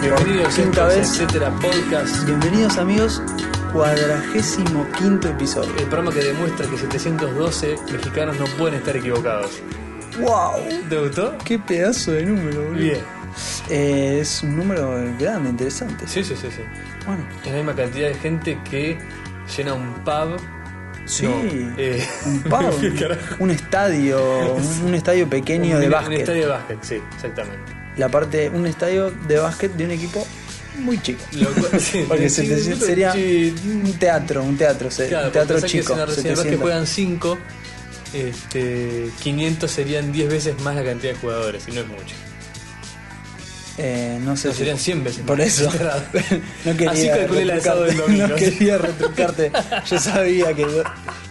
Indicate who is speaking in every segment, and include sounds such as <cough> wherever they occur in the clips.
Speaker 1: Bienvenidos
Speaker 2: Quinta
Speaker 1: a
Speaker 2: vez.
Speaker 1: etcétera podcast,
Speaker 2: Bienvenidos amigos, cuadragésimo quinto episodio.
Speaker 1: el programa que demuestra que 712 mexicanos no pueden estar equivocados.
Speaker 2: ¡Wow!
Speaker 1: ¿Te gustó?
Speaker 2: ¡Qué pedazo de número, boludo!
Speaker 1: Bien.
Speaker 2: Eh, es un número grande, interesante.
Speaker 1: Sí, sí, sí, sí.
Speaker 2: Bueno,
Speaker 1: Es la misma cantidad de gente que llena un pub.
Speaker 2: sí.
Speaker 1: No, eh,
Speaker 2: Un
Speaker 1: <laughs>
Speaker 2: pavo,
Speaker 1: ¿qué carajo?
Speaker 2: un estadio, un, un estadio pequeño de
Speaker 1: un-
Speaker 2: básquet.
Speaker 1: Un estadio de básquet, sí, exactamente.
Speaker 2: La parte, un estadio de básquet de un equipo muy chico.
Speaker 1: Lo <laughs> cual- sí,
Speaker 2: Porque
Speaker 1: de
Speaker 2: se te-
Speaker 1: chiquito,
Speaker 2: sería
Speaker 1: sí,
Speaker 2: un teatro, un teatro, se-
Speaker 1: Claro,
Speaker 2: un teatro
Speaker 1: porque pensá
Speaker 2: chico.
Speaker 1: Que si en la en el
Speaker 2: 700.
Speaker 1: básquet juegan 5, este, 500 serían 10 veces más la cantidad de jugadores, y no es mucho.
Speaker 2: Eh, no sé
Speaker 1: No,
Speaker 2: si-
Speaker 1: serían 100 veces.
Speaker 2: Por
Speaker 1: más. <laughs>
Speaker 2: eso.
Speaker 1: Claro.
Speaker 2: No quería
Speaker 1: Así calculé el asado del
Speaker 2: retrucarte, <laughs>
Speaker 1: domingo.
Speaker 2: No quería retrucarte. Yo sabía que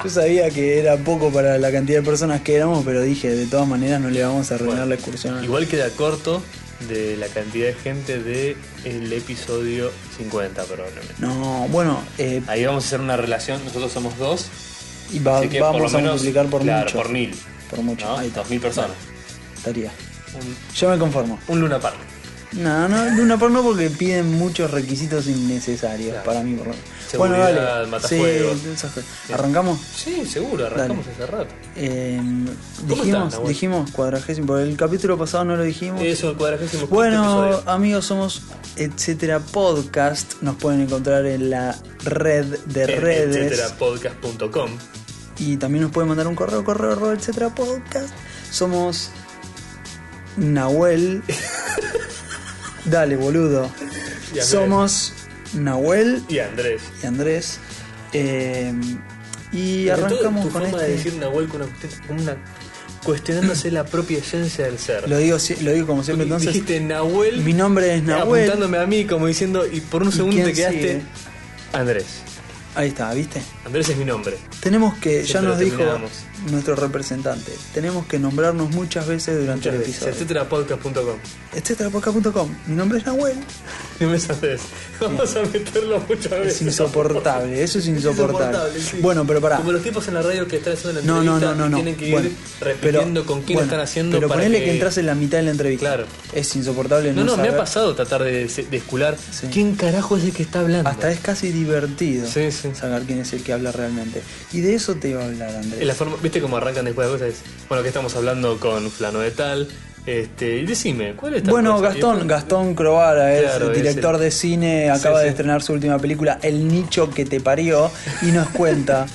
Speaker 2: yo sabía que era poco para la cantidad de personas que éramos, pero dije, de todas maneras no le vamos a arruinar
Speaker 1: Bueno,
Speaker 2: la excursión.
Speaker 1: Igual queda corto de la cantidad de gente del el episodio 50 probablemente.
Speaker 2: No, bueno, eh,
Speaker 1: Ahí vamos a hacer una relación, nosotros somos dos.
Speaker 2: y va-
Speaker 1: así que por
Speaker 2: vamos
Speaker 1: lo
Speaker 2: a
Speaker 1: menos-
Speaker 2: multiplicar por
Speaker 1: claro,
Speaker 2: mucho.
Speaker 1: por mil.
Speaker 2: Por mucho.
Speaker 1: ¿no?
Speaker 2: Ahí está.
Speaker 1: Dos mil personas.
Speaker 2: Estaría.
Speaker 1: Un,
Speaker 2: Yo me conformo.
Speaker 1: un Luna Park.
Speaker 2: No, no, Luna Park no porque piden muchos requisitos innecesarios
Speaker 1: Claro.
Speaker 2: para mí, por lo menos.
Speaker 1: Seguridad,
Speaker 2: Sí,
Speaker 1: matafuegos.
Speaker 2: esas cosas. ¿Arrancamos?
Speaker 1: Sí, seguro, arrancamos hace rato.
Speaker 2: Eh,
Speaker 1: estás,
Speaker 2: dijimos,
Speaker 1: Nahuel? Eh,
Speaker 2: dijimos cuadragésimo, porque el capítulo pasado no lo dijimos.
Speaker 1: Eso, el cuadragésimo quinto
Speaker 2: Bueno,
Speaker 1: este episodio.
Speaker 2: amigos, somos etcétera podcast. Nos pueden encontrar en la red de
Speaker 1: En
Speaker 2: redes
Speaker 1: Eh, etcétera, podcast.com.
Speaker 2: y también nos pueden mandar un correo, correo, arroba, etcétera podcast. Somos
Speaker 1: <laughs>
Speaker 2: Nahuel. Dale, boludo.
Speaker 1: Y Andrés.
Speaker 2: Somos Nahuel
Speaker 1: Y Andrés.
Speaker 2: y Andrés. Eh, y
Speaker 1: Sobre todo
Speaker 2: arrancamos
Speaker 1: tu
Speaker 2: con
Speaker 1: forma
Speaker 2: este.
Speaker 1: de decir Nahuel con una, con una- cuestionándose la propia esencia del ser.
Speaker 2: Lo digo, si- lo digo como siempre, entonces.
Speaker 1: Dijiste Nahuel.
Speaker 2: Mi nombre es Nahuel.
Speaker 1: apuntándome a mí como diciendo y por un segundo
Speaker 2: quién
Speaker 1: te quedaste
Speaker 2: sigue?
Speaker 1: Andrés.
Speaker 2: Ahí está, ¿viste?
Speaker 1: Andrés es mi nombre.
Speaker 2: Tenemos que, ya
Speaker 1: Siempre lo
Speaker 2: nos dijo
Speaker 1: terminábamos.
Speaker 2: nuestro representante, tenemos que nombrarnos muchas veces durante
Speaker 1: Muchas
Speaker 2: el
Speaker 1: veces.
Speaker 2: episodio.
Speaker 1: Etcétera <laughs> podcast.com.
Speaker 2: Etcéterapodcast.com. Mi nombre es Nahuel.
Speaker 1: Mi nombre es Andrés. Vamos a meterlo muchas veces.
Speaker 2: Es insoportable, eso es insoportable.
Speaker 1: sí.
Speaker 2: Bueno, pero pará.
Speaker 1: Como los tipos en la radio que están haciendo la
Speaker 2: No, no,
Speaker 1: entrevista
Speaker 2: no, no, no.
Speaker 1: y tienen que ir
Speaker 2: Bueno,
Speaker 1: repitiendo
Speaker 2: pero-
Speaker 1: con quién
Speaker 2: bueno,
Speaker 1: están haciendo
Speaker 2: Pero
Speaker 1: para
Speaker 2: ponele que... entras en la mitad de la entrevista.
Speaker 1: Claro.
Speaker 2: Es insoportable no,
Speaker 1: No, no, me ha
Speaker 2: saber.
Speaker 1: pasado tratar de, de escular
Speaker 2: Sí.
Speaker 1: quién carajo es el que está hablando.
Speaker 2: Hasta es casi divertido
Speaker 1: Sí, sí.
Speaker 2: saber quién es el que habla realmente. Y de eso te iba a hablar, Andrés.
Speaker 1: En la forma, ¿Viste cómo arrancan después las cosas? Bueno, que estamos hablando con fulano de tal. Este, y decime, ¿cuál es tal
Speaker 2: Bueno,
Speaker 1: cosa? Y
Speaker 2: Gastón,
Speaker 1: después-
Speaker 2: Gastón Crovara es
Speaker 1: Claro,
Speaker 2: el
Speaker 1: es
Speaker 2: director
Speaker 1: el-
Speaker 2: de cine, acaba
Speaker 1: Sí,
Speaker 2: de
Speaker 1: sí.
Speaker 2: estrenar su última película, El nicho que te parió, y nos cuenta.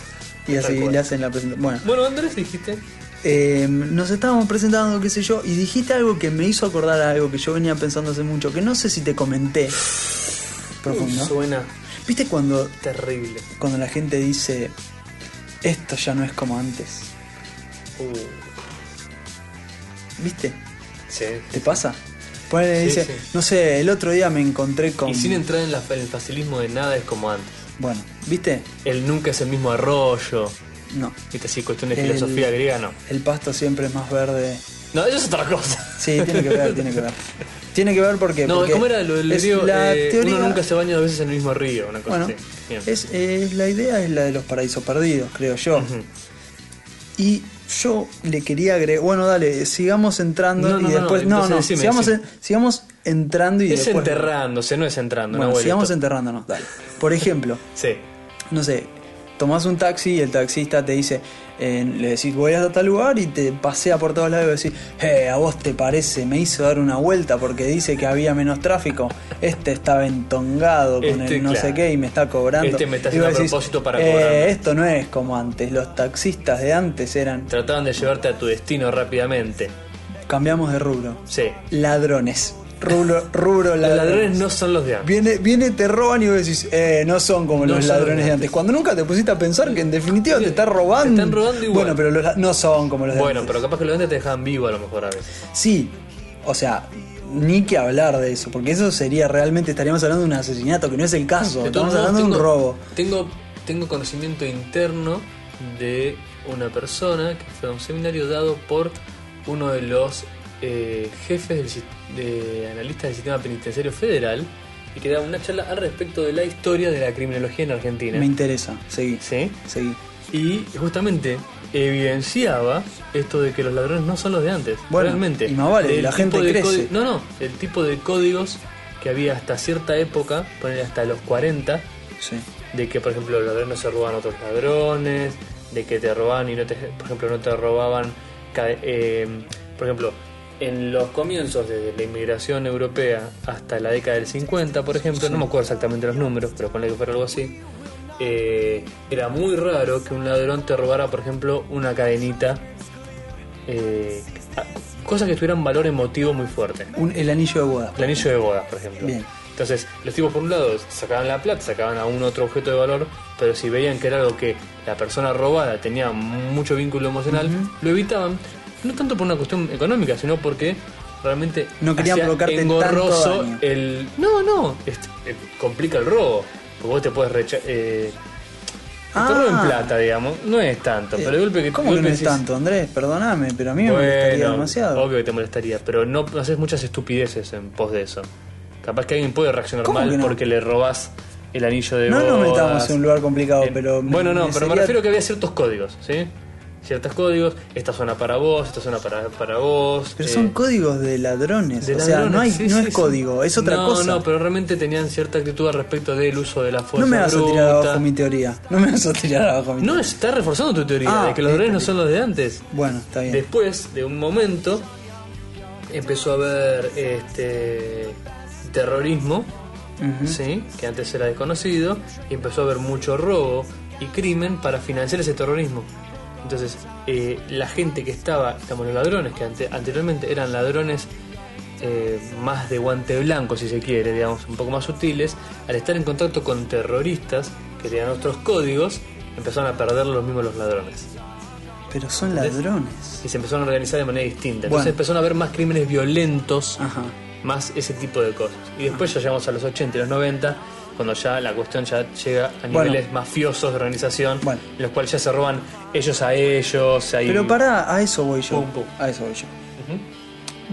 Speaker 2: y
Speaker 1: <laughs> Tal
Speaker 2: así
Speaker 1: cual.
Speaker 2: le hacen la presentación. Bueno,
Speaker 1: Bueno, Andrés dijiste.
Speaker 2: eh, nos estábamos presentando, qué sé yo, y dijiste algo que me hizo acordar a algo que yo venía pensando hace mucho, que no sé si te comenté.
Speaker 1: <sighs>
Speaker 2: Profundo.
Speaker 1: Uh, Suena
Speaker 2: ¿Viste cuando,
Speaker 1: terrible.
Speaker 2: cuando la gente dice, esto ya no es como antes?
Speaker 1: Uh,
Speaker 2: ¿Viste?
Speaker 1: sí.
Speaker 2: ¿Te pasa? Ponele,
Speaker 1: Sí,
Speaker 2: dice,
Speaker 1: sí.
Speaker 2: no sé, el otro día me encontré con...
Speaker 1: Y sin entrar en, la- en el facilismo de nada es como antes.
Speaker 2: Bueno, ¿viste?
Speaker 1: El nunca es el mismo arroyo.
Speaker 2: No.
Speaker 1: Viste, así cuestión de
Speaker 2: El-
Speaker 1: filosofía griega, no.
Speaker 2: El pasto siempre es más verde.
Speaker 1: No, eso es otra cosa.
Speaker 2: Sí, tiene que ver, tiene que ver. Tiene que ver porque.
Speaker 1: No,
Speaker 2: porque
Speaker 1: ¿cómo era lo del
Speaker 2: es
Speaker 1: río?
Speaker 2: La
Speaker 1: Eh,
Speaker 2: teoría.
Speaker 1: Uno nunca se baña dos veces en el mismo río, una cosa
Speaker 2: Bueno,
Speaker 1: así. Bien.
Speaker 2: es, es- la idea es la de los paraísos perdidos, creo yo.
Speaker 1: Ujú.
Speaker 2: Y yo le quería agregar. Bueno, dale, sigamos entrando
Speaker 1: No, no,
Speaker 2: y
Speaker 1: no, no,
Speaker 2: después. No, no,
Speaker 1: entonces decime,
Speaker 2: sigamos,
Speaker 1: decime.
Speaker 2: en- sigamos entrando y
Speaker 1: Es
Speaker 2: después.
Speaker 1: enterrándose, no es entrando.
Speaker 2: Bueno,
Speaker 1: no, abuelo,
Speaker 2: sigamos
Speaker 1: esto-
Speaker 2: enterrándonos, dale. Por ejemplo,
Speaker 1: Sí.
Speaker 2: no sé, tomás un taxi y el taxista te dice, eh, le decís, voy a tal lugar y te pasea por todos lados y decís, eh, a vos te parece, me hizo dar una vuelta porque dice que había menos tráfico, este estaba entongado con
Speaker 1: Este,
Speaker 2: el no
Speaker 1: claro.
Speaker 2: sé qué y me está cobrando.
Speaker 1: Este me está
Speaker 2: Y vos
Speaker 1: haciendo a
Speaker 2: decís,
Speaker 1: propósito para
Speaker 2: "Eh,
Speaker 1: cobrarme".
Speaker 2: Esto no es como antes, los taxistas de antes eran,
Speaker 1: Trataban de llevarte a tu destino rápidamente.
Speaker 2: cambiamos de rubro,
Speaker 1: Sí.
Speaker 2: ladrones, rubro, rubro
Speaker 1: Los
Speaker 2: ladrones.
Speaker 1: ladrones no son los de antes.
Speaker 2: Viene, viene, te roban y vos decís, eh, no son como
Speaker 1: No
Speaker 2: los
Speaker 1: son
Speaker 2: ladrones de
Speaker 1: antes.
Speaker 2: antes. Cuando nunca te pusiste a pensar que en definitiva te están
Speaker 1: Te
Speaker 2: robando.
Speaker 1: están robando igual.
Speaker 2: Bueno, pero los la- no son como los de
Speaker 1: Bueno,
Speaker 2: antes.
Speaker 1: pero capaz que los de antes te dejaban vivo a lo mejor a veces.
Speaker 2: Sí, o sea, ni que hablar de eso, porque eso sería realmente, estaríamos hablando de un asesinato, que no es el caso.
Speaker 1: De
Speaker 2: Estamos
Speaker 1: todos modos,
Speaker 2: hablando de un
Speaker 1: tengo-
Speaker 2: robo.
Speaker 1: Tengo, tengo conocimiento interno de una persona que fue a un seminario dado por uno de los eh, jefes del sis- de analistas del sistema penitenciario federal y que daba una charla al respecto de la historia de la criminología en Argentina.
Speaker 2: Me interesa, seguí,
Speaker 1: ¿Sí?
Speaker 2: seguí.
Speaker 1: Y justamente evidenciaba esto de que los ladrones no son los de antes.
Speaker 2: Bueno,
Speaker 1: realmente.
Speaker 2: y más vale,
Speaker 1: Del
Speaker 2: la
Speaker 1: tipo
Speaker 2: gente
Speaker 1: de
Speaker 2: crece.
Speaker 1: códi- No, no, el tipo de códigos que había hasta cierta época, poner hasta los 40,
Speaker 2: sí.
Speaker 1: de que por ejemplo los ladrones se robaban a otros ladrones, de que te robaban y no te, por ejemplo no te robaban, ca- eh, por ejemplo, en los comienzos de la inmigración europea hasta la década del 50, por ejemplo, no me acuerdo exactamente los números, pero ponle que fuera algo así, eh, era muy raro que un ladrón te robara, por ejemplo, una cadenita, eh, a- cosas que tuvieran valor emotivo muy fuerte.
Speaker 2: Un- el anillo de boda.
Speaker 1: El anillo de bodas, por ejemplo.
Speaker 2: Bien.
Speaker 1: Entonces, los tipos por un lado sacaban la plata, sacaban a un otro objeto de valor, pero si veían que era algo que la persona robada tenía mucho vínculo emocional, lo evitaban, no tanto por una cuestión económica, sino porque realmente
Speaker 2: No querían
Speaker 1: hacía
Speaker 2: provocarte tanto
Speaker 1: engorroso
Speaker 2: daño.
Speaker 1: el no, no, es- eh, complica el robo, porque vos te puedes rechazar eh, que te
Speaker 2: Ah.
Speaker 1: roben plata, digamos, no es tanto, pero el golpe que
Speaker 2: ¿Cómo que
Speaker 1: golpe
Speaker 2: no es
Speaker 1: decís,
Speaker 2: tanto, Andrés? Perdóname, pero a mí me molestaría
Speaker 1: bueno,
Speaker 2: demasiado.
Speaker 1: obvio que te molestaría, pero no haces muchas estupideces en pos de eso. Capaz que alguien puede reaccionar
Speaker 2: ¿Cómo
Speaker 1: mal
Speaker 2: que no?
Speaker 1: porque le robás el anillo de
Speaker 2: No nos
Speaker 1: bodas.
Speaker 2: metamos en un lugar complicado,
Speaker 1: Eh,
Speaker 2: pero. me-
Speaker 1: bueno, no, pero me
Speaker 2: sería-
Speaker 1: refiero que había ciertos códigos, ¿sí? Ciertos códigos, esta zona para vos, esta zona para, para vos.
Speaker 2: Pero
Speaker 1: eh,
Speaker 2: son códigos de ladrones.
Speaker 1: de
Speaker 2: o sea,
Speaker 1: ladrones,
Speaker 2: no, hay,
Speaker 1: sí,
Speaker 2: no
Speaker 1: sí,
Speaker 2: es
Speaker 1: sí.
Speaker 2: código, es otra
Speaker 1: no,
Speaker 2: cosa.
Speaker 1: No, pero realmente tenían cierta actitud al respecto del uso de la fuerza
Speaker 2: No me vas a tirar
Speaker 1: bruta.
Speaker 2: abajo mi teoría. No me vas a tirar abajo mi teoría.
Speaker 1: No, está reforzando tu teoría
Speaker 2: Ah,
Speaker 1: de que los
Speaker 2: listo,
Speaker 1: ladrones no son los de antes.
Speaker 2: Bueno, está bien.
Speaker 1: Después de un momento empezó a haber este terrorismo,
Speaker 2: Ujú.
Speaker 1: ¿sí? que antes era desconocido, y empezó a haber mucho robo y crimen para financiar ese terrorismo. Entonces, eh, la gente que estaba, estamos los ladrones, que ante- anteriormente eran ladrones eh, más de guante blanco, si se quiere, digamos, un poco más sutiles, al estar en contacto con terroristas que tenían otros códigos, empezaron a perder los mismos los ladrones
Speaker 2: Pero son ladrones.
Speaker 1: y se empezaron a organizar de manera distinta. Entonces
Speaker 2: Bueno. Ah.
Speaker 1: empezaron a haber más crímenes violentos,
Speaker 2: Ajá.
Speaker 1: más ese tipo de cosas. Y
Speaker 2: Ah.
Speaker 1: después ya llegamos a los 80 y los 90, cuando ya la cuestión ya llega a
Speaker 2: Bueno.
Speaker 1: niveles mafiosos de organización,
Speaker 2: Bueno.
Speaker 1: en los cuales ya se roban ellos a ellos. Ahí...
Speaker 2: Pero pará, a eso voy yo.
Speaker 1: Eh, Pum, pum.
Speaker 2: A eso voy yo.
Speaker 1: Ujú.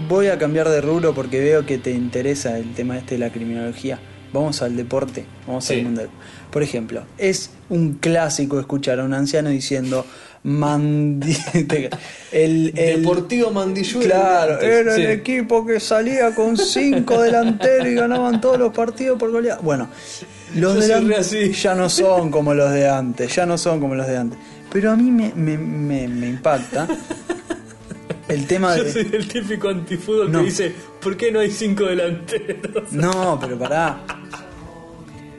Speaker 2: Voy a cambiar de rubro porque veo que te interesa el tema este de la criminología. Vamos al deporte, vamos
Speaker 1: Sí.
Speaker 2: al mundo. del- Por ejemplo, es un clásico escuchar a un anciano diciendo mandi <laughs> te- el, el-
Speaker 1: Deportivo Mandillú.
Speaker 2: Claro,
Speaker 1: de
Speaker 2: era
Speaker 1: antes.
Speaker 2: el
Speaker 1: Sí. <laughs>
Speaker 2: equipo que salía con cinco delanteros y ganaban todos los partidos por goleada. Bueno, los de
Speaker 1: Yo soy re
Speaker 2: antes
Speaker 1: así.
Speaker 2: ya no son como los de antes, ya no son como los de antes. Pero a mí me, me- me- me impacta el tema
Speaker 1: Yo
Speaker 2: de...
Speaker 1: soy el típico antifútbol
Speaker 2: No.
Speaker 1: que dice, ¿por qué no hay cinco delanteros?
Speaker 2: No, pero pará.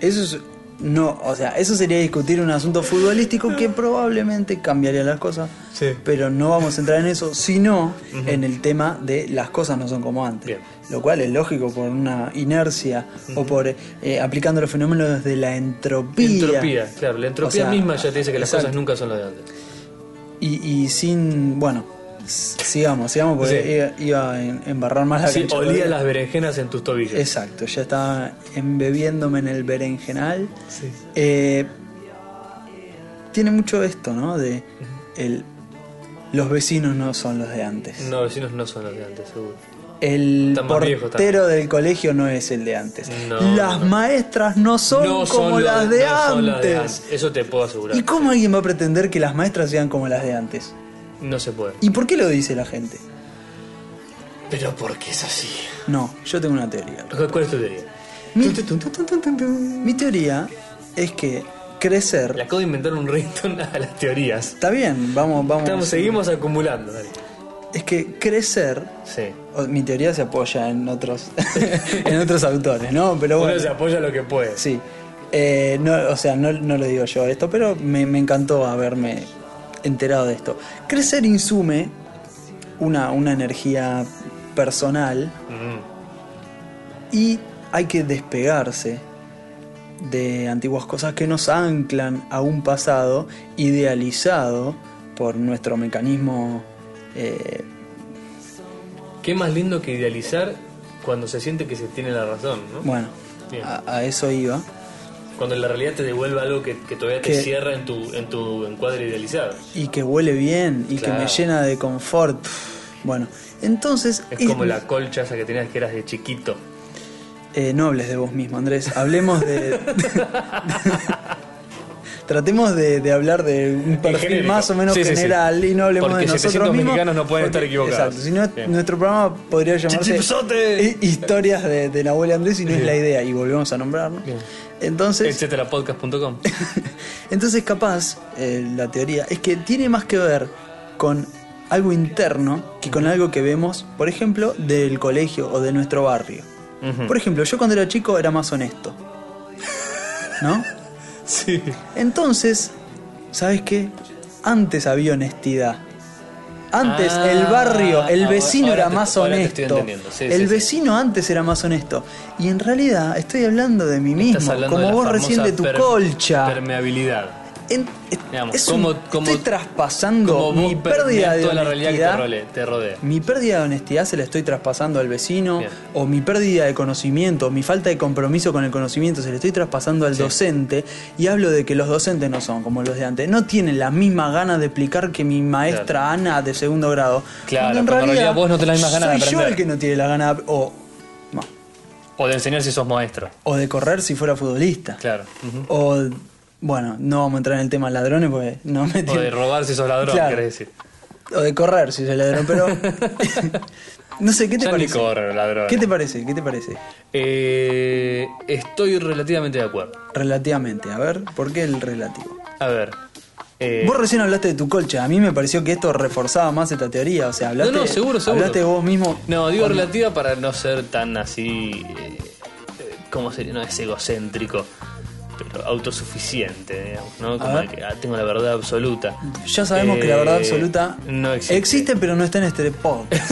Speaker 2: Eso es. No, o sea, eso sería discutir un asunto futbolístico que probablemente cambiaría las cosas.
Speaker 1: Sí.
Speaker 2: Pero no vamos a entrar en eso, sino en el tema de las cosas no son como antes.
Speaker 1: Bien.
Speaker 2: Lo cual es lógico por una inercia o por eh, aplicando los fenómenos de la entropía.
Speaker 1: Entropía, claro, la entropía
Speaker 2: O sea,
Speaker 1: misma ya te dice que las
Speaker 2: exacto.
Speaker 1: cosas nunca son las de antes.
Speaker 2: Y, y sin. Bueno, s- sigamos, sigamos, porque
Speaker 1: Sí.
Speaker 2: iba, iba a en- embarrar más la
Speaker 1: Sí,
Speaker 2: cancha
Speaker 1: olía
Speaker 2: todavía.
Speaker 1: las berenjenas en tus tobillos.
Speaker 2: Exacto, ya estaba embebiéndome en el berenjenal.
Speaker 1: Sí.
Speaker 2: Eh, tiene mucho esto, ¿no? De el, los vecinos no son los de antes.
Speaker 1: No, vecinos no son los de antes, seguro.
Speaker 2: El
Speaker 1: Están más viejos,
Speaker 2: portero del colegio no es el de antes.
Speaker 1: No,
Speaker 2: las
Speaker 1: no.
Speaker 2: maestras no son
Speaker 1: no
Speaker 2: como
Speaker 1: son los-
Speaker 2: las de
Speaker 1: no son las de
Speaker 2: antes.
Speaker 1: antes, Eso te puedo asegurar.
Speaker 2: ¿Y cómo alguien va a pretender que las maestras sean como las de antes?
Speaker 1: No se puede.
Speaker 2: ¿Y por qué lo dice la gente?
Speaker 1: Pero ¿por qué es así?
Speaker 2: No, yo tengo una teoría.
Speaker 1: ¿Cuál es tu teoría?
Speaker 2: Mi, mi teoría es que crecer...
Speaker 1: Le acabo de inventar un ringtone a las teorías.
Speaker 2: Está bien, vamos, vamos.
Speaker 1: Estamos, seguimos acumulando. dale.
Speaker 2: Es que crecer
Speaker 1: Sí.
Speaker 2: O- Mi teoría se apoya en otros <laughs> en otros autores, ¿no? Pero
Speaker 1: Uno
Speaker 2: bueno,
Speaker 1: se apoya lo que puede.
Speaker 2: sí. Eh, no, o sea, no, no lo digo yo esto, pero me, me encantó haberme enterado de esto. Crecer insume una, una energía personal
Speaker 1: Mm.
Speaker 2: y hay que despegarse de antiguas cosas que nos anclan a un pasado idealizado por nuestro mecanismo eh,
Speaker 1: Qué más lindo que idealizar cuando se siente que se tiene la razón, ¿no?
Speaker 2: bueno,
Speaker 1: Bien.
Speaker 2: a- a eso iba.
Speaker 1: Cuando la realidad te devuelve algo que, que todavía te
Speaker 2: Que-
Speaker 1: cierra en tu, en tu encuadre idealizado.
Speaker 2: y que huele bien y
Speaker 1: Claro.
Speaker 2: que me llena de confort. Bueno, entonces
Speaker 1: Es como la colcha esa que tenías que eras de chiquito. <laughs>
Speaker 2: eh, no hables de vos mismo, Andrés. Hablemos de Tratemos de, de hablar de un perfil
Speaker 3: genérico.
Speaker 2: más o menos
Speaker 1: Sí, sí, sí.
Speaker 2: general y no hablemos
Speaker 1: Porque
Speaker 2: de
Speaker 1: 700
Speaker 2: nosotros mismos.
Speaker 3: mexicanos no pueden estar equivocados.
Speaker 2: Exacto, si no,
Speaker 3: Bien.
Speaker 2: nuestro programa podría llamarse
Speaker 3: Chichipsote.
Speaker 2: Hi- Historias de, de Nahuel Andrés y no es
Speaker 1: Bien.
Speaker 2: la idea, y volvemos a nombrarnos.
Speaker 1: Bien.
Speaker 2: Entonces,
Speaker 1: Etcétera,
Speaker 2: <laughs>
Speaker 1: podcast.com.
Speaker 2: entonces capaz, eh, la teoría es que tiene más que ver con algo interno que con algo que vemos, por ejemplo, del colegio o de nuestro barrio.
Speaker 3: Ujú.
Speaker 2: Por ejemplo, yo cuando era chico era más honesto. ¿No?
Speaker 1: sí.
Speaker 2: Entonces, ¿sabes qué? Antes había honestidad. Antes
Speaker 1: Ah,
Speaker 2: el barrio, el
Speaker 1: ahora-
Speaker 2: vecino
Speaker 1: ahora
Speaker 2: era
Speaker 1: te-
Speaker 2: más
Speaker 1: ahora te
Speaker 2: honesto.
Speaker 1: estoy entendiendo. Sí, sí,
Speaker 2: el
Speaker 1: sí.
Speaker 2: vecino antes era más honesto. Y en realidad estoy hablando de mí
Speaker 1: Estás
Speaker 2: mismo,
Speaker 1: hablando
Speaker 2: como
Speaker 1: de la
Speaker 2: vos recién de
Speaker 1: famosa
Speaker 2: tu
Speaker 1: per-
Speaker 2: colcha.
Speaker 1: Permeabilidad.
Speaker 2: En- es-
Speaker 1: Digamos,
Speaker 2: es un-
Speaker 1: como- como-
Speaker 2: estoy traspasando
Speaker 1: Como
Speaker 2: mi
Speaker 1: vos permeas
Speaker 2: pérdida de
Speaker 1: toda la realidad que te
Speaker 2: honestidad.
Speaker 1: role- te rodea.
Speaker 2: Mi pérdida de honestidad se la estoy traspasando al vecino,
Speaker 1: Bien.
Speaker 2: o mi pérdida de conocimiento, o mi falta de compromiso con el conocimiento se la estoy traspasando al docente, y hablo de que los docentes no son como los de antes, no tienen la misma ganas de explicar que mi maestra
Speaker 1: Claro.
Speaker 2: Ana de segundo grado.
Speaker 3: Claro,
Speaker 2: Cuando en
Speaker 3: cuando en
Speaker 2: realidad,
Speaker 3: realidad vos no tenés las mismas ganas de
Speaker 2: soy yo
Speaker 3: aprender.
Speaker 2: el que no tiene la gana, o, no,
Speaker 3: O de enseñar si sos maestro.
Speaker 2: o de correr si fuera futbolista,
Speaker 3: Claro.
Speaker 2: o, bueno, no vamos a entrar en el tema ladrones porque no me
Speaker 3: O de
Speaker 2: tiene-
Speaker 3: robar si sos ladrón,
Speaker 2: Claro.
Speaker 3: querés decir.
Speaker 2: o de correr si soy ladrón,
Speaker 1: <laughs>
Speaker 2: pero <laughs> no sé, ¿qué te
Speaker 3: Ya ni
Speaker 2: parece?
Speaker 3: corre, ladrón.
Speaker 2: ¿Qué te parece? ¿Qué te parece?
Speaker 1: Eh, estoy relativamente de acuerdo.
Speaker 2: Relativamente, a ver, ¿por qué el relativo?
Speaker 1: A ver. eh,
Speaker 2: Vos recién hablaste de tu colcha, a mí me pareció que esto reforzaba más esta teoría, o sea, hablaste,
Speaker 1: No, no, seguro, seguro.
Speaker 2: hablaste vos mismo.
Speaker 1: No, digo relativa para no ser tan así. eh, eh, ¿Cómo sería? No es egocéntrico, pero autosuficiente, digamos, ¿no? Como
Speaker 2: ver.
Speaker 1: de que ah, tengo la verdad absoluta.
Speaker 2: Ya sabemos que la verdad
Speaker 1: Eh,
Speaker 2: absoluta
Speaker 1: no existe.
Speaker 2: pero no está en este
Speaker 1: <laughs>
Speaker 2: podcast.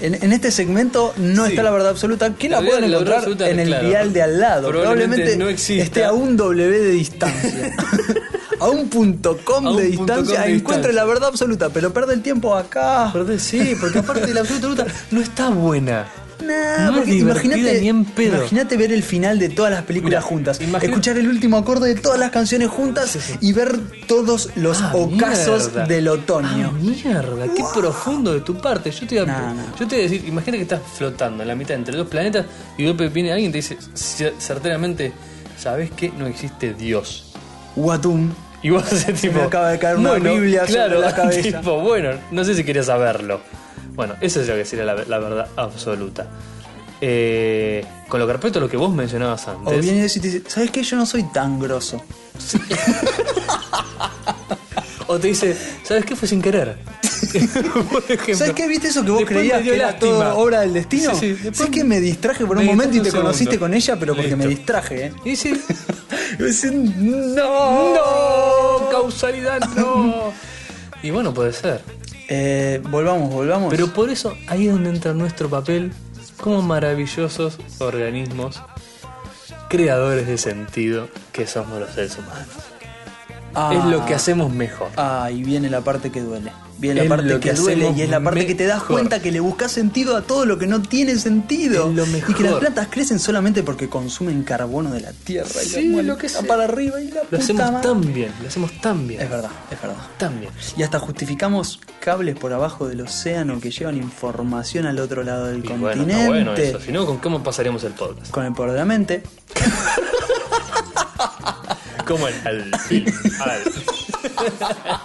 Speaker 2: en, en este segmento no
Speaker 1: Sí.
Speaker 2: está la verdad absoluta, que la
Speaker 1: La verdad-
Speaker 2: pueden
Speaker 1: la verdad
Speaker 2: encontrar
Speaker 1: absoluta,
Speaker 2: en el
Speaker 1: claro.
Speaker 2: dial de al lado.
Speaker 1: Probablemente
Speaker 2: Probablemente,
Speaker 1: no exista.
Speaker 2: esté a un W de
Speaker 1: <laughs>
Speaker 2: distancia. A un punto com
Speaker 1: A un
Speaker 2: de
Speaker 1: punto com
Speaker 2: distancia
Speaker 1: de
Speaker 2: encuentre
Speaker 1: distancia.
Speaker 2: la verdad absoluta, pero pierde el tiempo acá.
Speaker 1: Perdón, sí, porque aparte la fruta absoluta no está buena.
Speaker 2: Nah,
Speaker 1: No es
Speaker 2: porque
Speaker 1: divertida
Speaker 2: imagínate
Speaker 1: ni en pedo.
Speaker 2: imagínate ver el final de todas las películas
Speaker 1: Mirá,
Speaker 2: juntas,
Speaker 1: imagina-
Speaker 2: escuchar el último acorde de todas las canciones juntas y ver todos los
Speaker 1: Ah,
Speaker 2: ocasos
Speaker 1: mierda.
Speaker 2: del
Speaker 1: Ah,
Speaker 2: otoño.
Speaker 1: mierda, qué profundo de tu parte. Yo te, iba a,
Speaker 2: No, no.
Speaker 1: yo te iba a decir, imagínate que estás flotando en la mitad entre dos planetas y de golpe viene alguien y te dice cer- certeramente, ¿sabes qué? No existe Dios.
Speaker 2: Guatum.
Speaker 1: Y vos <laughs> haces tipo.
Speaker 2: me acaba de caer una Biblia sobre
Speaker 1: claro, <laughs>
Speaker 2: la cabeza.
Speaker 1: tipo, bueno, no sé si quería saberlo. Bueno, eso es lo que sería la, la verdad absoluta. Eh, con lo que respecto a lo que vos mencionabas
Speaker 2: O
Speaker 1: antes.
Speaker 2: viene eso y te dice, ¿sabes qué? Yo no soy tan grosso.
Speaker 1: O te dice, ¿sabes qué fue sin querer? <laughs> Por ejemplo.
Speaker 2: ¿Sabes qué? ¿Viste eso que vos
Speaker 1: Después
Speaker 2: creías
Speaker 1: me dio
Speaker 2: que era
Speaker 1: lástima.
Speaker 2: todo obra del destino?
Speaker 1: Sí, sí, después
Speaker 2: ¿Sabes qué? Me distraje por un
Speaker 1: me
Speaker 2: momento y te
Speaker 1: distraje un
Speaker 2: conociste
Speaker 1: segundo.
Speaker 2: con ella, pero porque me
Speaker 1: Listo.
Speaker 2: distraje, ¿eh?
Speaker 1: Y sí.
Speaker 2: <laughs> Y vos decís, ¡No!
Speaker 1: ¡No!
Speaker 2: <laughs>
Speaker 1: ¡Causalidad, no! Y bueno, puede ser.
Speaker 2: Eh, volvamos, volvamos.
Speaker 1: Pero por eso ahí es donde entra nuestro papel como maravillosos organismos creadores de sentido que somos los seres humanos.
Speaker 2: Ah.
Speaker 1: Es lo que hacemos mejor.
Speaker 2: Ah, y viene la parte que duele. Viene
Speaker 1: Es
Speaker 2: la parte
Speaker 1: lo
Speaker 2: que,
Speaker 1: que
Speaker 2: duele
Speaker 1: hacemos
Speaker 2: y es la parte que te das
Speaker 1: mejor.
Speaker 2: cuenta que le buscas sentido a todo lo que no tiene sentido.
Speaker 1: Es lo
Speaker 2: Y que las
Speaker 1: mejor.
Speaker 2: plantas crecen solamente porque consumen carbono de la tierra. y la
Speaker 1: Sí,
Speaker 2: muelen
Speaker 1: lo que sea.
Speaker 2: para arriba y la
Speaker 1: Lo
Speaker 2: puta
Speaker 1: hacemos
Speaker 2: madre.
Speaker 1: tan bien, lo hacemos tan bien.
Speaker 2: Es verdad, es verdad.
Speaker 1: Tan bien.
Speaker 2: Y hasta justificamos cables por abajo del océano que llevan información al otro lado del
Speaker 1: Y bueno,
Speaker 2: continente.
Speaker 1: está bueno eso. Si no, ¿con cómo pasaríamos el podcast?
Speaker 2: Con el poder de la mente.
Speaker 1: Como el,
Speaker 2: <laughs>
Speaker 1: al film. al-
Speaker 2: <laughs>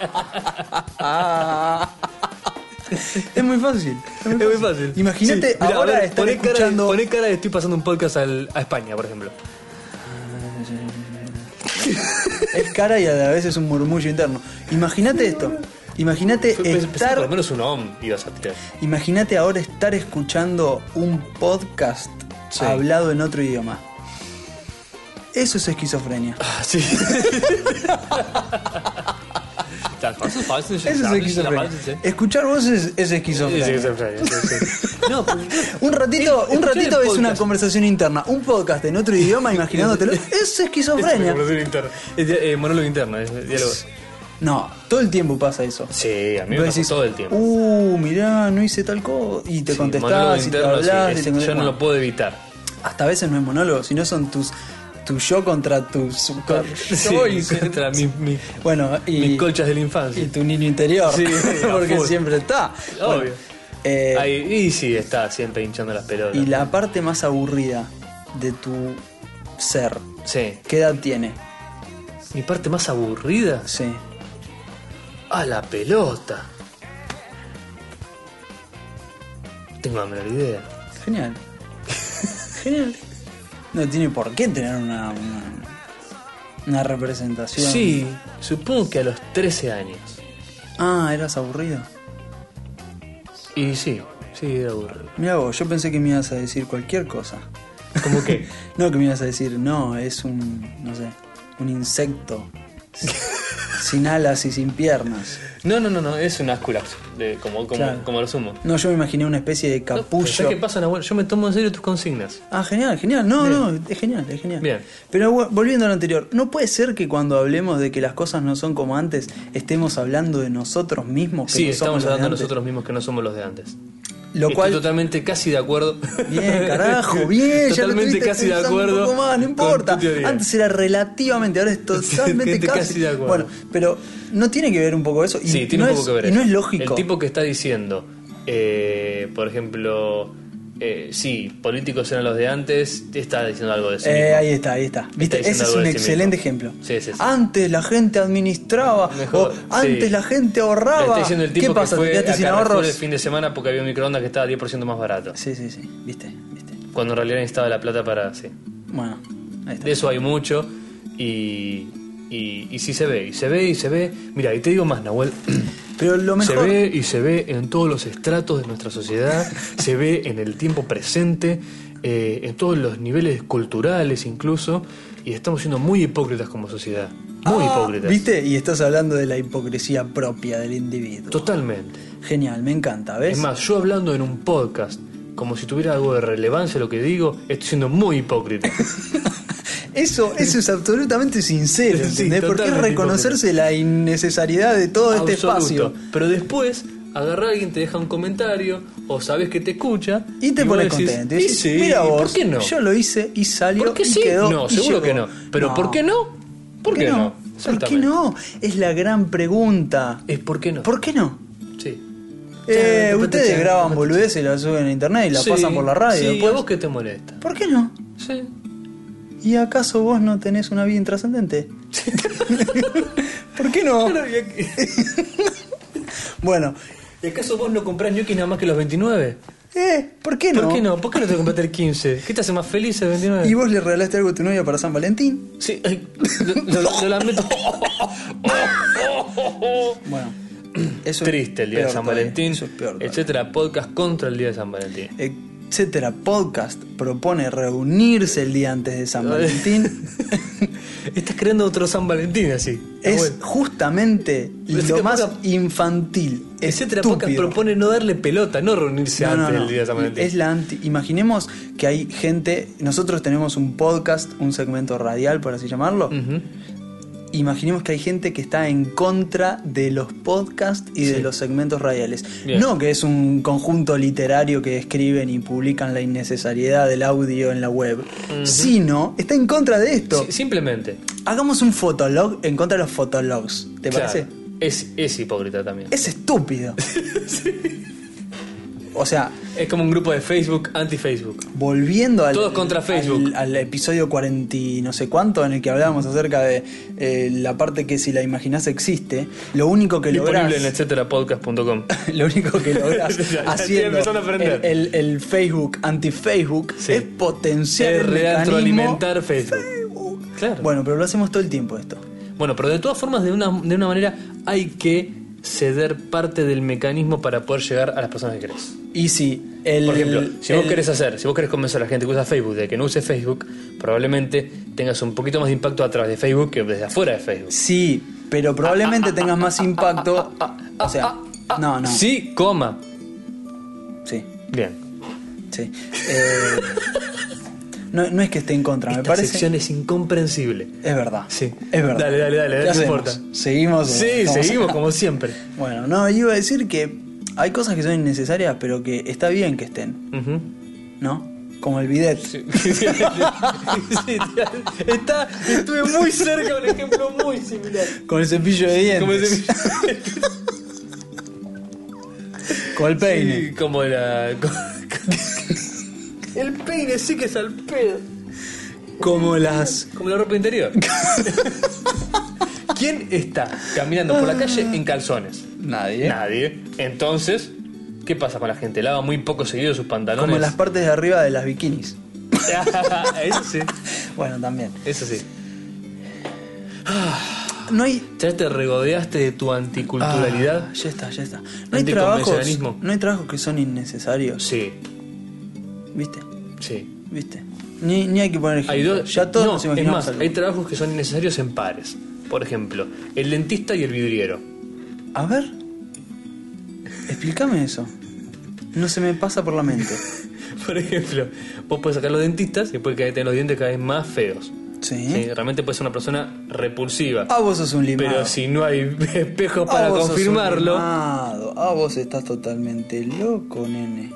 Speaker 2: Es muy fácil.
Speaker 1: Ah. Es muy fácil.
Speaker 2: Imagínate
Speaker 1: Sí, mirá,
Speaker 2: ahora
Speaker 1: a ver,
Speaker 2: estar
Speaker 1: poné
Speaker 2: escuchando. Eh,
Speaker 1: Cara de, poné cara de estoy pasando un podcast al- a España, por ejemplo.
Speaker 2: Es cara y a la vez es un murmullo interno. Imagínate esto. Imagínate
Speaker 1: Fue- pensé- pensé que por lo
Speaker 2: estar.
Speaker 1: menos un om ibas a tirar.
Speaker 2: Imagínate ahora estar escuchando un podcast
Speaker 1: Sí.
Speaker 2: hablado en otro idioma. Eso es esquizofrenia.
Speaker 1: Ah, <laughs> sí. Tal falso, falso,
Speaker 2: Eso es
Speaker 1: falso,
Speaker 2: esquizofrenia.
Speaker 1: falso,
Speaker 2: Escuchar voces es
Speaker 1: sí. Sí, sí,
Speaker 2: esquizofrenia. <laughs>
Speaker 1: sí, sí. No, porque
Speaker 2: Un ratito,
Speaker 1: Es-
Speaker 2: un
Speaker 1: escuchar
Speaker 2: ratito
Speaker 1: el
Speaker 2: es una
Speaker 1: podcast.
Speaker 2: conversación interna. Un podcast en otro idioma imaginándotelo. Es esquizofrenia.
Speaker 1: conversación interna. Es dia- eh, monólogo interno, es diálogo.
Speaker 2: No, todo el tiempo pasa eso.
Speaker 1: Sí, a mí me
Speaker 2: Vos
Speaker 1: pasa
Speaker 2: decís,
Speaker 1: todo el tiempo.
Speaker 2: Uh, mirá, no hice tal cosa. Y te
Speaker 1: Sí, monólogo
Speaker 2: contestás, y te
Speaker 1: interno, sí,
Speaker 2: hablás.
Speaker 1: es-
Speaker 2: y te contestás.
Speaker 1: yo no lo puedo evitar.
Speaker 2: Hasta a veces no es monólogo, sino son tus tu yo contra tu super
Speaker 1: <laughs> Sí,
Speaker 2: yo y- <laughs>
Speaker 1: contra mi- mi-
Speaker 2: bueno y,
Speaker 1: mis colchas de la
Speaker 2: y
Speaker 1: infancia.
Speaker 2: tu niño interior <laughs>
Speaker 1: Sí, a
Speaker 2: porque
Speaker 1: full.
Speaker 2: siempre está
Speaker 1: Obvio.
Speaker 2: Bueno, eh,
Speaker 1: Ahí, y sí, está siempre hinchando las pelotas.
Speaker 2: y la parte más aburrida de tu ser
Speaker 1: Sí.
Speaker 2: ¿qué edad tiene?
Speaker 1: Mi parte más aburrida.
Speaker 2: Sí.
Speaker 1: A la pelota. No Tengo la menor idea. <laughs>
Speaker 2: Genial. Genial. No tiene por qué tener una, una, una representación.
Speaker 1: Sí, supongo que a los 13 años.
Speaker 2: Ah, eras aburrido.
Speaker 1: Y sí, sí, era aburrido.
Speaker 2: Mira vos, yo pensé que me ibas a decir cualquier cosa.
Speaker 1: ¿Cómo
Speaker 2: <laughs>
Speaker 1: que?
Speaker 2: No, que me ibas a decir, no, es un, no sé, un insecto. sin alas y sin piernas.
Speaker 1: No, no, no, no, es un Asculax, de- como, como,
Speaker 2: Claro.
Speaker 1: como lo sumo.
Speaker 2: No, yo me imaginé una especie de
Speaker 1: No, pero
Speaker 2: capullo.
Speaker 1: ¿sabes qué pasa, Nahuel? Yo me tomo en serio tus consignas.
Speaker 2: Ah, genial, genial. No, no, es genial, es genial.
Speaker 1: Bien.
Speaker 2: Pero bueno, volviendo a lo anterior, ¿no puede ser que cuando hablemos de que las cosas no son como antes, estemos hablando de nosotros mismos? Que
Speaker 1: Sí,
Speaker 2: no
Speaker 1: estamos
Speaker 2: somos los de
Speaker 1: hablando
Speaker 2: antes?
Speaker 1: nosotros mismos que no somos los de antes.
Speaker 2: Lo
Speaker 1: Estoy
Speaker 2: cual,
Speaker 1: totalmente casi de acuerdo.
Speaker 2: bien,
Speaker 1: <laughs>
Speaker 2: carajo, bien. ya lo
Speaker 1: totalmente
Speaker 2: estuviste
Speaker 1: casi de
Speaker 2: pensando un
Speaker 1: acuerdo.
Speaker 2: poco más, no
Speaker 1: con
Speaker 2: importa.
Speaker 1: tu teoría.
Speaker 2: Antes era relativamente, ahora
Speaker 1: <laughs>
Speaker 2: es totalmente
Speaker 1: Totalmente
Speaker 2: casi.
Speaker 1: casi de acuerdo.
Speaker 2: Bueno, pero no tiene que ver un poco eso. Y
Speaker 1: Sí, tiene
Speaker 2: no
Speaker 1: un poco
Speaker 2: es,
Speaker 1: que ver.
Speaker 2: Y
Speaker 1: eso.
Speaker 2: no es lógico.
Speaker 1: El tipo que está diciendo, eh, por ejemplo, eh, sí, políticos eran los de antes, está diciendo algo de eso.
Speaker 2: Eh, ahí está, ahí está. ¿Viste? Ese
Speaker 1: diciendo
Speaker 2: es
Speaker 1: algo
Speaker 2: un
Speaker 1: de sí
Speaker 2: excelente
Speaker 1: mismo.
Speaker 2: ejemplo.
Speaker 1: Sí, sí, sí.
Speaker 2: Antes la gente administraba,
Speaker 1: Mejor,
Speaker 2: o antes
Speaker 1: sí.
Speaker 2: la gente ahorraba.
Speaker 1: está diciendo el tipo
Speaker 2: ¿Qué pasa?
Speaker 1: que fue
Speaker 2: ¿Te quedaste
Speaker 1: a
Speaker 2: sin
Speaker 1: Carrefour
Speaker 2: ahorros?
Speaker 1: el fin de semana porque había un microondas que estaba 10% más barato.
Speaker 2: Sí, sí, sí. ¿Viste? ¿Viste?
Speaker 1: Cuando en realidad necesitaba la plata para... Sí.
Speaker 2: Bueno, ahí está.
Speaker 1: De eso hay mucho y, y, y sí se ve, y se ve, y se ve. Mira, y te digo más, Nahuel. <clears throat>
Speaker 2: Pero lo
Speaker 1: Se
Speaker 2: mejor.
Speaker 1: ve y se ve en todos los estratos de
Speaker 2: <laughs>
Speaker 1: nuestra sociedad, se ve en el tiempo presente, eh, en todos los niveles culturales incluso, y estamos siendo muy hipócritas como sociedad. Muy
Speaker 2: Ah,
Speaker 1: hipócritas.
Speaker 2: ¿Viste? Y estás hablando de la hipocresía propia del individuo.
Speaker 1: Totalmente.
Speaker 2: Genial, me encanta, ¿ves?
Speaker 1: Es más, yo hablando en un podcast, como si tuviera algo de relevancia lo que digo, estoy siendo muy hipócrita.
Speaker 2: Eso, eso es absolutamente sincero,
Speaker 1: <laughs> Sí,
Speaker 2: ¿entendés? Porque es
Speaker 1: totalmente
Speaker 2: reconocerse la innecesariedad de todo este
Speaker 1: Absoluto.
Speaker 2: espacio.
Speaker 1: Pero después agarra a alguien, te deja un comentario, o sabes que te escucha,
Speaker 2: Y te
Speaker 1: vos
Speaker 2: pones
Speaker 1: decís,
Speaker 2: contento.
Speaker 1: "Y
Speaker 2: Y decís,
Speaker 1: sí,
Speaker 2: Mira
Speaker 1: ¿y
Speaker 2: vos,
Speaker 1: ¿por qué no?
Speaker 2: yo lo hice y salió
Speaker 1: ¿Por qué
Speaker 2: y
Speaker 1: sí?
Speaker 2: quedó.
Speaker 1: no,
Speaker 2: y
Speaker 1: seguro que
Speaker 2: llegó".
Speaker 1: no. Pero ¿por qué no? ¿Por qué, no?
Speaker 2: ¿Por qué
Speaker 1: Exactamente.
Speaker 2: no? Es la gran pregunta.
Speaker 1: Es ¿por qué no?
Speaker 2: ¿Por qué no?
Speaker 1: Sí.
Speaker 2: Eh,
Speaker 1: Chan,
Speaker 2: ustedes
Speaker 1: chan,
Speaker 2: graban
Speaker 1: chan.
Speaker 2: boludeces y las suben a internet y las
Speaker 1: Sí,
Speaker 2: pasan por la radio.
Speaker 1: Sí,
Speaker 2: después.
Speaker 1: ¿a vos que te molesta?
Speaker 2: ¿Por qué no?
Speaker 1: Sí.
Speaker 2: ¿Y acaso vos no tenés una vida
Speaker 1: <laughs>
Speaker 2: intrascendente? ¿Por qué no?
Speaker 1: Claro, ¿y, ac-
Speaker 2: <laughs> Bueno,
Speaker 1: y acaso vos no comprás ñoquis nada más que los 29?
Speaker 2: eh, ¿por qué no?
Speaker 1: ¿Por qué no? ¿Por qué no te compraste el 15? ¿Qué te hace más feliz el 29?
Speaker 2: ¿Y vos le regalaste algo a tu novia para San Valentín?
Speaker 1: Sí, ay, lo, lo-
Speaker 2: <laughs>
Speaker 1: lo lamento. <clears throat>
Speaker 2: Bueno, eso es
Speaker 1: Triste el día de
Speaker 2: peor
Speaker 1: San
Speaker 2: todavía,
Speaker 1: Valentín,
Speaker 2: Eso es peor. todavía.
Speaker 1: etcétera. Podcast contra el día de San Valentín.
Speaker 2: etcétera podcast propone reunirse el día antes de San
Speaker 1: <laughs>
Speaker 2: Valentín
Speaker 1: Estás creando otro San Valentín así.
Speaker 2: es
Speaker 1: Nahuel.
Speaker 2: justamente
Speaker 1: Etcétera
Speaker 2: lo más
Speaker 1: Podcast-
Speaker 2: infantil
Speaker 1: Etcétera, podcast
Speaker 2: estúpido.
Speaker 1: propone no darle pelota, no reunirse
Speaker 2: No, no,
Speaker 1: antes
Speaker 2: no.
Speaker 1: del día de San Valentín.
Speaker 2: Es la anti. Imaginemos que hay gente. Nosotros tenemos un podcast, un segmento radial, por así llamarlo.
Speaker 1: Ujú.
Speaker 2: Imaginemos que hay gente que está en contra de los podcasts y de
Speaker 1: Sí.
Speaker 2: los segmentos radiales.
Speaker 1: Bien.
Speaker 2: No que es un conjunto literario que escriben y publican la innecesariedad del audio en la web, sino está en contra de esto.
Speaker 1: Sí, simplemente.
Speaker 2: Hagamos un fotolog en contra de los fotologs. ¿Te
Speaker 1: Claro.
Speaker 2: parece?
Speaker 1: Es, es hipócrita también.
Speaker 2: Es
Speaker 1: Es, <laughs>
Speaker 2: estúpido. O sea,
Speaker 1: como un grupo de Facebook anti-Facebook.
Speaker 2: Volviendo al,
Speaker 1: Todos contra Facebook.
Speaker 2: al, al episodio 40 y no sé cuánto en el que hablábamos acerca de eh, la parte que si la imaginás existe, lo único que lográs,
Speaker 1: Disponible en etcéterapodcast.com.
Speaker 2: <laughs> lo único que
Speaker 1: <laughs>
Speaker 2: lográs
Speaker 1: Ya, ya estoy
Speaker 2: haciendo
Speaker 1: empezando a
Speaker 2: el,
Speaker 1: aprender.
Speaker 2: el- el Facebook anti-Facebook
Speaker 1: Sí.
Speaker 2: es potenciar
Speaker 1: Es
Speaker 2: el mecanismo-
Speaker 1: retroalimentar Facebook.
Speaker 2: Facebook.
Speaker 1: Claro.
Speaker 2: Bueno, pero lo hacemos todo el tiempo esto.
Speaker 1: Bueno, pero de todas formas, de una, de una manera, hay que ceder parte del mecanismo para poder llegar a las personas que querés.
Speaker 2: Y si el
Speaker 1: Por ejemplo, si vos
Speaker 2: el-
Speaker 1: querés hacer, si vos querés convencer a la gente que usa Facebook de que no use Facebook, probablemente tengas un poquito más de impacto a través de Facebook que desde afuera de Facebook.
Speaker 2: sí, pero probablemente tengas más impacto, o sea, no, no.
Speaker 1: Sí, coma.
Speaker 2: Sí.
Speaker 1: Bien.
Speaker 2: Sí. Eh, no, no es que esté en contra, me
Speaker 1: Esta
Speaker 2: parece.
Speaker 1: sección es incomprensible.
Speaker 2: Es verdad.
Speaker 1: Sí.
Speaker 2: Es verdad.
Speaker 1: Dale, dale, dale,
Speaker 2: ¿Qué
Speaker 1: no
Speaker 2: hacemos?
Speaker 1: importa.
Speaker 2: Seguimos. o
Speaker 1: Sí,
Speaker 2: estamos
Speaker 1: seguimos
Speaker 2: acá?
Speaker 1: como siempre.
Speaker 2: Bueno, no, iba a decir que hay cosas que son innecesarias, pero que está bien que estén,
Speaker 1: Ujú.
Speaker 2: ¿no? Como el bidet.
Speaker 1: <laughs> Sí. Sí, te- Está, estuve muy cerca de un ejemplo muy similar.
Speaker 2: Con el cepillo de dientes.
Speaker 1: Como, <laughs> ese-
Speaker 2: Con el peine.
Speaker 1: Sí, como la.
Speaker 3: <laughs>
Speaker 1: como- El peine sí que es al pedo.
Speaker 2: Como las.
Speaker 1: <laughs> Como la ropa interior.
Speaker 3: ¿Quién está caminando
Speaker 1: Ah.
Speaker 3: por la calle en calzones?
Speaker 2: Nadie.
Speaker 3: Nadie. Entonces, ¿qué pasa con la gente? Lava muy poco seguido sus pantalones.
Speaker 2: Como en las partes de arriba de las bikinis.
Speaker 3: <laughs> Eso sí.
Speaker 2: Bueno, también.
Speaker 3: Eso sí.
Speaker 2: No hay.
Speaker 1: Ya te regodeaste de tu anticulturalidad.
Speaker 2: Ah, ya está, ya está. No hay trabajos.
Speaker 1: Anticonvencionalismo.
Speaker 2: No hay trabajos que son innecesarios.
Speaker 1: Sí,
Speaker 2: ¿Viste?
Speaker 1: sí.
Speaker 2: ¿Viste? Ni, ni hay que poner ejemplo.
Speaker 1: Hay dos,
Speaker 2: ya todos
Speaker 1: no,
Speaker 2: nos
Speaker 1: es
Speaker 2: imaginamos
Speaker 1: más,
Speaker 2: algo.
Speaker 1: hay trabajos que son innecesarios en pares. Por ejemplo, el dentista y el vidriero. <laughs>
Speaker 2: A ver. Explícame eso. No se me pasa por la mente.
Speaker 1: Por ejemplo, vos podés sacar los dentistas y después que tenés los dientes cada vez más feos.
Speaker 2: Sí.
Speaker 1: Sí, realmente puedes ser una persona repulsiva.
Speaker 2: ¿Eh? Ah, vos sos un limado.
Speaker 1: Pero si no hay <laughs> espejos
Speaker 2: Ah,
Speaker 1: para
Speaker 2: vos sos un
Speaker 1: confirmarlo.
Speaker 2: mimado. Ah, vos estás totalmente loco, nene.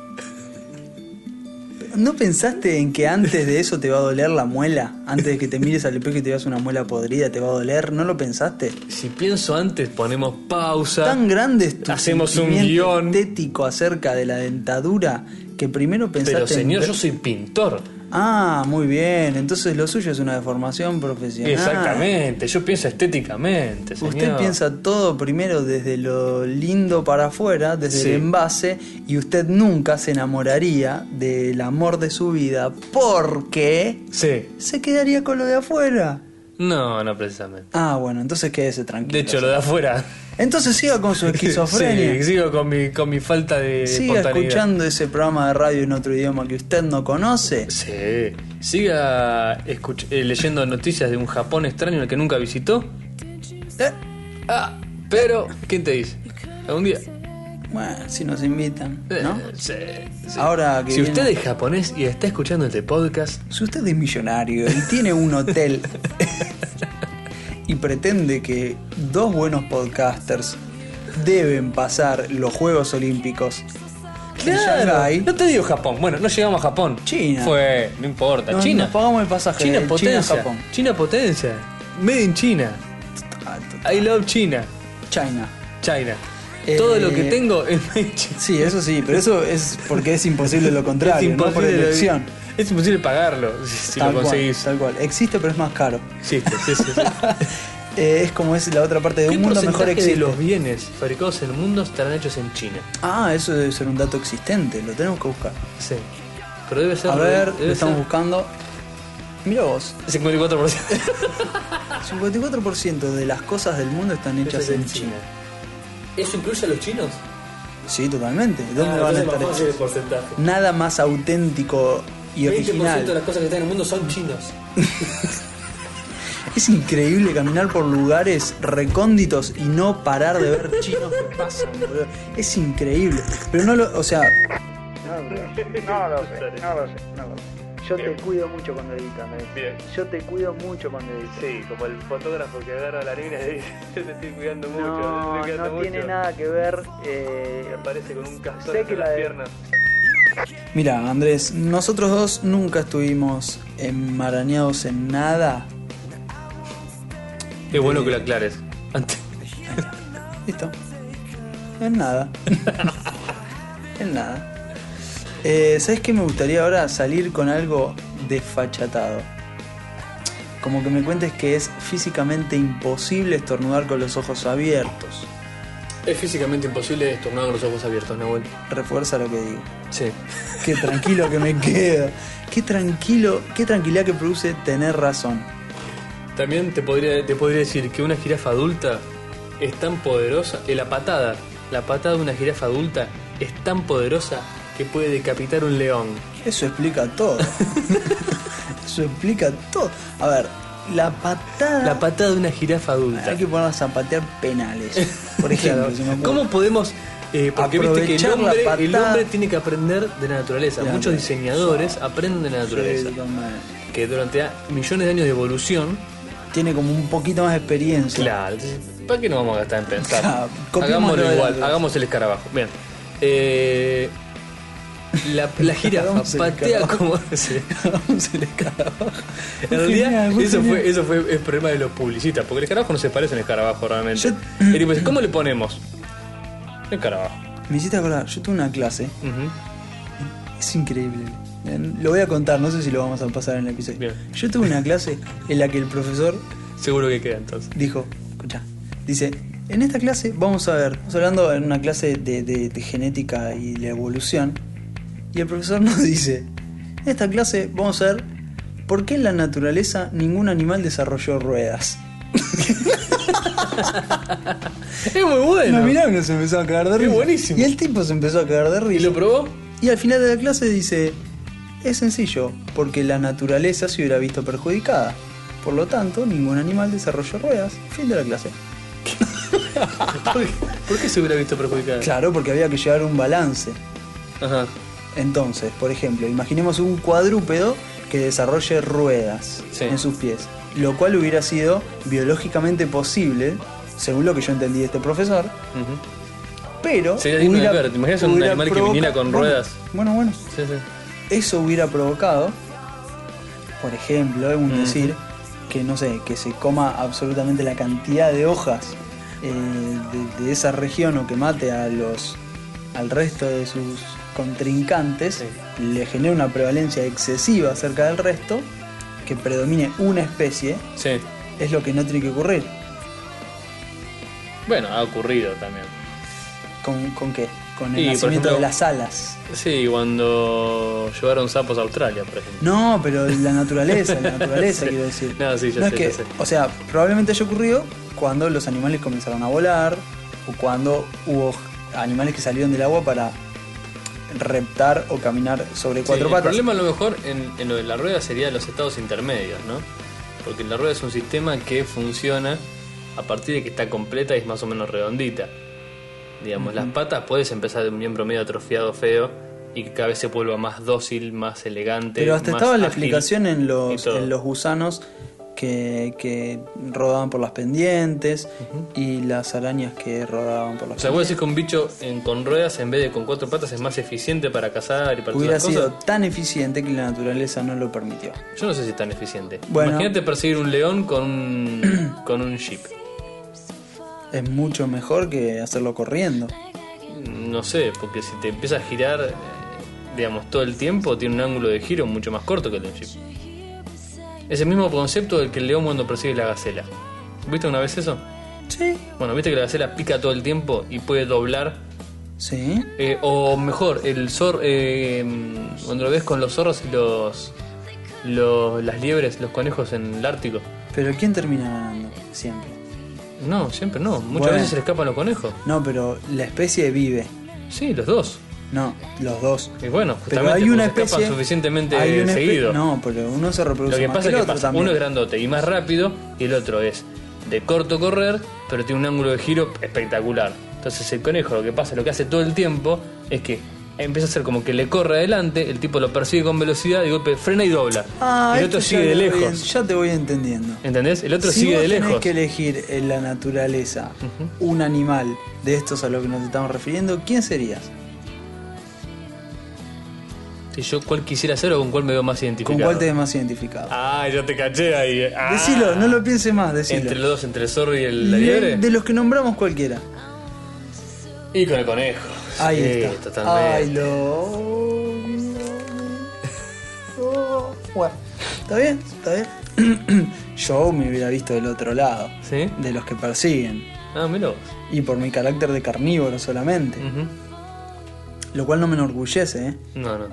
Speaker 2: ¿No pensaste en que antes de eso te va a doler la muela? Antes de que te mires al espejo y te veas una muela podrida, te va a doler. ¿No lo pensaste?
Speaker 1: Si pienso antes, ponemos pausa.
Speaker 2: Tan grande es tu
Speaker 1: Hacemos un
Speaker 2: sentimiento
Speaker 1: guión.
Speaker 2: estético acerca de la dentadura que primero pensaste
Speaker 1: Pero
Speaker 2: en
Speaker 1: señor,
Speaker 2: ver-
Speaker 1: yo soy pintor.
Speaker 2: Ah, muy bien. Entonces lo suyo es una deformación profesional.
Speaker 3: Exactamente. Yo pienso estéticamente. Señor.
Speaker 2: Usted piensa todo primero desde lo lindo para afuera, desde
Speaker 3: Sí.
Speaker 2: el envase, y usted nunca se enamoraría del amor de su vida porque
Speaker 3: Sí.
Speaker 2: se quedaría con lo de afuera.
Speaker 3: No, no precisamente.
Speaker 2: Ah, bueno, entonces quédese tranquilo.
Speaker 3: De hecho, lo de afuera.
Speaker 2: Entonces siga con
Speaker 3: <laughs>
Speaker 2: su esquizofrenia.
Speaker 3: Sí, sigo con mi, con mi falta de
Speaker 2: Siga
Speaker 3: espontaneidad.
Speaker 2: escuchando ese programa de radio en otro idioma que usted no conoce.
Speaker 3: Sí. Siga escuch- eh, leyendo noticias de un Japón extraño al que nunca visitó.
Speaker 2: Eh,
Speaker 3: Ah, pero, ¿quién te dice? Algún día.
Speaker 2: Bueno, si nos invitan,
Speaker 3: Eh,
Speaker 2: ¿no?
Speaker 3: sí, sí.
Speaker 2: Ahora que
Speaker 3: Si
Speaker 2: viene-
Speaker 3: usted es japonés y está escuchando este podcast,
Speaker 2: Si usted es millonario y tiene un
Speaker 3: <laughs>
Speaker 2: hotel y pretende que dos buenos podcasters deben pasar los Juegos Olímpicos en Shanghái,
Speaker 3: No te digo Japón. Bueno, no llegamos a Japón.
Speaker 2: China.
Speaker 3: Fue, no importa.
Speaker 2: no-
Speaker 3: China.
Speaker 2: nos pagamos el pasaje
Speaker 3: China
Speaker 2: de
Speaker 3: potencia.
Speaker 2: China a Japón.
Speaker 3: China potencia. Made in China.
Speaker 2: Ah, to-
Speaker 3: I love China.
Speaker 2: China.
Speaker 3: China.
Speaker 2: Eh,
Speaker 3: Todo lo que tengo es made in China.
Speaker 2: Sí, eso sí, pero eso es porque es imposible lo contrario, no por
Speaker 3: lo-
Speaker 2: elección.
Speaker 3: es imposible pagarlo si, si
Speaker 2: Tal
Speaker 3: lo
Speaker 2: cual,
Speaker 3: conseguís.
Speaker 2: tal cual. Existe, pero es más caro. <laughs>
Speaker 3: Existe, sí, sí, sí.
Speaker 2: Eh, es como es la otra parte de
Speaker 3: ¿Qué
Speaker 2: un mundo mejor
Speaker 3: porcentaje
Speaker 2: existe.
Speaker 3: de los bienes fabricados en el mundo estarán hechos en China?
Speaker 2: Ah, eso debe ser un dato existente, lo tenemos que buscar.
Speaker 3: Sí. Pero debe ser.
Speaker 2: A ver, lo
Speaker 3: debe
Speaker 2: estamos buscando. Mira vos,
Speaker 3: ser 54%.
Speaker 2: 54% de las cosas del mundo están hechas en China.
Speaker 1: ¿Eso incluye a los chinos?
Speaker 2: Sí, totalmente. ¿Dónde
Speaker 1: Ah,
Speaker 2: van a
Speaker 1: entonces
Speaker 2: estar
Speaker 1: más fácil
Speaker 2: hechas?
Speaker 1: el porcentaje.
Speaker 2: Nada más auténtico y
Speaker 1: 20% de
Speaker 2: original.
Speaker 1: las cosas que están en el mundo son chinos.
Speaker 2: Es increíble caminar por lugares recónditos y no parar de ver chinos que pasan, boludo. Es increíble. Pero no lo, o sea,
Speaker 4: No lo sé, no lo sé, no lo sé. Yo te cuido mucho cuando editas,
Speaker 1: Bien.
Speaker 4: Yo te cuido mucho cuando editas.
Speaker 1: Sí, como el fotógrafo que agarra la harina y dice: <laughs> Yo te estoy cuidando mucho,
Speaker 4: No,
Speaker 1: te estoy cuidando
Speaker 4: no tiene
Speaker 1: mucho".
Speaker 4: nada que ver.
Speaker 1: Y
Speaker 4: Eh,
Speaker 1: aparece con un castor
Speaker 4: Sé
Speaker 1: entre
Speaker 4: que la
Speaker 1: las
Speaker 4: de-
Speaker 1: piernas.
Speaker 2: mira, Andrés, nosotros dos nunca estuvimos enmarañados en nada.
Speaker 3: Es bueno que lo aclares. Antes.
Speaker 2: Listo. En nada. <laughs> en nada. Eh, ¿Sabes qué me gustaría ahora salir con algo desfachatado? Como que me cuentes que es físicamente imposible estornudar con los ojos abiertos.
Speaker 1: Es físicamente imposible estornudar con los ojos abiertos, Nahuel.
Speaker 2: Refuerza lo que digo.
Speaker 1: Sí.
Speaker 2: Qué tranquilo que me queda. Qué tranquilo, qué tranquilidad que produce tener razón.
Speaker 1: También te podría, te podría decir que una jirafa adulta es tan poderosa, eh, la patada, la patada de una jirafa adulta es tan poderosa que puede decapitar un león.
Speaker 2: Eso explica todo. Eso explica todo. A ver, la patada.
Speaker 1: La patada de una jirafa adulta.
Speaker 2: Hay que poner a zapatear penales. Por ejemplo,
Speaker 1: Claro.
Speaker 2: si me acuerdo.
Speaker 1: ¿Cómo podemos.? eh, porque viste que el
Speaker 2: Aprovechar la
Speaker 1: hombre,
Speaker 2: patada.
Speaker 1: el hombre tiene que aprender de la naturaleza.
Speaker 2: De la
Speaker 1: Muchos
Speaker 2: naturaleza.
Speaker 1: diseñadores aprenden de la
Speaker 2: Sí,
Speaker 1: naturaleza.
Speaker 2: toma.
Speaker 1: Que durante a- millones de años de evolución.
Speaker 2: Tiene como un poquito más de experiencia.
Speaker 3: Claro. entonces, ¿Para qué nos vamos a gastar en pensar?
Speaker 2: Claro, copiémoslo de
Speaker 3: Hagámoslo
Speaker 2: la
Speaker 3: igual,
Speaker 2: otra.
Speaker 3: hagamos el escarabajo. Bien. Eh, la, la jirafa
Speaker 2: Hagamos el
Speaker 3: patea
Speaker 2: escarabajo.
Speaker 3: como.
Speaker 2: <laughs>
Speaker 3: sí.
Speaker 2: <laughs> Se le cae abajo.
Speaker 3: En
Speaker 2: Muy
Speaker 3: realidad,
Speaker 2: genial, muy
Speaker 3: eso,
Speaker 2: genial.
Speaker 3: fue, eso fue el problema de los publicistas, porque el escarabajo no se parece al escarabajo realmente.
Speaker 2: Yo-
Speaker 3: El tipo dice, ¿Cómo le ponemos? Escarabajo.
Speaker 2: Me hiciste acordar, yo tuve una clase.
Speaker 3: Ujú.
Speaker 2: Es increíble. Eh, Lo voy a contar, no sé si lo vamos a pasar en el episodio.
Speaker 3: Bien.
Speaker 2: Yo tuve una clase en la que el profesor
Speaker 1: Seguro que queda entonces.
Speaker 2: dijo, escucha, dice, en esta clase vamos a ver, estamos hablando en una clase de, de- de genética y la evolución, y el profesor <laughs> nos dice, en esta clase vamos a ver por qué en la naturaleza ningún animal desarrolló ruedas.
Speaker 1: Es muy bueno.
Speaker 2: No, mirá, uno se empezó a cagar de risa.
Speaker 1: buenísimo.
Speaker 2: Y el tipo se empezó a cagar de
Speaker 1: ¿Y
Speaker 2: risa.
Speaker 1: lo probó?
Speaker 2: Y al final de la clase dice, es sencillo, porque la naturaleza se hubiera visto perjudicada. Por lo tanto, ningún animal desarrolló ruedas. Fin de la
Speaker 1: <laughs>
Speaker 2: clase.
Speaker 1: ¿Por, por qué se hubiera visto perjudicado?
Speaker 2: Claro, porque había que llevar un balance.
Speaker 1: Ajá.
Speaker 2: Entonces, por ejemplo, imaginemos un cuadrúpedo que desarrolle ruedas
Speaker 1: Sí.
Speaker 2: en sus pies, lo cual hubiera sido biológicamente posible, según lo que yo entendí de este profesor,
Speaker 1: Ujú.
Speaker 2: pero...
Speaker 1: Sería digno de ver, ¿te imaginas un
Speaker 2: hubiera
Speaker 1: animal que
Speaker 2: provoca-
Speaker 1: viniera con
Speaker 2: Bueno,
Speaker 1: ruedas?
Speaker 2: Bueno, bueno,
Speaker 1: Sí, sí.
Speaker 2: eso hubiera provocado, por ejemplo, eh, un
Speaker 1: Mm.
Speaker 2: decir que no sé, que se coma absolutamente la cantidad de hojas eh, de, de esa región o que mate a los al resto de sus contrincantes, le genere una prevalencia excesiva acerca del resto, que predomine una especie,
Speaker 1: Sí.
Speaker 2: es lo que no tiene que ocurrir.
Speaker 1: Bueno, ha ocurrido también.
Speaker 2: ¿Con, con qué? Con el
Speaker 1: Y, por
Speaker 2: nacimiento de
Speaker 1: ejemplo-
Speaker 2: las alas.
Speaker 1: Sí, cuando llevaron sapos a Australia, por ejemplo.
Speaker 2: No, pero la naturaleza, la naturaleza quiero decir.
Speaker 1: No, <laughs> sí, ya
Speaker 2: No es
Speaker 1: sé, ya
Speaker 2: que,
Speaker 1: sé.
Speaker 2: o sea, probablemente haya ocurrido cuando los animales comenzaron a volar o cuando hubo animales que salieron del agua para reptar o caminar sobre
Speaker 1: Sí,
Speaker 2: cuatro
Speaker 1: el
Speaker 2: patas.
Speaker 1: problema a lo mejor en, en lo de la rueda sería los estados intermedios, ¿no? Porque la rueda es un sistema que funciona a partir de que está completa y es más o menos redondita. Digamos, las patas puedes empezar de un miembro medio atrofiado, feo, y que cada vez se vuelva más dócil, más elegante.
Speaker 2: Pero hasta
Speaker 1: más
Speaker 2: estaba la
Speaker 1: ágil
Speaker 2: explicación en
Speaker 1: y
Speaker 2: los,
Speaker 1: todo.
Speaker 2: en los gusanos que, que rodaban por las pendientes y las arañas que rodaban por las
Speaker 1: O sea, vos decís que un bicho en- con ruedas en vez de con cuatro patas es más eficiente para cazar y para todas
Speaker 2: Hubiera
Speaker 1: las
Speaker 2: sido
Speaker 1: cosas.
Speaker 2: tan eficiente que la naturaleza no lo permitió.
Speaker 1: Yo no sé si es tan eficiente.
Speaker 2: Bueno.
Speaker 1: Imagínate perseguir un león con un, <coughs> con un jeep.
Speaker 2: Es mucho mejor que hacerlo corriendo.
Speaker 1: No sé, porque si te empieza a girar, eh, digamos, todo el tiempo, tiene un ángulo de giro mucho más corto que el de un jeep. Es el mismo concepto del que el león cuando persigue la gacela. ¿Viste una vez eso?
Speaker 2: Sí.
Speaker 1: Bueno, viste que la gacela pica todo el tiempo y puede doblar.
Speaker 2: Sí.
Speaker 1: eh, o mejor, el zorro. eh, cuando lo ves con los zorros y los, los- las liebres, los conejos en el Ártico.
Speaker 2: Pero ¿quién termina ganando? Siempre.
Speaker 1: No, siempre no. Muchas
Speaker 2: Bueno.
Speaker 1: veces se le escapan los conejos.
Speaker 2: No, pero la especie vive.
Speaker 1: Sí, los dos.
Speaker 2: No, los dos.
Speaker 1: Y bueno,
Speaker 2: Pero
Speaker 1: justamente
Speaker 2: hay una
Speaker 1: porque
Speaker 2: especie.
Speaker 1: se escapan suficientemente
Speaker 2: hay una espe-
Speaker 1: seguido.
Speaker 2: No, pero uno se reproduce
Speaker 1: Lo que
Speaker 2: más
Speaker 1: pasa es
Speaker 2: el
Speaker 1: que
Speaker 2: otro
Speaker 1: pasa-
Speaker 2: también.
Speaker 1: uno es grandote y más rápido y el otro es de corto correr, pero tiene un ángulo de giro espectacular. Entonces el conejo lo que pasa, lo que hace todo el tiempo es que empieza a hacer como que le corre adelante, el tipo lo persigue con velocidad y de golpe frena y dobla.
Speaker 2: Ah,
Speaker 1: y el otro
Speaker 2: esto
Speaker 1: sigue
Speaker 2: ya
Speaker 1: de
Speaker 2: lo voy
Speaker 1: lejos.
Speaker 2: en- ya te voy entendiendo.
Speaker 1: ¿Entendés? El otro
Speaker 2: si
Speaker 1: sigue
Speaker 2: vos
Speaker 1: de
Speaker 2: tenés
Speaker 1: lejos.
Speaker 2: que elegir en la naturaleza un animal de estos a lo que nos estamos refiriendo, ¿quién serías?
Speaker 1: Si yo cuál quisiera ser o con cuál me veo más
Speaker 2: ¿Con
Speaker 1: identificado.
Speaker 2: cuál te ves más identificado?
Speaker 1: Ah, yo te caché ahí. Ah.
Speaker 2: Decilo, no lo pienses más, decilo.
Speaker 1: Entre los dos, entre el zorro y el la
Speaker 2: Le-
Speaker 1: liebre.
Speaker 2: de los que nombramos cualquiera.
Speaker 1: Y con el conejo.
Speaker 2: Ahí
Speaker 1: Sí,
Speaker 2: está.
Speaker 1: Totalmente.
Speaker 2: Ay, lo.
Speaker 1: <laughs>
Speaker 2: Bueno, ¿está bien? ¿Está bien? <clears throat> Yo me hubiera visto del otro lado,
Speaker 1: ¿Sí?
Speaker 2: de los que persiguen,
Speaker 1: Ah, mirá vos.
Speaker 2: y por mi carácter de carnívoro solamente,
Speaker 1: Ujú.
Speaker 2: lo cual no me enorgullece, ¿eh?
Speaker 1: No, no.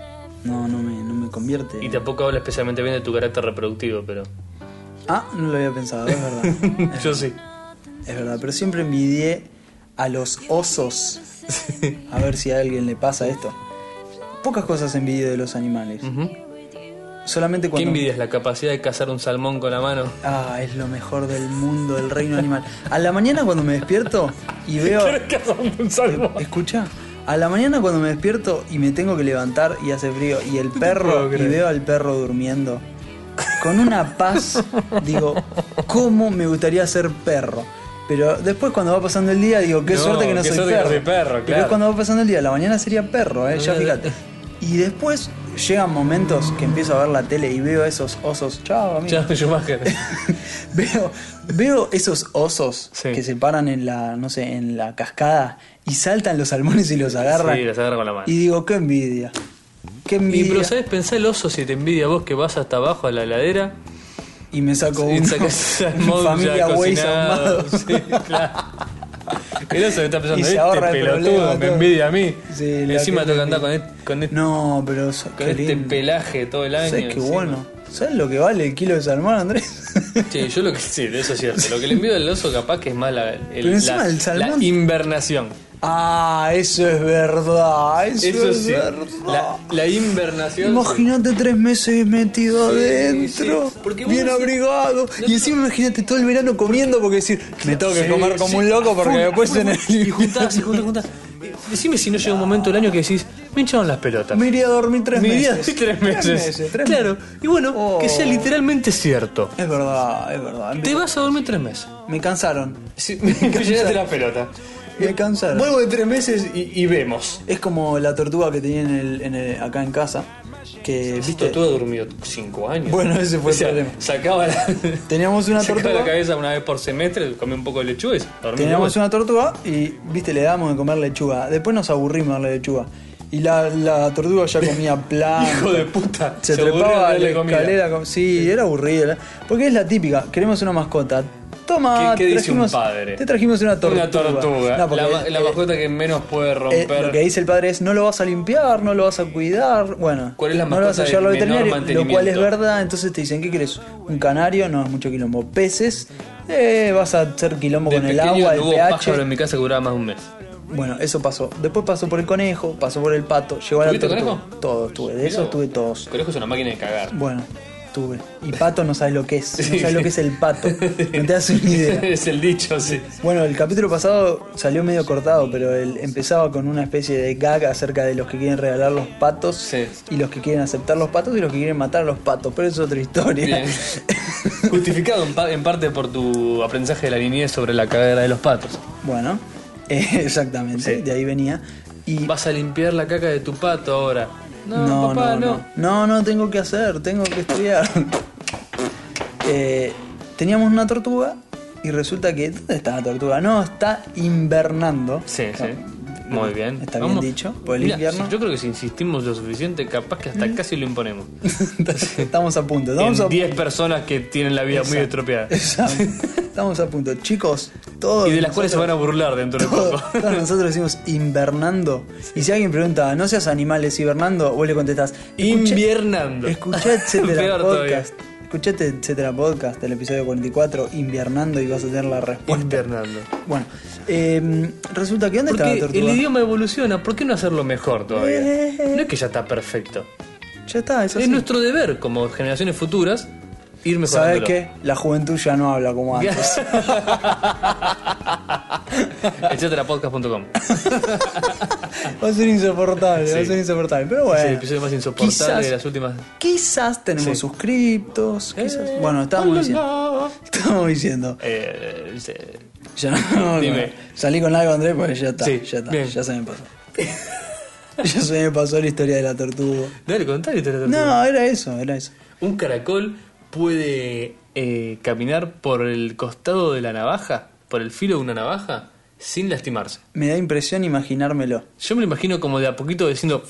Speaker 2: No, no me, no me convierte.
Speaker 1: Y tampoco habla especialmente bien de tu carácter reproductivo, pero.
Speaker 2: Ah, no lo había pensado, es verdad.
Speaker 1: <laughs> Yo sí.
Speaker 2: Es verdad, pero siempre envidié a los osos. A ver si a alguien le pasa esto. Pocas cosas envidio de los animales. Solamente
Speaker 1: ¿Qué
Speaker 2: cuando.
Speaker 1: envidias? ¿La capacidad de cazar un salmón con la
Speaker 2: <laughs>
Speaker 1: mano?
Speaker 2: Ah, es lo mejor del mundo, el reino animal. A la mañana cuando me despierto
Speaker 1: <laughs>
Speaker 2: y veo.
Speaker 1: Cazando un salmón.
Speaker 2: Escucha. A la mañana cuando me despierto y me tengo que levantar y hace frío y el perro y veo al perro durmiendo con una
Speaker 1: <laughs>
Speaker 2: paz digo cómo me gustaría ser perro pero después cuando va pasando el día digo qué
Speaker 1: No,
Speaker 2: suerte que no
Speaker 1: qué
Speaker 2: soy
Speaker 1: suerte que
Speaker 2: perro,
Speaker 1: no soy perro,
Speaker 2: Pero
Speaker 1: claro.
Speaker 2: cuando va pasando el día a la mañana sería perro eh, ya fíjate y después llegan momentos que empiezo a ver la tele y veo esos osos chao amigo
Speaker 1: Ya, <laughs> Schumacher.
Speaker 2: <laughs> veo, veo esos osos
Speaker 1: Sí.
Speaker 2: que se paran en la, no sé, en la cascada y saltan los salmones y los agarran.
Speaker 1: Sí, los agarra con la mano.
Speaker 2: Y digo, qué envidia. Qué
Speaker 1: Y,
Speaker 2: envidia.
Speaker 1: pero, ¿sabes? Pensá el oso si te envidia vos que vas hasta abajo a la ladera
Speaker 2: y me saco
Speaker 1: Y
Speaker 2: uno. <laughs>
Speaker 1: sacas al móvil ya
Speaker 2: familia Waze
Speaker 1: cocinado.
Speaker 2: ahumado.
Speaker 1: <laughs> Sí, claro. El oso que está pensando,
Speaker 2: Y se
Speaker 1: este
Speaker 2: ahorra el
Speaker 1: pelotudo
Speaker 2: problema,
Speaker 1: me
Speaker 2: todo".
Speaker 1: envidia a mí.
Speaker 2: Sí, la
Speaker 1: Encima
Speaker 2: que-
Speaker 1: tengo que andar con este, con este,
Speaker 2: No, pero eso-
Speaker 1: con
Speaker 2: qué
Speaker 1: este
Speaker 2: lindo.
Speaker 1: pelaje todo el año.
Speaker 2: ¿Sabes qué
Speaker 1: encima.
Speaker 2: bueno? ¿Sabes lo que vale el kilo de salmón, Andrés? <laughs>
Speaker 1: Sí, yo lo que sí, de eso es cierto. Lo que le envío al oso capaz que es más la, el-
Speaker 2: Pero encima
Speaker 1: la-
Speaker 2: del salmón.
Speaker 1: la invernación.
Speaker 2: ah, eso es verdad. Eso,
Speaker 1: Eso
Speaker 2: es
Speaker 1: sí.
Speaker 2: verdad.
Speaker 1: La, la invernación.
Speaker 2: Imagínate tres meses metido
Speaker 1: Sí,
Speaker 2: adentro,
Speaker 1: sí. Porque vos
Speaker 2: bien
Speaker 1: decís-
Speaker 2: abrigado. y encima imagínate todo el verano comiendo porque decir, me tengo que
Speaker 1: Sí,
Speaker 2: comer como
Speaker 1: sí,
Speaker 2: un
Speaker 1: a
Speaker 2: loco porque
Speaker 1: full,
Speaker 2: después
Speaker 1: a full,
Speaker 2: en el
Speaker 1: Y juntás, y juntás, juntás. Decime si no llega un momento del año que decís, me hincharon las pelotas.
Speaker 2: Me iría a dormir tres
Speaker 1: Me iría
Speaker 2: meses.
Speaker 1: tres meses.
Speaker 2: tres
Speaker 1: claro,
Speaker 2: meses.
Speaker 1: y bueno, que sea
Speaker 2: Oh.
Speaker 1: literalmente cierto.
Speaker 2: Es verdad, es verdad. Me,
Speaker 1: Te vas a dormir tres meses.
Speaker 2: me cansaron.
Speaker 1: Sí, me <laughs> llenaste las pelotas.
Speaker 2: Me cansaron.
Speaker 1: Vuelvo de tres meses y, y vemos.
Speaker 2: Es como la tortuga que tenía en el, en el- acá en casa. Que,
Speaker 1: Esto
Speaker 2: viste,
Speaker 1: todo durmió cinco años.
Speaker 2: Bueno, ese fue el problema.
Speaker 1: Sacaba la,
Speaker 2: <laughs> teníamos una
Speaker 1: sacaba
Speaker 2: tortuga.
Speaker 1: la cabeza una vez por semestre, comía un poco de lechuga y dormía.
Speaker 2: Teníamos
Speaker 1: igual.
Speaker 2: una tortuga y, viste, le dábamos de comer lechuga. Después nos aburrimos de darle lechuga. Y la, la tortuga
Speaker 1: <laughs>
Speaker 2: ya comía planta.
Speaker 1: Hijo de puta.
Speaker 2: Se,
Speaker 1: aburrió de
Speaker 2: trepaba a la
Speaker 1: darle comida.
Speaker 2: escalera. com- Sí, era aburrido. ¿verdad? Porque es la típica. Queremos una mascota. Toma,
Speaker 1: ¿Qué- qué
Speaker 2: te
Speaker 1: dice un
Speaker 2: Ah, trajimos-
Speaker 1: padre?
Speaker 2: Te trajimos una tortuga.
Speaker 1: Una tortuga.
Speaker 2: No, porque,
Speaker 1: la ma- la
Speaker 2: eh,
Speaker 1: mascota que menos puede
Speaker 2: eh,
Speaker 1: romper.
Speaker 2: lo que dice el padre es no lo vas a limpiar, no lo vas a cuidar, bueno,
Speaker 1: ¿Cuál es la
Speaker 2: no lo vas
Speaker 1: mascota
Speaker 2: a
Speaker 1: de
Speaker 2: llevar al
Speaker 1: menor
Speaker 2: veterinario, lo cual es
Speaker 1: mantenimiento?
Speaker 2: verdad, entonces te dicen, ¿qué quieres? Un canario, no es mucho quilombo, peces, eh, vas a hacer quilombo
Speaker 1: de
Speaker 2: con el
Speaker 1: pequeño
Speaker 2: agua, el
Speaker 1: no hubo
Speaker 2: pH.
Speaker 1: pájaro en mi casa que duraba más de un mes.
Speaker 2: Bueno, eso pasó. Después pasó por el conejo, pasó por el pato, llegó a la
Speaker 1: ¿Tuviste
Speaker 2: tortuga.
Speaker 1: conejo?
Speaker 2: Todos tuve, de
Speaker 1: Mirá
Speaker 2: esos
Speaker 1: vos.
Speaker 2: tuve todos.
Speaker 1: El conejo es una máquina de cagar.
Speaker 2: Bueno, tuve. Y pato no sabes lo que es. No sabes lo que es el pato. No te das una idea.
Speaker 1: <laughs> es el dicho, sí.
Speaker 2: Bueno, el capítulo pasado salió medio cortado, pero él empezaba con una especie de gag acerca de los que quieren regalar los patos
Speaker 1: Sí.
Speaker 2: y los que quieren aceptar los patos y los que quieren matar a los patos, pero eso es otra historia.
Speaker 1: Bien. Justificado en, pa- en parte por tu aprendizaje de la niñez sobre la cagadera de los patos.
Speaker 2: <laughs> bueno, eh, exactamente, de ahí venía. Y
Speaker 1: Vas a limpiar la caca de tu pato ahora. No, papá, no.
Speaker 2: no. No, no, tengo que hacer, tengo que estudiar. <laughs> Eh, teníamos una tortuga y resulta que. ¿Dónde está la tortuga? No, está invernando.
Speaker 1: Sí,
Speaker 2: No,
Speaker 1: sí. Muy bien.
Speaker 2: Está bien
Speaker 1: Vamos.
Speaker 2: dicho, por el
Speaker 1: Mirá,
Speaker 2: invierno. <laughs>
Speaker 1: si- Yo creo que si insistimos lo suficiente, capaz que hasta casi lo imponemos.
Speaker 2: Estamos a punto, estamos a
Speaker 1: <laughs> en
Speaker 2: punto.
Speaker 1: 10 personas que tienen la vida muy estropeada.
Speaker 2: <laughs> Estamos a punto. Chicos, todos.
Speaker 1: Y de las cuales se van a burlar
Speaker 2: <laughs>
Speaker 1: dentro de poco.
Speaker 2: Todos nosotros decimos invernando. Y si alguien pregunta, ¿no seas animales hibernando? Vos le contestás,
Speaker 1: Inviernando. <laughs>
Speaker 2: Escuchá etcétera
Speaker 1: Peor todavía.
Speaker 2: podcast. Escuchate etcétera podcast, el episodio 44, inviernando y vas a tener la respuesta.
Speaker 1: Inviernando.
Speaker 2: Bueno, eh, resulta que ¿dónde está
Speaker 1: Porque
Speaker 2: la
Speaker 1: el
Speaker 2: tortuga?
Speaker 1: idioma evoluciona, ¿por qué no hacerlo mejor todavía?
Speaker 2: Eh.
Speaker 1: No es que ya está perfecto.
Speaker 2: Ya está, eso
Speaker 1: Es
Speaker 2: sí.
Speaker 1: nuestro deber como generaciones futuras ir mejorándolo.
Speaker 2: ¿Sabes qué? La juventud ya no habla como
Speaker 1: <laughs>
Speaker 2: antes.
Speaker 1: Etcéterapodcast.com.
Speaker 2: Va a ser insoportable, va a ser insoportable. Pero bueno.
Speaker 1: Es el episodio más insoportable
Speaker 2: Quizás-
Speaker 1: de las últimas.
Speaker 2: Quizás tenemos suscriptos, quizás. bueno, estábamos diciendo. <laughs> Estábamos diciendo.
Speaker 1: Eh, eh,
Speaker 2: Ya <laughs> no,
Speaker 1: Dime.
Speaker 2: Salí con algo, Andrés, porque ya está.
Speaker 1: Sí,
Speaker 2: ya está.
Speaker 1: bien.
Speaker 2: Ya se me pasó. <laughs> ya se me pasó la historia de la tortuga.
Speaker 1: Dale, contale. te la tortuga.
Speaker 2: No, era eso, era eso.
Speaker 1: ¿Un caracol puede eh, caminar por el costado de la navaja, por el filo de una navaja, sin lastimarse?
Speaker 2: Me da impresión imaginármelo. <laughs>
Speaker 1: Yo me lo imagino como de a poquito diciendo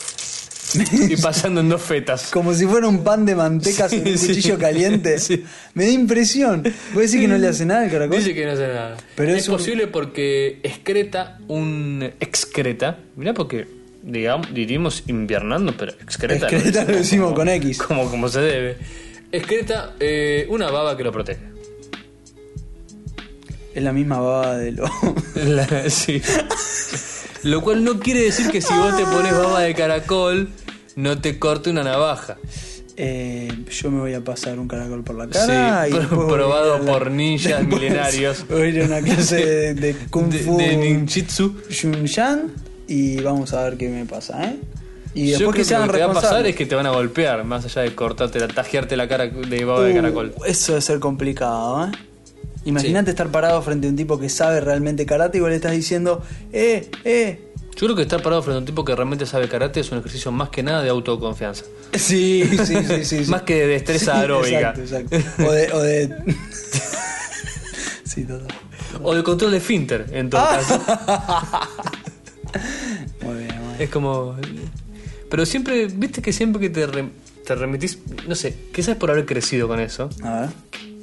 Speaker 1: <laughs> y pasando en dos fetas.
Speaker 2: Como si fuera un pan de manteca
Speaker 1: Sí,
Speaker 2: sobre un
Speaker 1: sí.
Speaker 2: cuchillo caliente.
Speaker 1: <laughs> Sí.
Speaker 2: Me da impresión. ¿Vos decís que no le hace nada el caracol?
Speaker 1: Dice que no hace nada.
Speaker 2: Pero
Speaker 1: es,
Speaker 2: es un-
Speaker 1: posible porque excreta un excreta. Mirá porque digamos, diríamos inviernando, pero excreta.
Speaker 2: Excreta lo decimos
Speaker 1: como-
Speaker 2: con
Speaker 1: <laughs>
Speaker 2: X.
Speaker 1: Como, como se debe. Excreta eh, una baba que lo protege.
Speaker 2: Es la misma baba de lo. <laughs>
Speaker 1: La- <laughs> sí. Lo cual no quiere decir que si vos te pones baba de caracol, no te corte una navaja.
Speaker 2: Eh, yo me voy a pasar un caracol por la
Speaker 1: Sí,
Speaker 2: cara y
Speaker 1: pro-
Speaker 2: después voy a ir a
Speaker 1: probado
Speaker 2: la-
Speaker 1: por
Speaker 2: <laughs>
Speaker 1: ninjas
Speaker 2: después
Speaker 1: milenarios.
Speaker 2: Voy a ir a una clase de, de Kung
Speaker 1: de,
Speaker 2: Fu
Speaker 1: de ninjitsu.
Speaker 2: Yunshan y vamos a ver qué me pasa, ¿eh? Y
Speaker 1: Yo creo
Speaker 2: después que sean
Speaker 1: lo que te va a pasar es
Speaker 2: responsables.
Speaker 1: que te van a golpear, más allá de cortarte, la- tajearte la cara de baba de
Speaker 2: Uh,
Speaker 1: caracol.
Speaker 2: eso debe ser complicado, ¿eh? Imagínate estar parado frente a un tipo que sabe realmente karate y vos le estás diciendo, eh, eh.
Speaker 1: Yo creo que estar parado frente a un tipo que realmente sabe karate es un ejercicio más que nada de autoconfianza.
Speaker 2: <laughs> Sí, sí, sí, sí. sí.
Speaker 1: Más que de destreza aeróbica.
Speaker 2: Exacto, exacto. O de. O de... <laughs> sí, total.
Speaker 1: O de control de finter, en todo
Speaker 2: Ah.
Speaker 1: caso.
Speaker 2: <laughs> Muy bien, muy bien.
Speaker 1: Es como. Pero siempre, viste que siempre que te, re- te remitís, no sé, quizás por haber crecido con eso,
Speaker 2: A ver.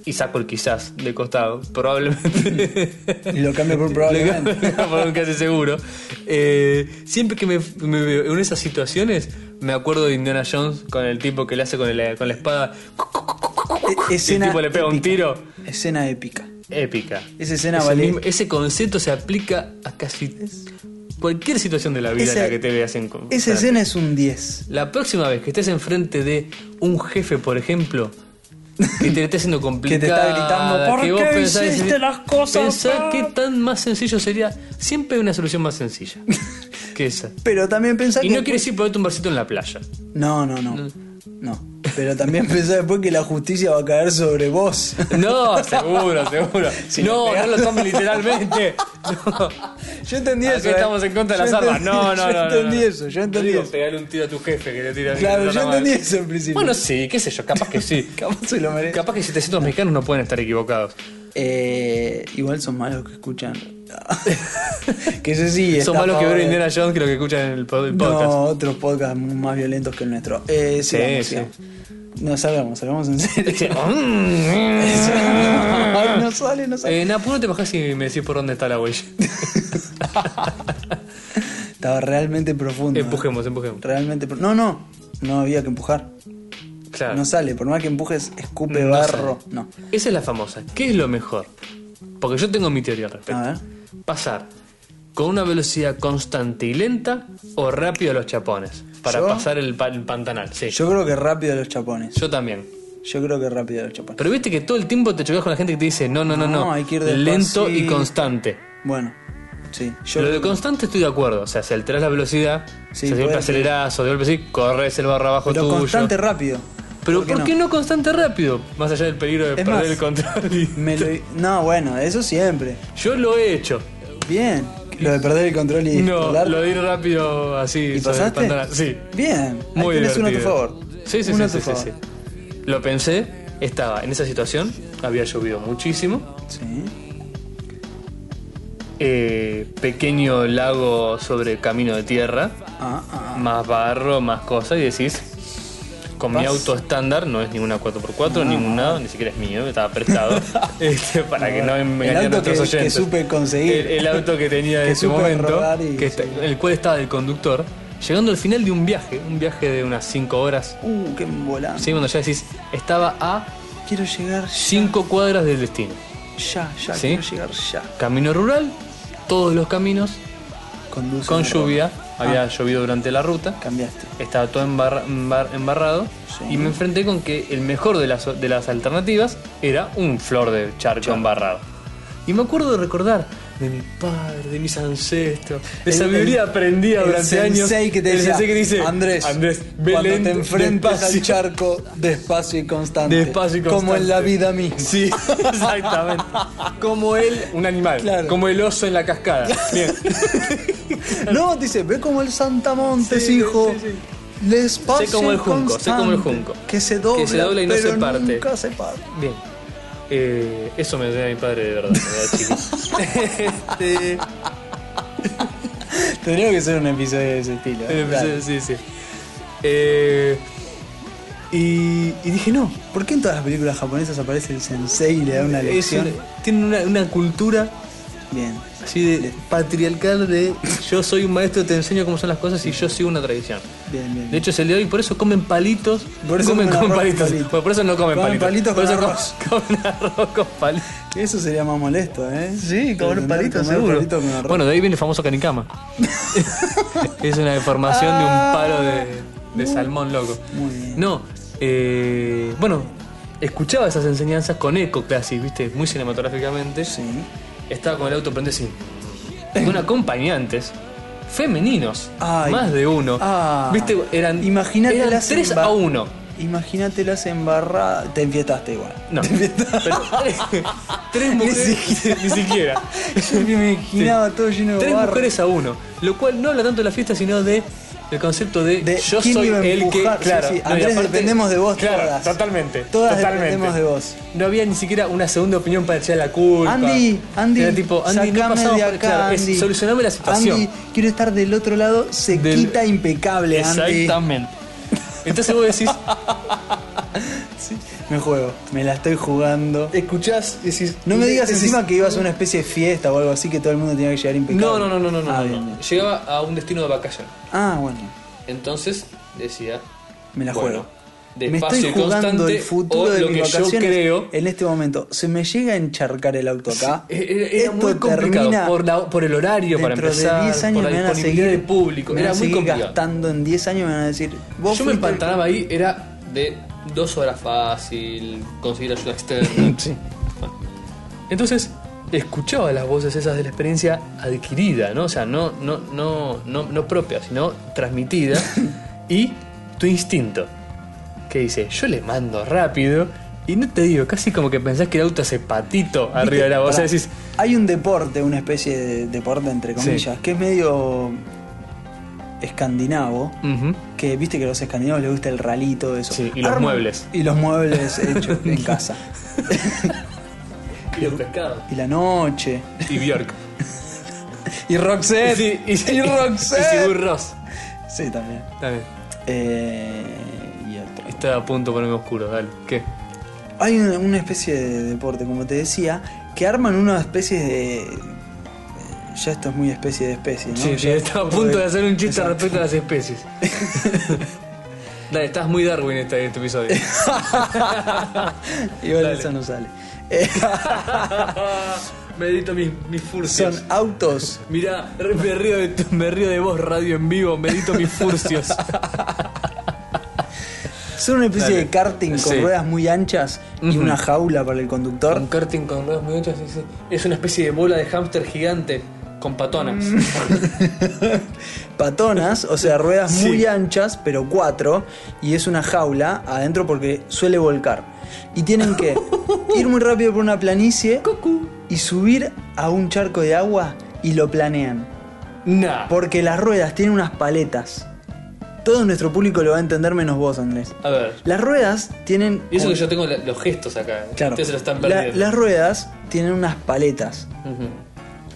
Speaker 1: y saco el quizás de costado, probablemente.
Speaker 2: Y lo cambio por <laughs>
Speaker 1: <laughs>
Speaker 2: probablemente.
Speaker 1: por un casi seguro. Eh, siempre que me, me veo en esas situaciones, me acuerdo de Indiana Jones con el tipo que le hace con, el- con la espada.
Speaker 2: E-
Speaker 1: Y el
Speaker 2: escena
Speaker 1: tipo le pega un
Speaker 2: épica.
Speaker 1: tiro.
Speaker 2: Escena épica.
Speaker 1: Épica.
Speaker 2: Esa escena
Speaker 1: ese,
Speaker 2: vale-
Speaker 1: mismo- ese concepto se aplica a casi cualquier situación de la vida
Speaker 2: Esa-
Speaker 1: en la que te veas en con-
Speaker 2: Esa
Speaker 1: frente.
Speaker 2: escena es un 10.
Speaker 1: La próxima vez que estés enfrente de un jefe, por ejemplo, que te
Speaker 2: <laughs>
Speaker 1: esté haciendo
Speaker 2: te
Speaker 1: complicado,
Speaker 2: está gritando, "¿Por
Speaker 1: vos
Speaker 2: qué
Speaker 1: pensás-
Speaker 2: hiciste las cosas
Speaker 1: Pensá
Speaker 2: acá?"
Speaker 1: qué tan más sencillo sería. Siempre hay una solución
Speaker 2: <laughs>
Speaker 1: más sencilla que esa.
Speaker 2: Pero también pensá
Speaker 1: Y
Speaker 2: que.
Speaker 1: no quieres ir ponerte un barcito en
Speaker 2: <laughs>
Speaker 1: la playa.
Speaker 2: No, no, no. No. Pero también <laughs> pensá después que la justicia va a caer sobre vos. <laughs>
Speaker 1: No, seguro, seguro.
Speaker 2: Si le
Speaker 1: no, no
Speaker 2: pegas-
Speaker 1: lo tomes
Speaker 2: <laughs>
Speaker 1: literalmente. No.
Speaker 2: Yo entendí
Speaker 1: Acá
Speaker 2: eso. eh.
Speaker 1: estamos en contra de las
Speaker 2: Yo
Speaker 1: armas.
Speaker 2: entendí-
Speaker 1: No, no,
Speaker 2: <laughs> Yo
Speaker 1: no. no,
Speaker 2: entendí
Speaker 1: no.
Speaker 2: eso, yo entendí
Speaker 1: Digo,
Speaker 2: eso.
Speaker 1: Pegale un tiro a tu jefe que le tira.
Speaker 2: Claro,
Speaker 1: le
Speaker 2: yo
Speaker 1: trata mal.
Speaker 2: entendí eso en principio.
Speaker 1: Bueno, sí, qué sé yo, capaz que sí.
Speaker 2: capaz se lo merece.
Speaker 1: Capaz que 700 mexicanos no pueden estar equivocados.
Speaker 2: Eh, igual son malos que escuchan. <laughs> que eso sí. está
Speaker 1: Son malos
Speaker 2: a
Speaker 1: que
Speaker 2: favor
Speaker 1: ven
Speaker 2: de-
Speaker 1: Indiana Jones que lo que escuchan en el, pod- el podcast.
Speaker 2: No, otros podcasts más violentos que el nuestro. Eh, sigamos,
Speaker 1: sí.
Speaker 2: sigamos. No salgamos, salgamos en
Speaker 1: <laughs>
Speaker 2: serio. <laughs>
Speaker 1: Sí. Mm.
Speaker 2: Ay, no sale, no sale.
Speaker 1: <laughs> eh, Napu, no te bajás y me decís por dónde está la huella. <laughs>
Speaker 2: Estaba realmente profundo. eh.
Speaker 1: empujemos, empujemos.
Speaker 2: Realmente. pro- No, no. No había que empujar.
Speaker 1: Claro.
Speaker 2: No sale. Por más que empujes, escupe
Speaker 1: No
Speaker 2: barro.
Speaker 1: sale.
Speaker 2: No.
Speaker 1: Esa es la famosa. ¿Qué es lo mejor? Porque yo tengo mi teoría al respecto.
Speaker 2: A ver.
Speaker 1: Pasar con una velocidad constante y lenta o rápido a los chapones. Para
Speaker 2: ¿Yo?
Speaker 1: pasar el, pa- el pantanal. Sí. Yo,
Speaker 2: Yo creo que rápido los chapones.
Speaker 1: también.
Speaker 2: Yo creo que rápido los chapones.
Speaker 1: Pero viste que todo el tiempo te chocas con la gente que te dice no, no, no, no.
Speaker 2: No, hay que ir
Speaker 1: Lento y
Speaker 2: despacito.
Speaker 1: constante.
Speaker 2: Bueno. Sí. Yo
Speaker 1: lo de constante estoy de acuerdo. O sea, si alterás la velocidad,
Speaker 2: Sí,
Speaker 1: si de golpe
Speaker 2: puede ser.
Speaker 1: acelerás o de golpe sí, corres el barra abajo
Speaker 2: pero
Speaker 1: tuyo.
Speaker 2: constante rápido.
Speaker 1: Pero ¿por qué,
Speaker 2: no?
Speaker 1: no? constante rápido? Más allá del peligro de
Speaker 2: Es
Speaker 1: perder
Speaker 2: más,
Speaker 1: el control. y- <laughs>
Speaker 2: Me lo- No, bueno, eso siempre.
Speaker 1: Yo lo he hecho.
Speaker 2: Bien. Lo de perder el control y
Speaker 1: No,
Speaker 2: controlar.
Speaker 1: lo de ir rápido así.
Speaker 2: ¿Y
Speaker 1: sobre el
Speaker 2: pasaste?
Speaker 1: pantanal. Sí.
Speaker 2: Bien. Ahí
Speaker 1: Muy
Speaker 2: tenés uno a tu
Speaker 1: divertido.
Speaker 2: favor.
Speaker 1: Sí, sí,
Speaker 2: Uno a
Speaker 1: sí,
Speaker 2: tu
Speaker 1: sí, sí,
Speaker 2: favor.
Speaker 1: sí. Lo pensé, estaba en esa situación, había llovido muchísimo.
Speaker 2: Sí.
Speaker 1: eh, pequeño lago sobre camino de tierra.
Speaker 2: Ah, ah, ah.
Speaker 1: más barro, más cosas y decís, con mi
Speaker 2: Vas-
Speaker 1: auto estándar, no es ninguna 4x4, ninguna, ni siquiera es mío, estaba
Speaker 2: <laughs>
Speaker 1: prestado, este, para que no me
Speaker 2: el
Speaker 1: engañen
Speaker 2: auto que,
Speaker 1: nuestros
Speaker 2: que
Speaker 1: oyentes.
Speaker 2: supe
Speaker 1: el,
Speaker 2: conseguir.
Speaker 1: el auto que tenía en
Speaker 2: que
Speaker 1: ese
Speaker 2: supe
Speaker 1: momento,
Speaker 2: robar y-
Speaker 1: que está-
Speaker 2: sí.
Speaker 1: el cual estaba el conductor, llegando al final de un viaje, un viaje de unas 5 horas,
Speaker 2: Uh, qué volante.
Speaker 1: ¿sí? cuando ya decís, estaba a
Speaker 2: Quiero llegar ya,
Speaker 1: 5 cuadras del destino.
Speaker 2: ya, ya,
Speaker 1: ¿Sí?
Speaker 2: quiero llegar ya.
Speaker 1: Camino rural, todos los caminos,
Speaker 2: Conduce
Speaker 1: con
Speaker 2: una
Speaker 1: lluvia,
Speaker 2: roca.
Speaker 1: había
Speaker 2: Ah,
Speaker 1: llovido durante la ruta.
Speaker 2: cambiaste.
Speaker 1: estaba todo embarra- embar- embarrado
Speaker 2: Sí.
Speaker 1: y me enfrenté con que el mejor de las, de las alternativas era un flor de charco embarrado. Y me acuerdo de recordar de mi padre, de mis ancestros, de
Speaker 2: El-
Speaker 1: sabiduría
Speaker 2: el-
Speaker 1: aprendida
Speaker 2: el
Speaker 1: durante años.
Speaker 2: sensei que te
Speaker 1: el
Speaker 2: decía,
Speaker 1: sensei que te dice,
Speaker 2: Andrés,
Speaker 1: Andrés, ve
Speaker 2: cuando
Speaker 1: lento,
Speaker 2: te enfrentes
Speaker 1: despacio".
Speaker 2: al charco, despacio y constante.
Speaker 1: Despacio y
Speaker 2: Como en la
Speaker 1: constante.
Speaker 2: vida misma.
Speaker 1: Sí, <laughs> exactamente. Como él, un animal.
Speaker 2: Claro.
Speaker 1: Como el oso en la cascada. Bien.
Speaker 2: No, te dice, ve como el Santamontes,
Speaker 1: Sí,
Speaker 2: hijo.
Speaker 1: sí,
Speaker 2: Despacio
Speaker 1: Sé como el
Speaker 2: y
Speaker 1: junco, sé como el
Speaker 2: constante,
Speaker 1: junco.
Speaker 2: Que se dobla,
Speaker 1: Que se dobla y no
Speaker 2: pero
Speaker 1: se parte.
Speaker 2: nunca se parte.
Speaker 1: Bien. Eh, eso me decía mi padre de verdad, de verdad, chicos. Este,
Speaker 2: Tendría que ser un episodio de ese estilo.
Speaker 1: El
Speaker 2: ¿eh?
Speaker 1: episodio,
Speaker 2: Dale.
Speaker 1: sí, sí. Eh, y, y dije, no.
Speaker 2: ¿Por qué en todas las películas japonesas aparece el sensei y le da una
Speaker 1: es
Speaker 2: lección?
Speaker 1: una- tienen una, una cultura
Speaker 2: Bien.
Speaker 1: así de patriarcal de yo soy un maestro, te enseño cómo son las cosas y yo sigo una tradición.
Speaker 2: Bien, bien.
Speaker 1: De hecho, es el de hoy, por eso comen palitos.
Speaker 2: Por eso
Speaker 1: comen,
Speaker 2: comen arroz
Speaker 1: comen
Speaker 2: con
Speaker 1: palitos.
Speaker 2: palitos.
Speaker 1: Bueno, por eso no comen,
Speaker 2: Comen palitos
Speaker 1: Por
Speaker 2: con
Speaker 1: eso
Speaker 2: arroz.
Speaker 1: com- <laughs> comen arroz con palitos.
Speaker 2: Eso sería más molesto, ¿eh?
Speaker 1: Sí, comer
Speaker 2: Entender,
Speaker 1: palitos,
Speaker 2: comer
Speaker 1: seguro.
Speaker 2: palitos con arroz.
Speaker 1: Bueno, de ahí viene el
Speaker 2: <laughs>
Speaker 1: famoso canicama. es una deformación de un palo de, de salmón loco.
Speaker 2: Ah. Muy bien.
Speaker 1: No, eh, bueno, escuchaba esas enseñanzas con eco clásico, viste, muy cinematográficamente.
Speaker 2: Sí.
Speaker 1: Estaba con el auto prendido así. Con acompañantes femeninos,
Speaker 2: Ay.
Speaker 1: más de uno.
Speaker 2: Ah.
Speaker 1: viste, eran,
Speaker 2: Imagínate
Speaker 1: eran
Speaker 2: las
Speaker 1: 3
Speaker 2: emba-
Speaker 1: a 1.
Speaker 2: Imagínate las embarradas. Te enfiestaste igual.
Speaker 1: No,
Speaker 2: Te
Speaker 1: <laughs>
Speaker 2: enfiestaste.
Speaker 1: pero tres mujeres, ni siquiera.
Speaker 2: Yo me imaginaba todo lleno de
Speaker 1: Tres
Speaker 2: barro.
Speaker 1: mujeres a uno. Lo cual no habla tanto de la fiesta, sino de el concepto de,
Speaker 2: De
Speaker 1: yo
Speaker 2: quién
Speaker 1: soy
Speaker 2: iba a
Speaker 1: el que.
Speaker 2: empujar. Sí,
Speaker 1: Claro,
Speaker 2: sí.
Speaker 1: no, y
Speaker 2: Andrés,
Speaker 1: aparte-
Speaker 2: dependemos de vos
Speaker 1: Claro,
Speaker 2: todas.
Speaker 1: Totalmente.
Speaker 2: Todas
Speaker 1: totalmente.
Speaker 2: dependemos de vos.
Speaker 1: No había ni siquiera una segunda opinión para echar la culpa.
Speaker 2: Andy, Andy,
Speaker 1: Era tipo, Andy, no
Speaker 2: sacame
Speaker 1: pasamos
Speaker 2: de
Speaker 1: por-
Speaker 2: acá,
Speaker 1: claro, es
Speaker 2: Andy.
Speaker 1: solucioname la situación.
Speaker 2: Andy, quiero estar del otro lado, se
Speaker 1: Del-
Speaker 2: quita impecable, Andy. <laughs>
Speaker 1: Exactamente. Entonces vos decís,
Speaker 2: me juego, me la estoy jugando.
Speaker 5: Escuchás y decís.
Speaker 2: No me digas
Speaker 5: decís-
Speaker 2: encima que ibas a una especie de fiesta o algo así que todo el mundo tenía que llegar impecable.
Speaker 1: No, no, no, no, no, no,
Speaker 2: Ah,
Speaker 1: no.
Speaker 2: bien, bien.
Speaker 1: Llegaba a un destino de vacación.
Speaker 2: Ah, bueno,
Speaker 1: Entonces decía,
Speaker 2: me la
Speaker 1: bueno,
Speaker 2: juego. Me
Speaker 1: despacio
Speaker 2: estoy
Speaker 1: y constante
Speaker 2: jugando el futuro
Speaker 1: o
Speaker 2: de
Speaker 1: lo
Speaker 2: mis
Speaker 1: que yo
Speaker 2: vacaciones
Speaker 1: creo.
Speaker 2: en este momento. Se me llega a encharcar el auto acá.
Speaker 1: Era, era muy
Speaker 2: Esto
Speaker 1: complicado
Speaker 2: termina
Speaker 1: por, la- por el horario para
Speaker 2: dentro
Speaker 1: empezar,
Speaker 2: de 10 años
Speaker 1: por la
Speaker 2: me van a
Speaker 1: disponibilidad
Speaker 2: seguir
Speaker 1: del público,
Speaker 2: me van
Speaker 1: era
Speaker 2: a
Speaker 1: muy
Speaker 2: seguir
Speaker 1: complicado.
Speaker 2: gastando en 10 años me van a decir, vos
Speaker 1: Yo me
Speaker 2: fuiste el-
Speaker 1: empantanaba ahí, era de dos horas fácil, conseguir
Speaker 2: <laughs>
Speaker 1: ayuda externa.
Speaker 3: Sí. Entonces, escuchaba las voces esas de la experiencia adquirida, ¿no? O sea, no, no, no, no, no propia, sino
Speaker 2: <laughs>
Speaker 3: transmitida. y tu instinto, que dice, yo le mando rápido. Y no te digo, casi como que pensás que el auto hace patito
Speaker 2: ¿Viste?
Speaker 3: arriba de la voz. O sea,
Speaker 2: Pará,
Speaker 3: decís,
Speaker 2: Hay un deporte, una especie de deporte entre comillas, que es medio escandinavo.
Speaker 3: "Ujú".
Speaker 2: Que viste que a los escandinavos les gusta el rally y todo eso.
Speaker 3: Sí, y los
Speaker 2: Arman-
Speaker 3: muebles.
Speaker 2: Y los
Speaker 3: <laughs>
Speaker 2: muebles hechos en casa.
Speaker 1: y los pescados.
Speaker 2: Y la noche.
Speaker 1: Y
Speaker 2: <laughs>
Speaker 1: Bjork.
Speaker 2: Y Roxette.
Speaker 1: Sí, y-
Speaker 2: Eh,
Speaker 3: <laughs>
Speaker 2: y Roxette.
Speaker 1: Y Sigur Ross.
Speaker 2: Sí, también.
Speaker 3: Dale,
Speaker 2: Eh, y otro.
Speaker 3: está a punto de ponerme oscuro, dale. ¿Qué?
Speaker 2: Hay una, una especie de deporte, como te decía, que arman una especie de. eh, Ya esto es muy especie de especie, ¿no?
Speaker 3: Sí, sí,
Speaker 2: Ya-
Speaker 3: estaba a
Speaker 1: pues.
Speaker 3: punto de hacer un chiste
Speaker 2: Exacto.
Speaker 3: respecto a las
Speaker 1: <laughs>
Speaker 3: especies.
Speaker 1: Dale, estás muy Darwin en este, este episodio.
Speaker 2: <laughs> Igual
Speaker 1: Dale.
Speaker 2: eso no sale.
Speaker 3: <laughs>
Speaker 2: Eh,
Speaker 1: <laughs> Medito mis, mis furcios.
Speaker 2: son autos.
Speaker 1: Mirá, re- me río, de, tu- me río de vos, radio en vivo, medito mis furcios.
Speaker 2: Son una especie
Speaker 1: Dale.
Speaker 2: de karting con
Speaker 1: Sí.
Speaker 2: ruedas muy anchas y
Speaker 3: Ujú.
Speaker 2: una jaula para el conductor.
Speaker 1: <laughs>
Speaker 2: <laughs>
Speaker 1: Un karting con ruedas muy anchas dice, es una especie de bola de hámster gigante con patonas. <laughs>
Speaker 2: Patonas, o sea, ruedas muy anchas, pero cuatro. Y es una jaula adentro porque suele volcar. Y tienen
Speaker 1: <laughs>
Speaker 2: que ir muy rápido por una planicie y subir a un charco de agua y lo planean.
Speaker 3: Nah.
Speaker 2: Porque las ruedas tienen unas paletas. Todo nuestro público lo va a entender menos vos, Andrés.
Speaker 1: A ver.
Speaker 2: Las ruedas tienen.
Speaker 1: Y eso que yo tengo la- los gestos acá. ¿eh?
Speaker 2: Claro.
Speaker 1: Ustedes se lo están
Speaker 2: La-
Speaker 1: perdiendo.
Speaker 2: las ruedas tienen unas paletas.
Speaker 1: Ujú.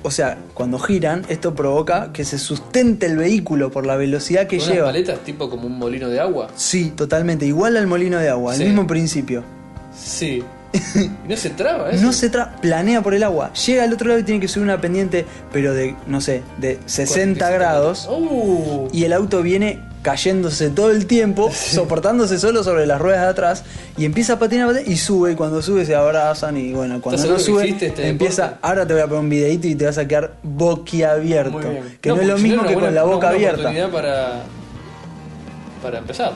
Speaker 2: O sea, cuando giran, esto provoca que se sustente el vehículo por la velocidad que
Speaker 1: Con unas
Speaker 2: lleva.
Speaker 1: paletas tipo como un molino de agua?
Speaker 2: Sí, totalmente. Igual al molino de agua,
Speaker 1: Sí.
Speaker 2: el mismo principio.
Speaker 1: <laughs> Sí. ¿Y no se traba ¿eh? eso?
Speaker 2: No se tra planea por el agua. Llega al otro lado y tiene que subir una pendiente, pero de, no sé, de 60 grados.
Speaker 1: ¡Uh!
Speaker 2: y el auto viene cayéndose todo el
Speaker 1: <laughs>
Speaker 2: tiempo, soportándose solo sobre las ruedas de atrás, y empieza a patinar, patinar, y sube, y cuando sube se abrazan, y bueno, cuando no
Speaker 1: ¿Estás seguro
Speaker 2: sube,
Speaker 1: que hiciste este
Speaker 2: empieza,
Speaker 1: deporte?
Speaker 2: ahora te voy a poner un videito y te vas a quedar boquiabierto,
Speaker 1: Muy bien.
Speaker 2: que no, es
Speaker 1: porque
Speaker 2: lo
Speaker 1: si
Speaker 2: mismo
Speaker 1: era
Speaker 2: que
Speaker 1: una buena-
Speaker 2: con la
Speaker 1: una
Speaker 2: boca
Speaker 1: buena
Speaker 2: abierta.
Speaker 1: oportunidad para, para empezar.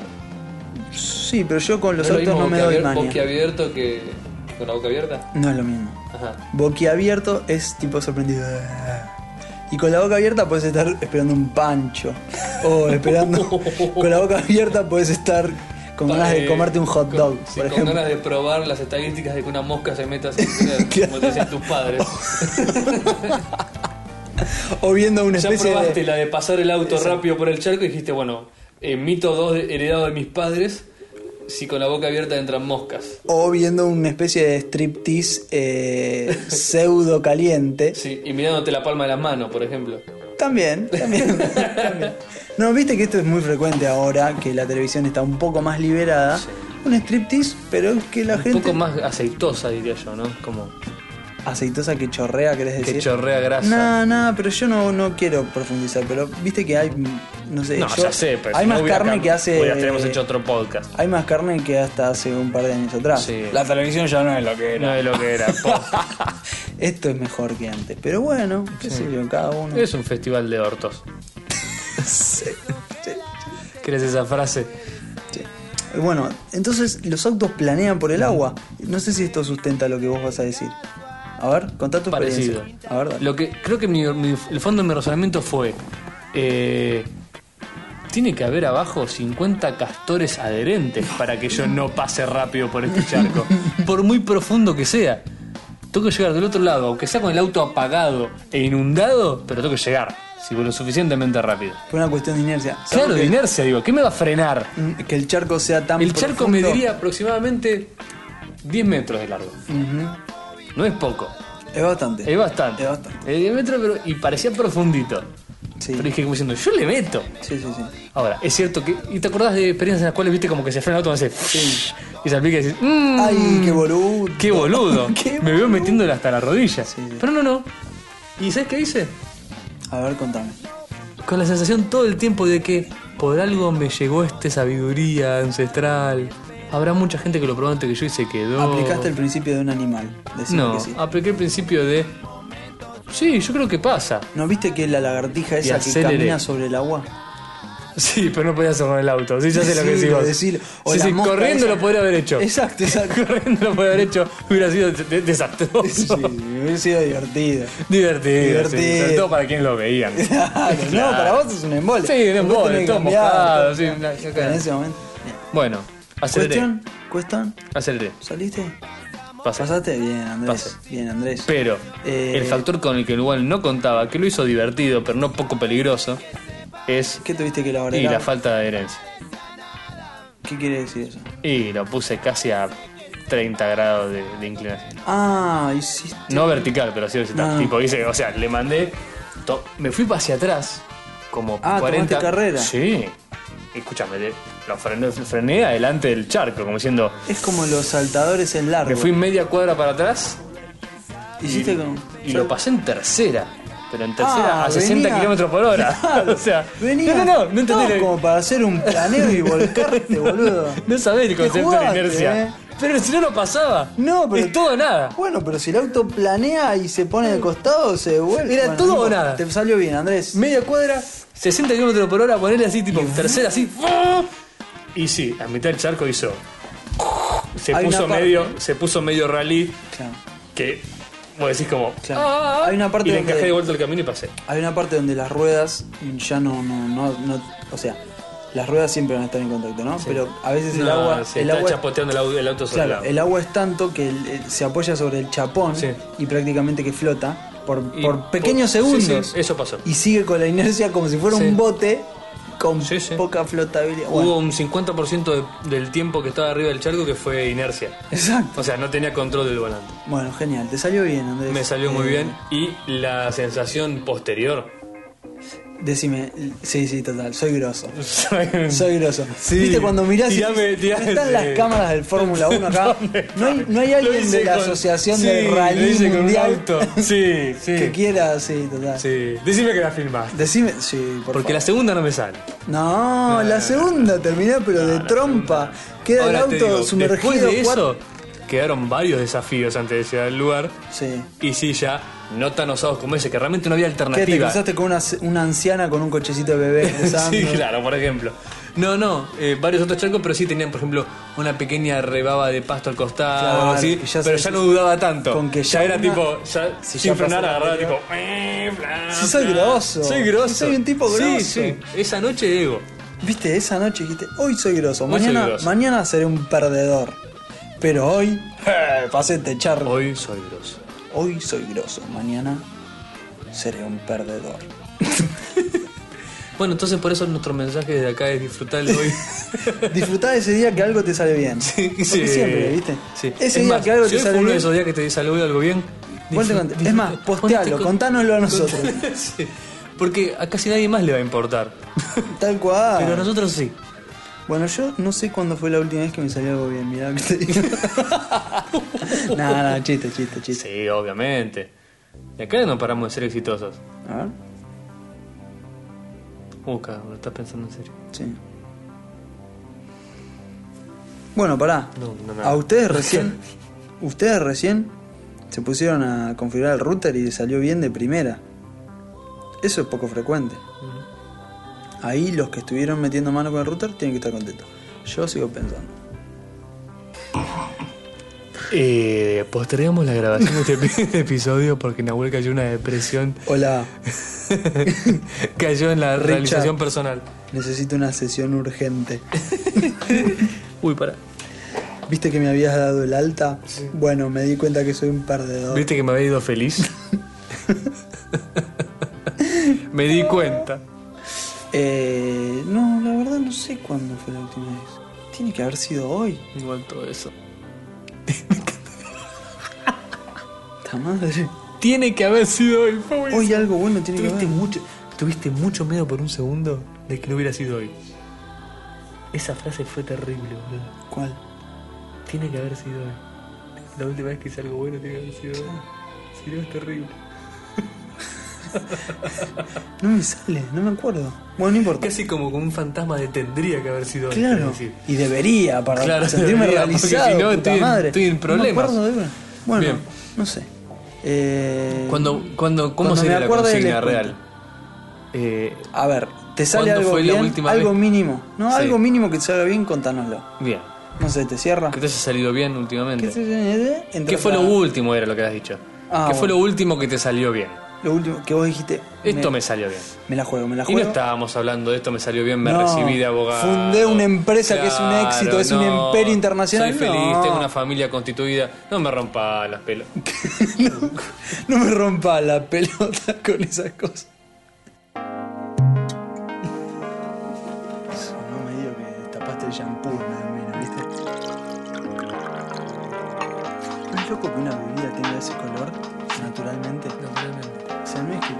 Speaker 2: Sí, pero yo con los
Speaker 1: ¿No es lo
Speaker 2: autos no
Speaker 1: mismo
Speaker 2: me doy
Speaker 1: boquiabier-
Speaker 2: mania.
Speaker 1: boquiabierto que, que con la boca abierta?
Speaker 2: No es lo mismo.
Speaker 1: Ajá.
Speaker 2: Boquiabierto es tipo sorprendido. Y con la boca abierta puedes estar esperando un pancho. O
Speaker 1: <laughs>
Speaker 2: esperando. con la boca abierta puedes estar con ganas de
Speaker 1: Eh,
Speaker 2: comerte un hot
Speaker 1: con-
Speaker 2: dog,
Speaker 1: sí,
Speaker 2: por
Speaker 1: con
Speaker 2: ejemplo.
Speaker 1: ganas de probar las estadísticas de que una mosca se
Speaker 2: <laughs>
Speaker 1: meta sin querer, como te decían tus padres.
Speaker 2: O viendo una
Speaker 1: ya
Speaker 2: especie
Speaker 1: probaste
Speaker 2: de.
Speaker 1: la de pasar el auto rápido por el charco y dijiste, bueno, eh, mito 2 de- heredado de mis padres, si con la boca abierta entran moscas.
Speaker 2: O viendo una especie de striptease
Speaker 1: <laughs>
Speaker 2: eh, pseudo caliente.
Speaker 1: Sí, y mirándote la palma de la mano, por ejemplo.
Speaker 2: También,
Speaker 1: <laughs>
Speaker 2: también, también. No, viste que esto es muy frecuente ahora, que la televisión está un poco más liberada. Un striptease, pero que la
Speaker 3: Un
Speaker 2: gente.
Speaker 3: poco más aceitosa, diría yo, ¿no? Como
Speaker 2: Aceitosa que chorrea, querés decir.
Speaker 3: que chorrea
Speaker 2: No,
Speaker 3: grasa.
Speaker 2: no, pero yo no, no quiero profundizar, pero viste que hay, mm, no sé,
Speaker 3: No,
Speaker 2: yo-
Speaker 3: ya sé, pero
Speaker 2: hay
Speaker 3: si no
Speaker 2: más
Speaker 3: hubiera
Speaker 2: carne
Speaker 3: cam-
Speaker 2: que hace...
Speaker 3: hubiera- tenemos hecho otro podcast.
Speaker 2: Hay más carne que hasta hace un par de años atrás.
Speaker 3: Sí.
Speaker 2: La televisión ya <laughs> no es lo que
Speaker 3: No es lo que era. posta.
Speaker 2: Esto es mejor que antes, pero bueno, qué sé yo, cada uno.
Speaker 3: <laughs> es un festival de
Speaker 2: <laughs>
Speaker 3: hortos. ¿Crees esa frase?
Speaker 2: Sí. Eh, Bueno, entonces los autos planean por el agua. No sé si esto sustenta lo que vos vas a decir. A ver, contá tu
Speaker 3: Parecido.
Speaker 2: experiencia. A ver, dale.
Speaker 3: Lo que creo que mi- mi- el fondo de mi razonamiento fue. eh, tiene que haber abajo 50 castores adherentes para que yo no pase rápido por este
Speaker 2: <laughs>
Speaker 3: charco. Por muy profundo que sea. Tengo que llegar del otro lado, aunque sea con el auto apagado e inundado, pero tengo que llegar. Si voy lo suficientemente rápido.
Speaker 2: Fue una cuestión de inercia.
Speaker 3: Claro, de inercia, digo. ¿Qué me va a frenar?
Speaker 2: Mm, Que el charco sea tan
Speaker 3: El charco
Speaker 2: profundo.
Speaker 3: mediría aproximadamente 10 metros de largo.
Speaker 2: Ujú.
Speaker 3: No es poco,
Speaker 2: Es bastante.
Speaker 3: es bastante.
Speaker 2: Es bastante.
Speaker 3: Eh, 10 metros, pero, y parecía profundito.
Speaker 2: Sí.
Speaker 1: Pero dije como diciendo, yo le meto.
Speaker 2: Sí, sí, sí.
Speaker 1: Ahora, es cierto que. ¿Y te acordás de experiencias en las cuales viste como que se frena el auto y hace. <laughs> Y salpica y decís. "Mm,
Speaker 2: Ay, qué boludo.
Speaker 1: ¡Qué boludo!
Speaker 2: <laughs> Qué
Speaker 1: Me veo metiéndole hasta la rodilla.
Speaker 2: sí.
Speaker 1: Pero no, no. ¿Y sabes qué hice?
Speaker 2: A ver, contame.
Speaker 1: Con la sensación todo el tiempo de que por algo me llegó esta sabiduría ancestral. Habrá mucha gente que lo probó antes que yo y se quedó.
Speaker 2: Aplicaste el principio de un animal. Decime
Speaker 1: No,
Speaker 2: que sí.
Speaker 1: apliqué el principio de. Sí, yo creo que pasa.
Speaker 2: ¿No viste que la lagartija esa que
Speaker 1: acelere.
Speaker 2: camina sobre el agua?
Speaker 1: Sí, pero no podía hacerlo en el auto. Sí, ya sé lo que
Speaker 2: Decilo,
Speaker 1: decimos.
Speaker 2: decilo. O
Speaker 1: Sí,
Speaker 2: la
Speaker 1: sí,
Speaker 2: mosca
Speaker 1: corriendo
Speaker 2: esa.
Speaker 1: lo podría haber hecho.
Speaker 2: Exacto, exacto.
Speaker 1: <laughs> Corriendo lo podría haber hecho. Hubiera sido de- de- desastroso.
Speaker 2: Sí, sí, hubiera sido divertido. <laughs>
Speaker 1: Divertido.
Speaker 2: Divertido.
Speaker 1: sí, sobre todo para quien lo veían.
Speaker 2: Claro,
Speaker 1: Claro.
Speaker 2: no, para vos es un embole.
Speaker 1: Sí, un
Speaker 2: Vos
Speaker 1: embole,
Speaker 2: tenés que
Speaker 1: todo
Speaker 2: cambiar,
Speaker 1: mojado,
Speaker 2: todo.
Speaker 1: sí, una- acá.
Speaker 2: Pero En ese momento. bien.
Speaker 1: Bueno, aceleré.
Speaker 2: Cuestión, cuestión,
Speaker 1: Aceleré.
Speaker 2: ¿saliste?
Speaker 1: Pasa.
Speaker 2: ¿Pasaste? Bien, Andrés.
Speaker 1: Pasé.
Speaker 2: Bien, Andrés.
Speaker 1: Pero
Speaker 2: Eh,
Speaker 1: el factor con el que el igual no contaba, que lo hizo divertido, pero no poco peligroso, es
Speaker 2: ¿Qué tuviste que elaborar?
Speaker 1: y la falta de adherencia.
Speaker 2: ¿Qué quiere decir eso?
Speaker 1: Y lo puse casi a 30 grados de, de inclinación.
Speaker 2: Ah, hiciste.
Speaker 1: No vertical, pero sí horizontal.
Speaker 2: Ah.
Speaker 1: Tipo, hice, o sea, le mandé. to- me fui hacia atrás, como
Speaker 2: Ah,
Speaker 1: 40.
Speaker 2: tomaste carrera.
Speaker 1: Sí. Escúchame, le- lo frené, frené adelante del charco, como diciendo.
Speaker 2: Es como los saltadores en largo.
Speaker 1: Me fui media cuadra para atrás
Speaker 2: Hiciste como.
Speaker 1: y lo pasé en tercera. Pero en tercera
Speaker 2: Ah,
Speaker 1: a 60
Speaker 2: venía-
Speaker 1: kilómetros por hora.
Speaker 2: <laughs> Claro,
Speaker 1: <laughs> o sea,
Speaker 2: venía.
Speaker 1: no, no, no, no entendí.
Speaker 2: Estabas
Speaker 1: la- <laughs>
Speaker 2: como para hacer un planeo y volcarte, boludo.
Speaker 1: No sabés el
Speaker 2: Te
Speaker 1: concepto
Speaker 2: jugaste,
Speaker 1: de inercia.
Speaker 2: eh.
Speaker 1: Pero si no lo pasaba.
Speaker 2: No, pero-
Speaker 1: Es todo o nada.
Speaker 2: Bueno, pero si el auto planea y se pone de costado, se vuelve.
Speaker 1: Era
Speaker 2: Bueno,
Speaker 1: todo
Speaker 2: no
Speaker 1: o
Speaker 2: importa.
Speaker 1: nada.
Speaker 2: Te salió bien, Andrés.
Speaker 1: Media cuadra, 60 kilómetros por hora, ponerle así, tipo, tercera así. Y sí, a mitad del charco hizo. Se
Speaker 2: Hay
Speaker 1: puso
Speaker 2: una parte-
Speaker 1: medio. Se puso medio rally
Speaker 2: Claro.
Speaker 1: que vos decís como.
Speaker 2: Claro.
Speaker 1: "Ah",
Speaker 2: Hay una parte
Speaker 1: y le
Speaker 2: donde-
Speaker 1: encajé de vuelta el camino y pasé.
Speaker 2: Hay una parte donde las ruedas ya no, no, no, no- o sea, las ruedas siempre van a estar en contacto, ¿no? Pero a veces el
Speaker 1: No,
Speaker 2: agua,
Speaker 1: se
Speaker 2: el
Speaker 1: está
Speaker 2: agua,
Speaker 1: chapoteando el au- el auto sobre
Speaker 2: claro,
Speaker 1: el agua.
Speaker 2: el agua es tanto que el- eh, se apoya sobre el chapón
Speaker 1: Sí.
Speaker 2: y prácticamente que flota por,
Speaker 1: Y
Speaker 2: por pequeños
Speaker 1: sí,
Speaker 2: segundos.
Speaker 1: sí, eso pasó.
Speaker 2: Y sigue con la inercia como si fuera
Speaker 1: Sí.
Speaker 2: un bote con
Speaker 1: Sí, sí.
Speaker 2: poca flotabilidad. Bueno,
Speaker 1: Hubo un 50% de- del tiempo que estaba arriba del charco que fue inercia.
Speaker 2: Exacto.
Speaker 1: O sea, no tenía control del volante.
Speaker 2: Bueno, genial. Te salió bien, Andrés.
Speaker 1: Me salió muy
Speaker 2: Eh,
Speaker 1: bien y la sensación posterior. <laughs>
Speaker 2: Decime, sí, sí, total, soy grosso.
Speaker 1: Soy
Speaker 2: Soy grosso.
Speaker 1: Sí.
Speaker 2: Viste cuando mirás y
Speaker 1: Tirame,
Speaker 2: decís,
Speaker 1: tirame,
Speaker 2: ¿no están
Speaker 1: sí.
Speaker 2: las cámaras del Fórmula 1
Speaker 1: <laughs>
Speaker 2: acá.
Speaker 1: ¿Dónde
Speaker 2: No hay, no hay
Speaker 1: Lo
Speaker 2: alguien
Speaker 1: hice
Speaker 2: de la
Speaker 1: con-
Speaker 2: asociación
Speaker 1: Sí,
Speaker 2: del
Speaker 1: lo hice
Speaker 2: rally
Speaker 1: con un
Speaker 2: mundial <laughs>
Speaker 1: auto. Sí,
Speaker 2: que
Speaker 1: sí.
Speaker 2: quiera, sí, total.
Speaker 1: sí. Decime que la filmaste.
Speaker 2: Decime, sí, por
Speaker 1: Porque la
Speaker 2: favor.
Speaker 1: segunda no me sale.
Speaker 2: No,
Speaker 1: Ah.
Speaker 2: la segunda terminé, pero de trompa. Queda el
Speaker 1: Ahora
Speaker 2: auto
Speaker 1: te digo,
Speaker 2: sumergido.
Speaker 1: después de
Speaker 2: cuatro-
Speaker 1: eso, quedaron varios desafíos antes de llegar al lugar.
Speaker 2: Sí.
Speaker 1: Y sí, ya no tan osados como ese, que realmente no había
Speaker 2: ¿Qué te
Speaker 1: alternativa.
Speaker 2: cruzaste con una, una anciana con un cochecito de
Speaker 1: <laughs>
Speaker 2: bebé?
Speaker 1: Sí,
Speaker 2: cruzando?
Speaker 1: claro, por ejemplo. No, no, eh, varios otros charcos, pero sí tenían, por ejemplo, una pequeña rebaba de pasto al costado,
Speaker 2: Claro,
Speaker 1: algo así,
Speaker 2: que ya
Speaker 1: pero
Speaker 2: se-
Speaker 1: ya no dudaba tanto.
Speaker 2: con que
Speaker 1: ya,
Speaker 2: ya
Speaker 1: era
Speaker 2: una-
Speaker 1: tipo, ya
Speaker 2: si
Speaker 1: sin
Speaker 2: ya pasó
Speaker 1: frenar,
Speaker 2: la
Speaker 1: agarraba
Speaker 2: anterior.
Speaker 1: tipo. eh, bla,
Speaker 2: Sí, soy
Speaker 1: bla.
Speaker 2: grosso.
Speaker 1: Soy grosso.
Speaker 2: Sí, soy un tipo
Speaker 1: Sí,
Speaker 2: grosso.
Speaker 1: sí. Esa noche ego.
Speaker 2: Viste, esa noche dijiste, hoy soy grosso,
Speaker 1: Hoy
Speaker 2: mañana,
Speaker 1: soy grosso.
Speaker 2: mañana seré un perdedor. Pero
Speaker 1: <laughs>
Speaker 2: hoy, eh, pasé este charco. Hoy.
Speaker 1: Hoy soy grosso.
Speaker 2: soy grosso, mañana seré un perdedor.
Speaker 1: Bueno, entonces por eso nuestro mensaje desde acá es disfrutar el
Speaker 2: <laughs>
Speaker 1: hoy.
Speaker 2: Disfrutá de ese día que algo te sale bien. Porque siempre, ¿viste?
Speaker 1: Sí.
Speaker 2: Ese
Speaker 1: Es
Speaker 2: día
Speaker 1: más,
Speaker 2: que algo
Speaker 1: si
Speaker 2: te
Speaker 1: hoy fue
Speaker 2: sale
Speaker 1: uno de
Speaker 2: bien.
Speaker 1: esos días que te salió algo bien.
Speaker 2: Vos te
Speaker 1: disfrut-
Speaker 2: conté- es más,
Speaker 1: disfruta.
Speaker 2: postealo,
Speaker 1: Ponte-
Speaker 2: contánoslo a nosotros.
Speaker 1: <laughs> Sí, <laughs> Porque a casi nadie más le va a importar.
Speaker 2: <laughs> Tal cual.
Speaker 1: Pero a nosotros sí.
Speaker 2: Bueno, yo no sé cuándo fue la última vez que me salió algo bien, mirá lo que te digo.
Speaker 1: <laughs>
Speaker 2: Nada, chiste, chiste, chiste.
Speaker 1: Sí, obviamente. Y acá no paramos de ser exitosos.
Speaker 2: A ver,
Speaker 1: Uh, cabrón, lo estás pensando en serio.
Speaker 2: sí. Bueno, pará.
Speaker 1: No, no, no.
Speaker 2: A
Speaker 1: <laughs>
Speaker 2: ustedes recién. ustedes recién se pusieron a configurar el router y salió bien de primera. Eso es poco frecuente. Ahí los que estuvieron metiendo mano con el router tienen que estar contentos. Yo sigo pensando.
Speaker 1: Eh, postergamos la grabación de este, <laughs> epi- este episodio porque Nahuel cayó en una depresión. <laughs>
Speaker 2: Hola,
Speaker 1: cayó en la
Speaker 2: Richard.
Speaker 1: realización personal.
Speaker 2: necesito una sesión urgente.
Speaker 1: Uy, pará.
Speaker 2: ¿Viste que me habías dado el alta? Bueno, me di cuenta que soy un perdedor.
Speaker 1: ¿Viste que me había ido feliz? <laughs> me di cuenta.
Speaker 2: Eh, no, la verdad no sé cuándo fue la última vez. Tiene que haber sido hoy.
Speaker 1: Igual todo eso.
Speaker 2: ¡Ta madre!
Speaker 1: Tiene que haber sido hoy, fue buenísimo.
Speaker 2: Hoy algo bueno tiene que
Speaker 1: Tuviste
Speaker 2: haber.
Speaker 1: mucho. Tuviste mucho miedo por un segundo de que no hubiera sido hoy. Esa frase fue terrible, boludo.
Speaker 2: ¿Cuál?
Speaker 1: Tiene que haber sido hoy. La última vez que hice algo bueno tiene que haber sido hoy. Si no, es terrible.
Speaker 2: No me sale, no me acuerdo. Bueno, no importa.
Speaker 1: Casi como con un fantasma de tendría que haber sido hoy.
Speaker 2: Claro.
Speaker 1: es decir.
Speaker 2: Y debería para
Speaker 1: Claro,
Speaker 2: sentirme
Speaker 1: debería, porque
Speaker 2: realizado.
Speaker 1: si no,
Speaker 2: puta
Speaker 1: estoy en-
Speaker 2: madre.
Speaker 1: estoy en
Speaker 2: No me
Speaker 1: problemas.
Speaker 2: acuerdo de una. Bueno,
Speaker 3: Bien.
Speaker 2: no sé. Eh,
Speaker 3: Cuando, cuando, ¿Cómo
Speaker 2: Cuando
Speaker 3: sería
Speaker 2: me
Speaker 3: la
Speaker 2: acuerde,
Speaker 3: consigna
Speaker 2: les cuento.
Speaker 3: real? Eh,
Speaker 2: A ver, te sale
Speaker 3: ¿Cuándo
Speaker 2: algo
Speaker 3: fue la
Speaker 2: bien,
Speaker 3: última
Speaker 2: algo
Speaker 3: vez?
Speaker 2: mínimo. No,
Speaker 3: Sí.
Speaker 2: algo mínimo que te salga bien, contánoslo.
Speaker 3: bien.
Speaker 2: No sé, te cierra.
Speaker 3: Que te haya salido bien últimamente.
Speaker 2: ¿Qué, se- entras
Speaker 3: ¿Qué fue
Speaker 2: a-
Speaker 3: lo último? Era lo que has dicho.
Speaker 2: Ah,
Speaker 3: ¿Qué fue
Speaker 2: bueno.
Speaker 3: lo último que te salió bien?
Speaker 2: lo último que vos dijiste?
Speaker 3: Esto me, salió bien.
Speaker 2: me la juego, me la
Speaker 3: Y
Speaker 2: juego.
Speaker 3: no estábamos hablando de esto, me salió bien, me
Speaker 2: No,
Speaker 3: recibí de abogado.
Speaker 2: fundé una empresa que es un éxito, es un imperio internacional.
Speaker 3: Soy feliz,
Speaker 2: No.
Speaker 3: tengo una familia constituida. No me rompa las pelas.
Speaker 2: <laughs> no, no me rompa la pelota <laughs> con esas cosas. Sonó medio que tapaste el shampoo, nada menos, ¿viste? ¿No es loco que una bebida tenga ese color naturalmente? O sea, no es que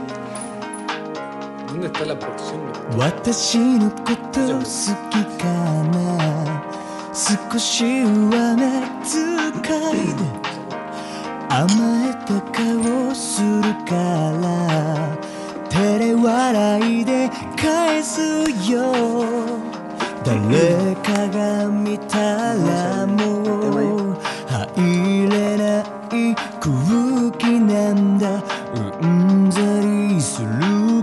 Speaker 1: ¿Dónde está la producción?
Speaker 5: 私のこと好きかな少しは熱いで甘えた顔するから照れ笑いで返すよ誰かが見たらもう入れない空気なんだうんざりする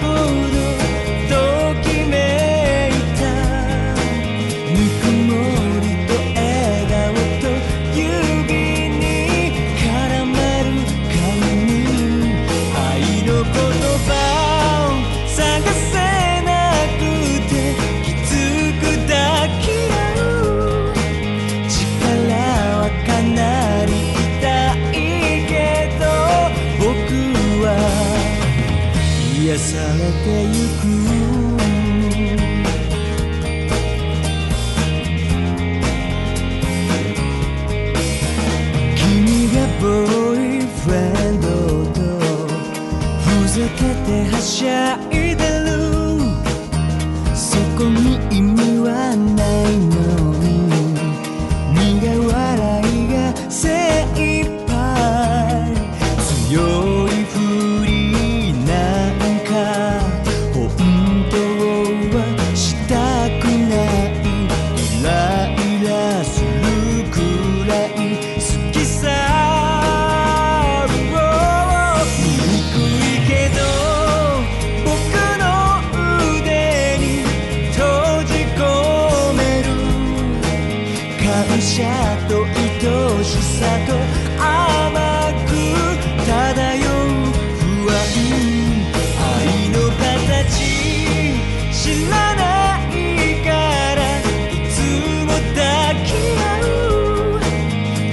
Speaker 5: ほどときめいたぬくもりと笑顔と指に絡まる顔に愛の言葉を探せなくてきつく抱き合う力はかなり痛いけど僕は癒されてゆく君がボーイフレンドとふざけてはしゃいでるそこに意味はないのに苦笑いが精一杯強いふりなんか本当はしたくないイライラするくらい好きさ醜いけど僕の腕に閉じ込める感謝と愛しさと甘く漂う不安愛の形知らないからいつも抱き合う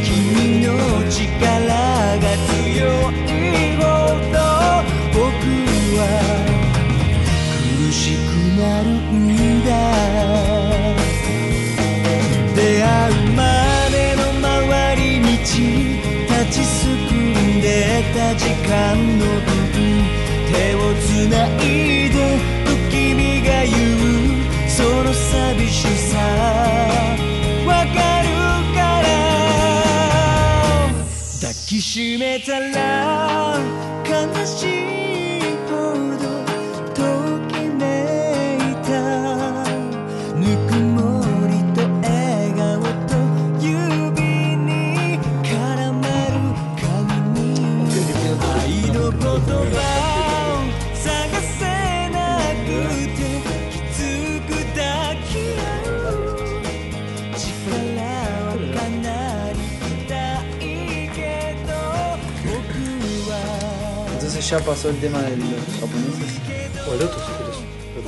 Speaker 5: 君の力が強いほど僕は苦しくなるんだ出会うまでの回り道立ちすくんでた時間の分手をつないでと君が言うその寂しさわかるから抱きしめたら悲しいほどときめいたぬくもりと笑顔と指に絡まる髪に愛の言葉を探せなくてきつく抱き合う力はかなり痛いけど僕は
Speaker 2: Entonces ya pasó el tema de los japoneses.
Speaker 1: O el otro, si querés.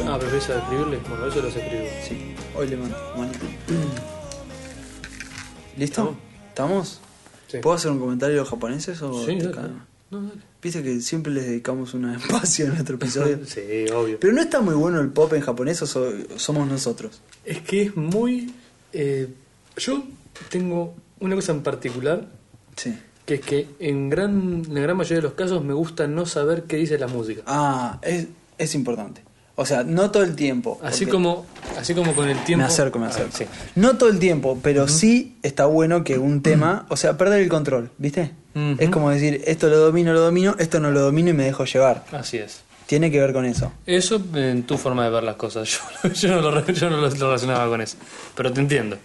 Speaker 1: Ah, pero a escribirle. Bueno, eso lo escribo.
Speaker 2: Sí, hoy le mando. Bueno.
Speaker 5: Mm.
Speaker 2: ¿Listo? ¿Estamos?
Speaker 1: Sí.
Speaker 2: ¿Puedo hacer un comentario de los japoneses o
Speaker 1: Sí,
Speaker 2: te
Speaker 1: dale.
Speaker 2: cago?
Speaker 1: No, dale.
Speaker 2: Viste que siempre les dedicamos un <laughs> espacio en nuestro
Speaker 5: <laughs>
Speaker 2: episodio.
Speaker 1: Sí, obvio.
Speaker 2: Pero no está muy bueno el pop en japonés o so- somos nosotros.
Speaker 1: Es que es muy. eh, Yo tengo una cosa en particular,
Speaker 2: Sí.
Speaker 1: que es que en gran, la gran mayoría de los casos me gusta no saber qué dice la música.
Speaker 2: Ah, es, es importante. O sea, no todo el tiempo.
Speaker 1: Así
Speaker 2: porque-
Speaker 1: como, así como con el tiempo.
Speaker 2: Me acerco, me
Speaker 1: Ah,
Speaker 2: acerco.
Speaker 1: sí.
Speaker 2: No todo el tiempo, pero sí está bueno que un tema, o sea, perder el control, ¿viste?
Speaker 1: Ujú.
Speaker 2: Es como decir, esto lo domino, lo domino, esto no lo domino y me dejo llevar.
Speaker 1: Así es.
Speaker 2: Tiene que ver con eso.
Speaker 1: Eso en tu forma de ver las cosas. <laughs> Yo, yo no, lo, re- yo no lo- lo relacionaba con eso. Pero te entiendo.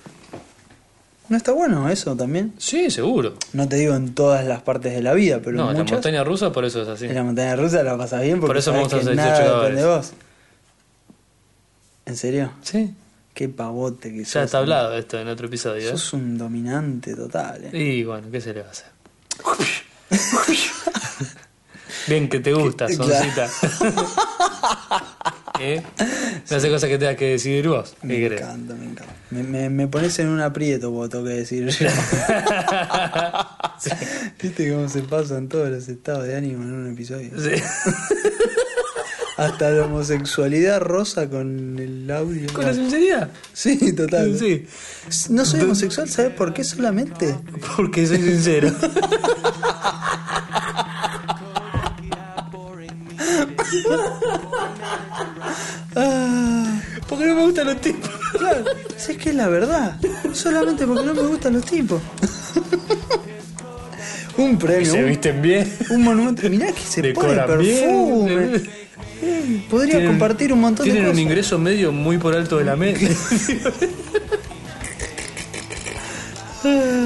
Speaker 2: No está bueno eso también.
Speaker 1: Sí, seguro.
Speaker 2: No te digo en todas las partes de la vida, pero
Speaker 1: no,
Speaker 2: en
Speaker 1: la
Speaker 2: muchas. Eh,
Speaker 1: montaña rusa por eso es así.
Speaker 2: En la montaña rusa la pasas bien porque
Speaker 1: Por eso
Speaker 2: sabes
Speaker 1: vamos
Speaker 2: que
Speaker 1: a hacer
Speaker 2: nada
Speaker 1: 18
Speaker 2: depende de vos. ¿En serio?
Speaker 1: Sí.
Speaker 2: Qué pavote que
Speaker 1: Ya
Speaker 2: sos.
Speaker 1: está hablado esto en otro episodio. ¿eh?
Speaker 2: Sos un dominante total. eh.
Speaker 1: Y bueno, ¿qué se le va a hacer? Bien que te gusta,
Speaker 2: Que-
Speaker 1: soncita. ¿Eh? No hace cosas que tengas que decidir vos. ¿Qué
Speaker 2: Me
Speaker 1: querés?
Speaker 2: encanta, me encanta. Me, me, me pones en un aprieto, porque tengo que
Speaker 1: <laughs>
Speaker 2: decir. yo. Viste cómo se pasan todos los estados de ánimo en un episodio.
Speaker 1: Sí.
Speaker 2: Hasta la homosexualidad rosa con el audio.
Speaker 1: ¿Con la sinceridad?
Speaker 2: Sí, total.
Speaker 1: Sí.
Speaker 2: No soy homosexual, ¿sabes por qué solamente?
Speaker 1: Porque soy sincero.
Speaker 2: Ah,
Speaker 1: Porque no me gustan los tipos.
Speaker 2: claro, si es que es la verdad. Solamente porque no me gustan los tipos. <laughs> un premio.
Speaker 1: Se
Speaker 2: un-
Speaker 1: visten bien.
Speaker 2: Un monumento. Mirá que se pone
Speaker 1: Decoran
Speaker 2: perfume.
Speaker 1: bien.
Speaker 2: Eh, Podría compartir un montón de
Speaker 1: Tienen
Speaker 2: cosas.
Speaker 1: un ingreso medio muy por alto de
Speaker 2: <laughs>
Speaker 1: la mesa.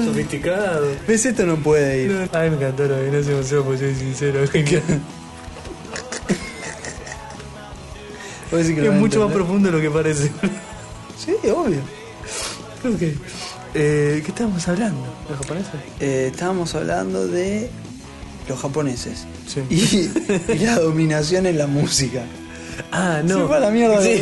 Speaker 1: Sofisticado.
Speaker 2: ¿Ves? Esto no puede ir.
Speaker 1: Ay, me encantó lo de no se emociona porque soy sincero.
Speaker 2: Vos decís que lo
Speaker 1: es
Speaker 2: van a
Speaker 1: mucho más
Speaker 2: entender.
Speaker 1: profundo de lo que
Speaker 2: <laughs>
Speaker 1: parece.
Speaker 2: Sí, obvio.
Speaker 1: Creo que. Eh, ¿Qué estábamos hablando? ¿Los japoneses?
Speaker 2: Eh, estábamos hablando de los japoneses.
Speaker 1: Sí.
Speaker 2: Y, y la dominación en la música.
Speaker 1: Ah,
Speaker 2: Se
Speaker 1: no.
Speaker 2: fue a la mierda.
Speaker 1: Sí.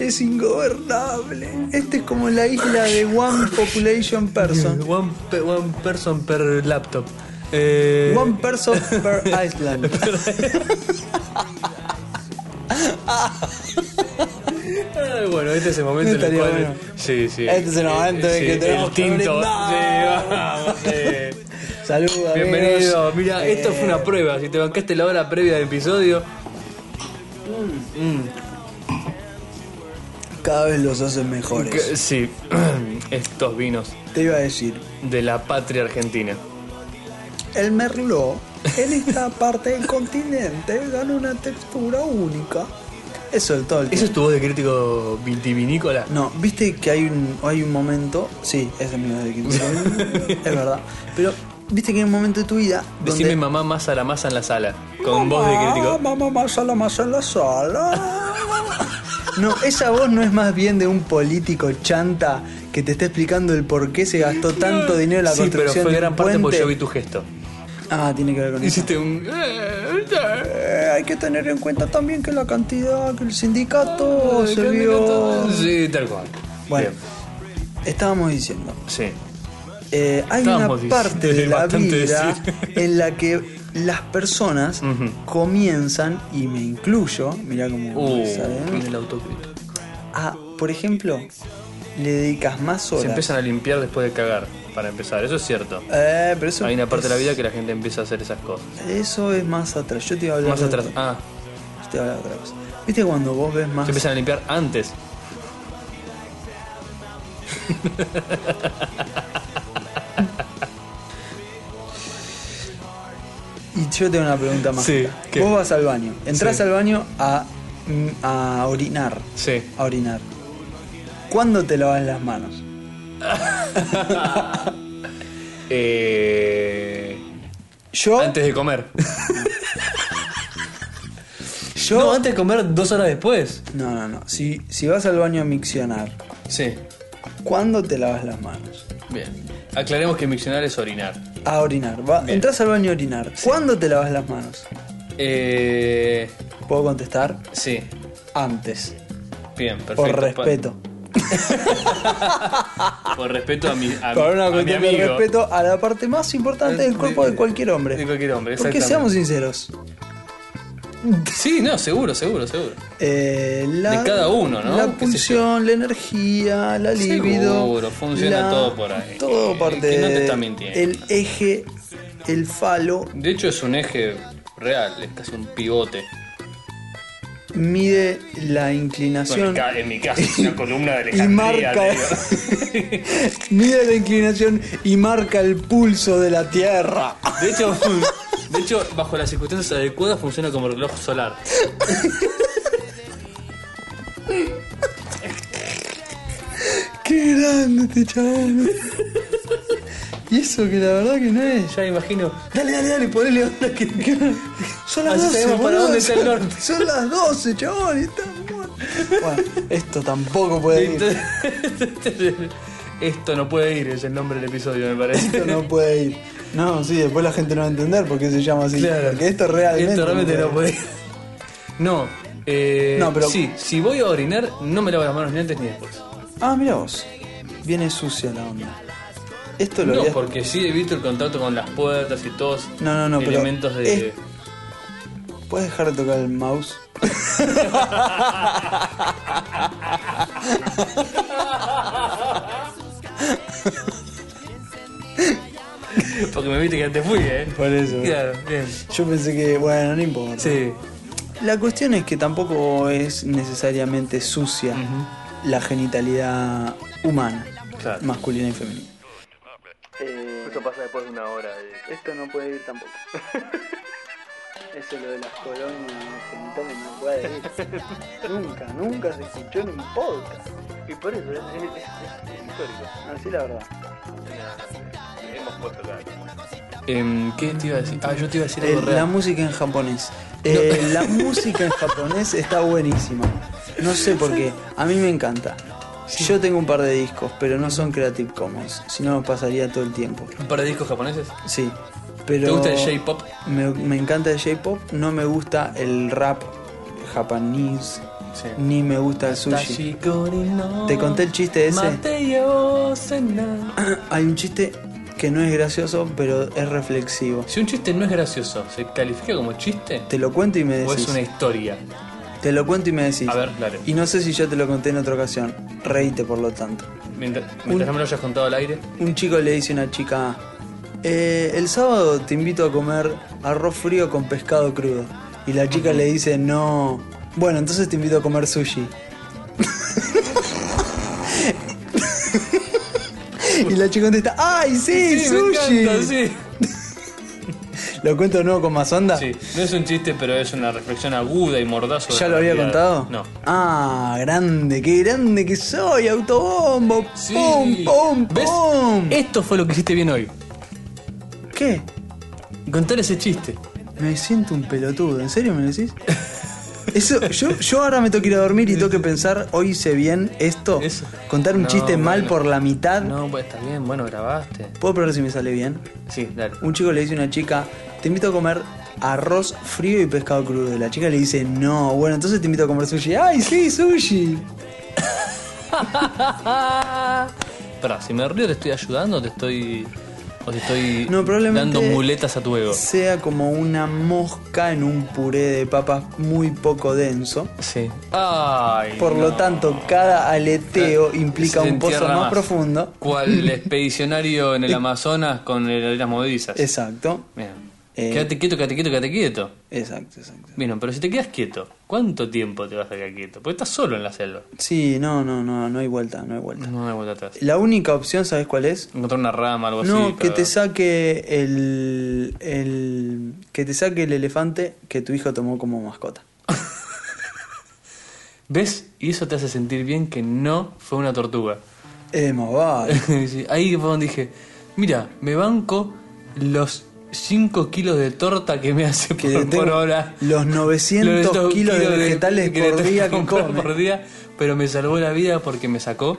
Speaker 2: Es ingobernable. Este es como la isla de One Population Person.
Speaker 1: One, pe- one person per laptop. Eh,
Speaker 2: One person per
Speaker 1: <laughs>
Speaker 2: island.
Speaker 1: ay, bueno, este es el momento en el
Speaker 2: Estaría
Speaker 1: cual.
Speaker 2: bueno.
Speaker 1: Sí, sí.
Speaker 2: Este es el momento en
Speaker 1: sí,
Speaker 2: que tenemos
Speaker 1: El
Speaker 2: que
Speaker 1: tinto.
Speaker 2: brindar.
Speaker 1: Sí, vamos, sí.
Speaker 2: Saludos.
Speaker 1: Bienvenido.
Speaker 2: amigos.
Speaker 1: Mira, esto
Speaker 2: Eh,
Speaker 1: fue una prueba. Si te bancaste la hora previa del episodio,
Speaker 2: Cada vez los hacen mejores.
Speaker 1: que- sí, <clears throat> estos vinos
Speaker 2: Te iba a decir,
Speaker 1: de la patria argentina.
Speaker 2: El merlot en
Speaker 1: <laughs>
Speaker 2: esta parte del continente gana una textura única. Eso es todo el
Speaker 1: ¿Eso
Speaker 2: tiempo.
Speaker 1: es tu voz de crítico vitivinícola?
Speaker 2: No, viste que hay un, hay un momento. Sí, ese es mi voz de
Speaker 1: <laughs>
Speaker 2: Quintero. es verdad. Pero viste que hay un momento de tu vida. Donde,
Speaker 1: Decime mamá más a la masa en la sala. Con voz de
Speaker 2: "Mamá,
Speaker 1: crítico.
Speaker 2: Mamá, más a la masa en la sala. No, esa voz no es más bien de un político chanta que te está explicando el por qué se gastó tanto dinero en la
Speaker 1: sí, pero
Speaker 2: construcción
Speaker 1: fue
Speaker 2: de un
Speaker 1: gran parte porque
Speaker 2: puente.
Speaker 1: yo vi tu gesto.
Speaker 2: Ah, tiene que ver con eso.
Speaker 1: Hiciste un.
Speaker 2: Eh, hay que tener en cuenta también que la cantidad que el sindicato se vio.
Speaker 1: Sí, tal cual.
Speaker 2: Bueno,
Speaker 1: Bien,
Speaker 2: estábamos diciendo,
Speaker 1: sí.
Speaker 2: eh, hay
Speaker 1: Estábamos
Speaker 2: una parte
Speaker 1: <laughs>
Speaker 2: de
Speaker 1: diciendo,
Speaker 2: la
Speaker 1: bastante
Speaker 2: vida
Speaker 1: decir.
Speaker 2: en la que las personas
Speaker 1: Ujú.
Speaker 2: comienzan, y me incluyo, mirá cómo
Speaker 1: Uh,
Speaker 2: sale, ¿eh?
Speaker 1: el autocrítico.
Speaker 2: a, por ejemplo, le dedicas más
Speaker 1: Se
Speaker 2: horas.
Speaker 1: empiezan a limpiar después de cagar, para empezar. Eso es cierto.
Speaker 2: Eh, pero eso,
Speaker 1: Hay una parte de la vida que la gente empieza a hacer esas cosas.
Speaker 2: eso es más atrás. Yo te iba a hablar
Speaker 1: Más
Speaker 2: de-
Speaker 1: atrás. Ah,
Speaker 2: Yo te iba a hablar de otra cosa. ¿Viste cuando vos ves más
Speaker 1: se empiezan a limpiar antes.
Speaker 2: Y yo tengo una pregunta más.
Speaker 1: Sí, ¿qué?
Speaker 2: Vos vas al baño, entras
Speaker 1: Sí.
Speaker 2: al baño a, mm, a orinar,
Speaker 1: Sí.
Speaker 2: a orinar. ¿Cuándo te lavas las manos?
Speaker 1: Eh,
Speaker 2: Yo,
Speaker 1: Antes de comer.
Speaker 2: yo,
Speaker 1: No, antes de comer dos horas después.
Speaker 2: no, no, no. Si, si vas al baño a miccionar,
Speaker 1: Sí.
Speaker 2: ¿cuándo te lavas las manos?
Speaker 1: Bien. Aclaremos que miccionar es orinar.
Speaker 2: A orinar. Va,
Speaker 1: Bien.
Speaker 2: entras al baño a orinar. ¿Cuándo te lavas las manos?
Speaker 1: Eh.
Speaker 2: Puedo contestar
Speaker 1: Sí.
Speaker 2: antes,
Speaker 1: Bien, perfecto.
Speaker 2: por
Speaker 1: Pa-
Speaker 2: respeto.
Speaker 1: por respeto a mi, a,
Speaker 2: Por una
Speaker 1: a mi
Speaker 2: cuestión de
Speaker 1: amigo. Eh,
Speaker 2: respeto a la parte más importante del cuerpo de cualquier hombre.
Speaker 1: De cualquier hombre,
Speaker 2: Porque
Speaker 1: exactamente.
Speaker 2: seamos sinceros,
Speaker 3: Sí, no, seguro, seguro, seguro.
Speaker 2: Eh, la,
Speaker 3: De cada uno, ¿no?
Speaker 2: La
Speaker 3: ¿Qué sé
Speaker 2: pulsión, la energía, la libido.
Speaker 3: Seguro, funciona todo por ahí.
Speaker 2: Todo
Speaker 3: Que-
Speaker 2: parte
Speaker 3: que no te
Speaker 2: de-
Speaker 3: está mintiendo.
Speaker 2: El eje, el falo,
Speaker 3: De hecho, es un eje real, es casi un pivote.
Speaker 2: mide la
Speaker 3: Bueno, en,
Speaker 2: inclinación.
Speaker 3: mi ca- en mi caso, es una columna de
Speaker 2: y
Speaker 3: Alejandría.
Speaker 2: marca. <laughs> mide la inclinación y marca el pulso de la tierra. ¡Ah,
Speaker 1: De hecho, <laughs> de hecho, bajo las circunstancias adecuadas funciona como reloj solar.
Speaker 2: Qué grande este chabón. <laughs> Y eso que la verdad que no es.
Speaker 1: Ya me imagino. Dale, dale, dale, ponele onda que.
Speaker 2: Son las
Speaker 1: Así
Speaker 2: 12,
Speaker 1: sabemos para
Speaker 2: boludo.
Speaker 1: dónde está el norte.
Speaker 2: Son las 12, chabón. y está- Bueno, esto tampoco puede ir.
Speaker 1: <laughs> Esto no puede ir, es el nombre del episodio, me parece.
Speaker 2: Esto no puede ir. No, sí, después la gente no va a entender por qué se llama así.
Speaker 1: Claro.
Speaker 2: Porque esto realmente.
Speaker 1: Esto realmente no puede ir. No, eh,
Speaker 2: No, pero-
Speaker 1: sí, si voy a orinar, no me lavo las manos ni antes ni después.
Speaker 2: Ah, mira vos. Viene sucia la onda. Esto lo
Speaker 1: No,
Speaker 2: habías-
Speaker 1: porque sí evito el contacto con las puertas y todos
Speaker 2: No, no, no, pero
Speaker 1: elementos de.
Speaker 2: es- ¿Puedes dejar de tocar el mouse?
Speaker 1: Porque me viste que antes fui, eh.
Speaker 2: Por eso.
Speaker 1: Claro, bien.
Speaker 2: Yo pensé que, bueno, no importa.
Speaker 1: Sí.
Speaker 2: La cuestión es que tampoco es necesariamente sucia la genitalidad humana,
Speaker 1: Claro.
Speaker 2: masculina y femenina.
Speaker 4: Eh,
Speaker 6: Eso pasa después de una hora. de-
Speaker 4: esto no puede ir tampoco. <laughs> Eso lo de las colonias genitales no puede ir. nunca, nunca se escuchó en un podcast.
Speaker 6: Y por eso es, es- es- es histórico.
Speaker 4: Así la verdad.
Speaker 6: Hemos puesto la.
Speaker 1: Em, ¿Qué te iba a decir? Ah, yo te iba a decir
Speaker 2: Eh,
Speaker 1: algo
Speaker 2: la
Speaker 1: real.
Speaker 2: música en japonés. Eh, La música en japonés está buenísima. No sé por qué. A mí me encanta. Yo tengo un par de discos, pero no son Creative Commons. Si no, pasaría todo el tiempo.
Speaker 1: ¿Un par de discos japoneses?
Speaker 2: Sí. Pero
Speaker 1: ¿Te gusta el J-pop?
Speaker 2: Me, me encanta el J-pop. No me gusta el rap japonés.
Speaker 1: Sí.
Speaker 2: Ni me gusta el sushi. ¿Te conté el chiste ese? Hay un chiste que no es gracioso, pero es reflexivo.
Speaker 1: Si un chiste no es gracioso, ¿se califica como chiste?
Speaker 2: Te lo cuento y me
Speaker 1: ¿O es
Speaker 2: decís.
Speaker 1: una historia?
Speaker 2: Te lo cuento y me decís.
Speaker 1: A ver, dale.
Speaker 2: Y no sé si yo te lo conté en otra ocasión. Reíte, por lo tanto.
Speaker 1: Mientras, mientras no me lo hayas contado al aire.
Speaker 2: Un chico le dice a una chica: "Eh, El sábado te invito a comer arroz frío con pescado crudo. Y la chica le dice: No. Bueno, entonces te invito a comer sushi. <laughs> y la chica contesta: ¡Ay, sí,
Speaker 1: me
Speaker 2: sushi!
Speaker 1: encanta, sí.
Speaker 2: ¿Lo cuento de nuevo con más onda?
Speaker 1: Sí, no es un chiste, pero es una reflexión aguda y mordazo. de
Speaker 2: ¿Ya lo había
Speaker 1: realidad.
Speaker 2: contado?
Speaker 1: No.
Speaker 2: Ah, grande, qué grande que soy, autobombo.
Speaker 1: Sí.
Speaker 2: ¡Pum, pum,
Speaker 1: ¿Ves? Eh.
Speaker 2: pum!
Speaker 1: Esto fue lo que hiciste bien hoy.
Speaker 2: ¿Qué?
Speaker 1: Contar ese chiste.
Speaker 2: Me siento un pelotudo, ¿en serio me decís? Eso, yo, yo ahora me tengo que ir a dormir y tengo que pensar, hoy hice bien esto,
Speaker 1: Eso.
Speaker 2: contar un
Speaker 1: No,
Speaker 2: chiste mal
Speaker 1: bueno.
Speaker 2: por la mitad.
Speaker 1: No, pues está bien, bueno, grabaste.
Speaker 2: ¿Puedo probar si me sale bien?
Speaker 1: Sí, dale.
Speaker 2: Un chico le dice a una chica, te invito a comer arroz frío y pescado crudo. La chica le dice, no, bueno, entonces te invito a comer sushi. ¡Ay, sí, sushi!
Speaker 1: <laughs> Pará, si me río te estoy ayudando, te estoy. O te estoy
Speaker 2: No, probablemente-
Speaker 1: dando muletas a tu ego.
Speaker 2: sea como una mosca en un puré de papas muy poco denso.
Speaker 1: Sí. Ay.
Speaker 2: Por lo tanto, cada aleteo implica
Speaker 1: Se
Speaker 2: un pozo
Speaker 1: entierra
Speaker 2: más,
Speaker 1: más.
Speaker 2: profundo.
Speaker 1: Cual el
Speaker 2: <laughs>
Speaker 1: expedicionario en el Amazonas con el- las movedizas.
Speaker 2: Exacto,
Speaker 1: Bien.
Speaker 2: Eh.
Speaker 1: Quédate quieto, quédate quieto, quédate quieto.
Speaker 2: exacto, exacto.
Speaker 1: Bien, pero si te quedas quieto, ¿cuánto tiempo te vas a quedar quieto? Porque estás solo en la selva.
Speaker 2: Sí, no, no, no, no hay vuelta, no hay vuelta.
Speaker 1: No hay vuelta atrás.
Speaker 2: La única opción, ¿sabes cuál es?
Speaker 1: Encontrar una rama, algo así.
Speaker 2: No, que
Speaker 1: pero-
Speaker 2: te saque el, el- que te saque el elefante que tu hijo tomó como mascota.
Speaker 1: ¿Ves? Y eso te hace sentir bien que no fue una tortuga. <laughs>
Speaker 2: Eh, más vale.
Speaker 1: Sí, Ahí fue donde dije, mira, me banco los 5 kilos de torta que me hace
Speaker 2: Que
Speaker 1: por,
Speaker 2: le tengo
Speaker 1: por hora.
Speaker 2: los 900
Speaker 1: 200
Speaker 2: kilos de vegetales
Speaker 1: le
Speaker 2: por
Speaker 1: tengo
Speaker 2: día que
Speaker 1: comprar
Speaker 2: come.
Speaker 1: por día, pero me salvó la vida porque me sacó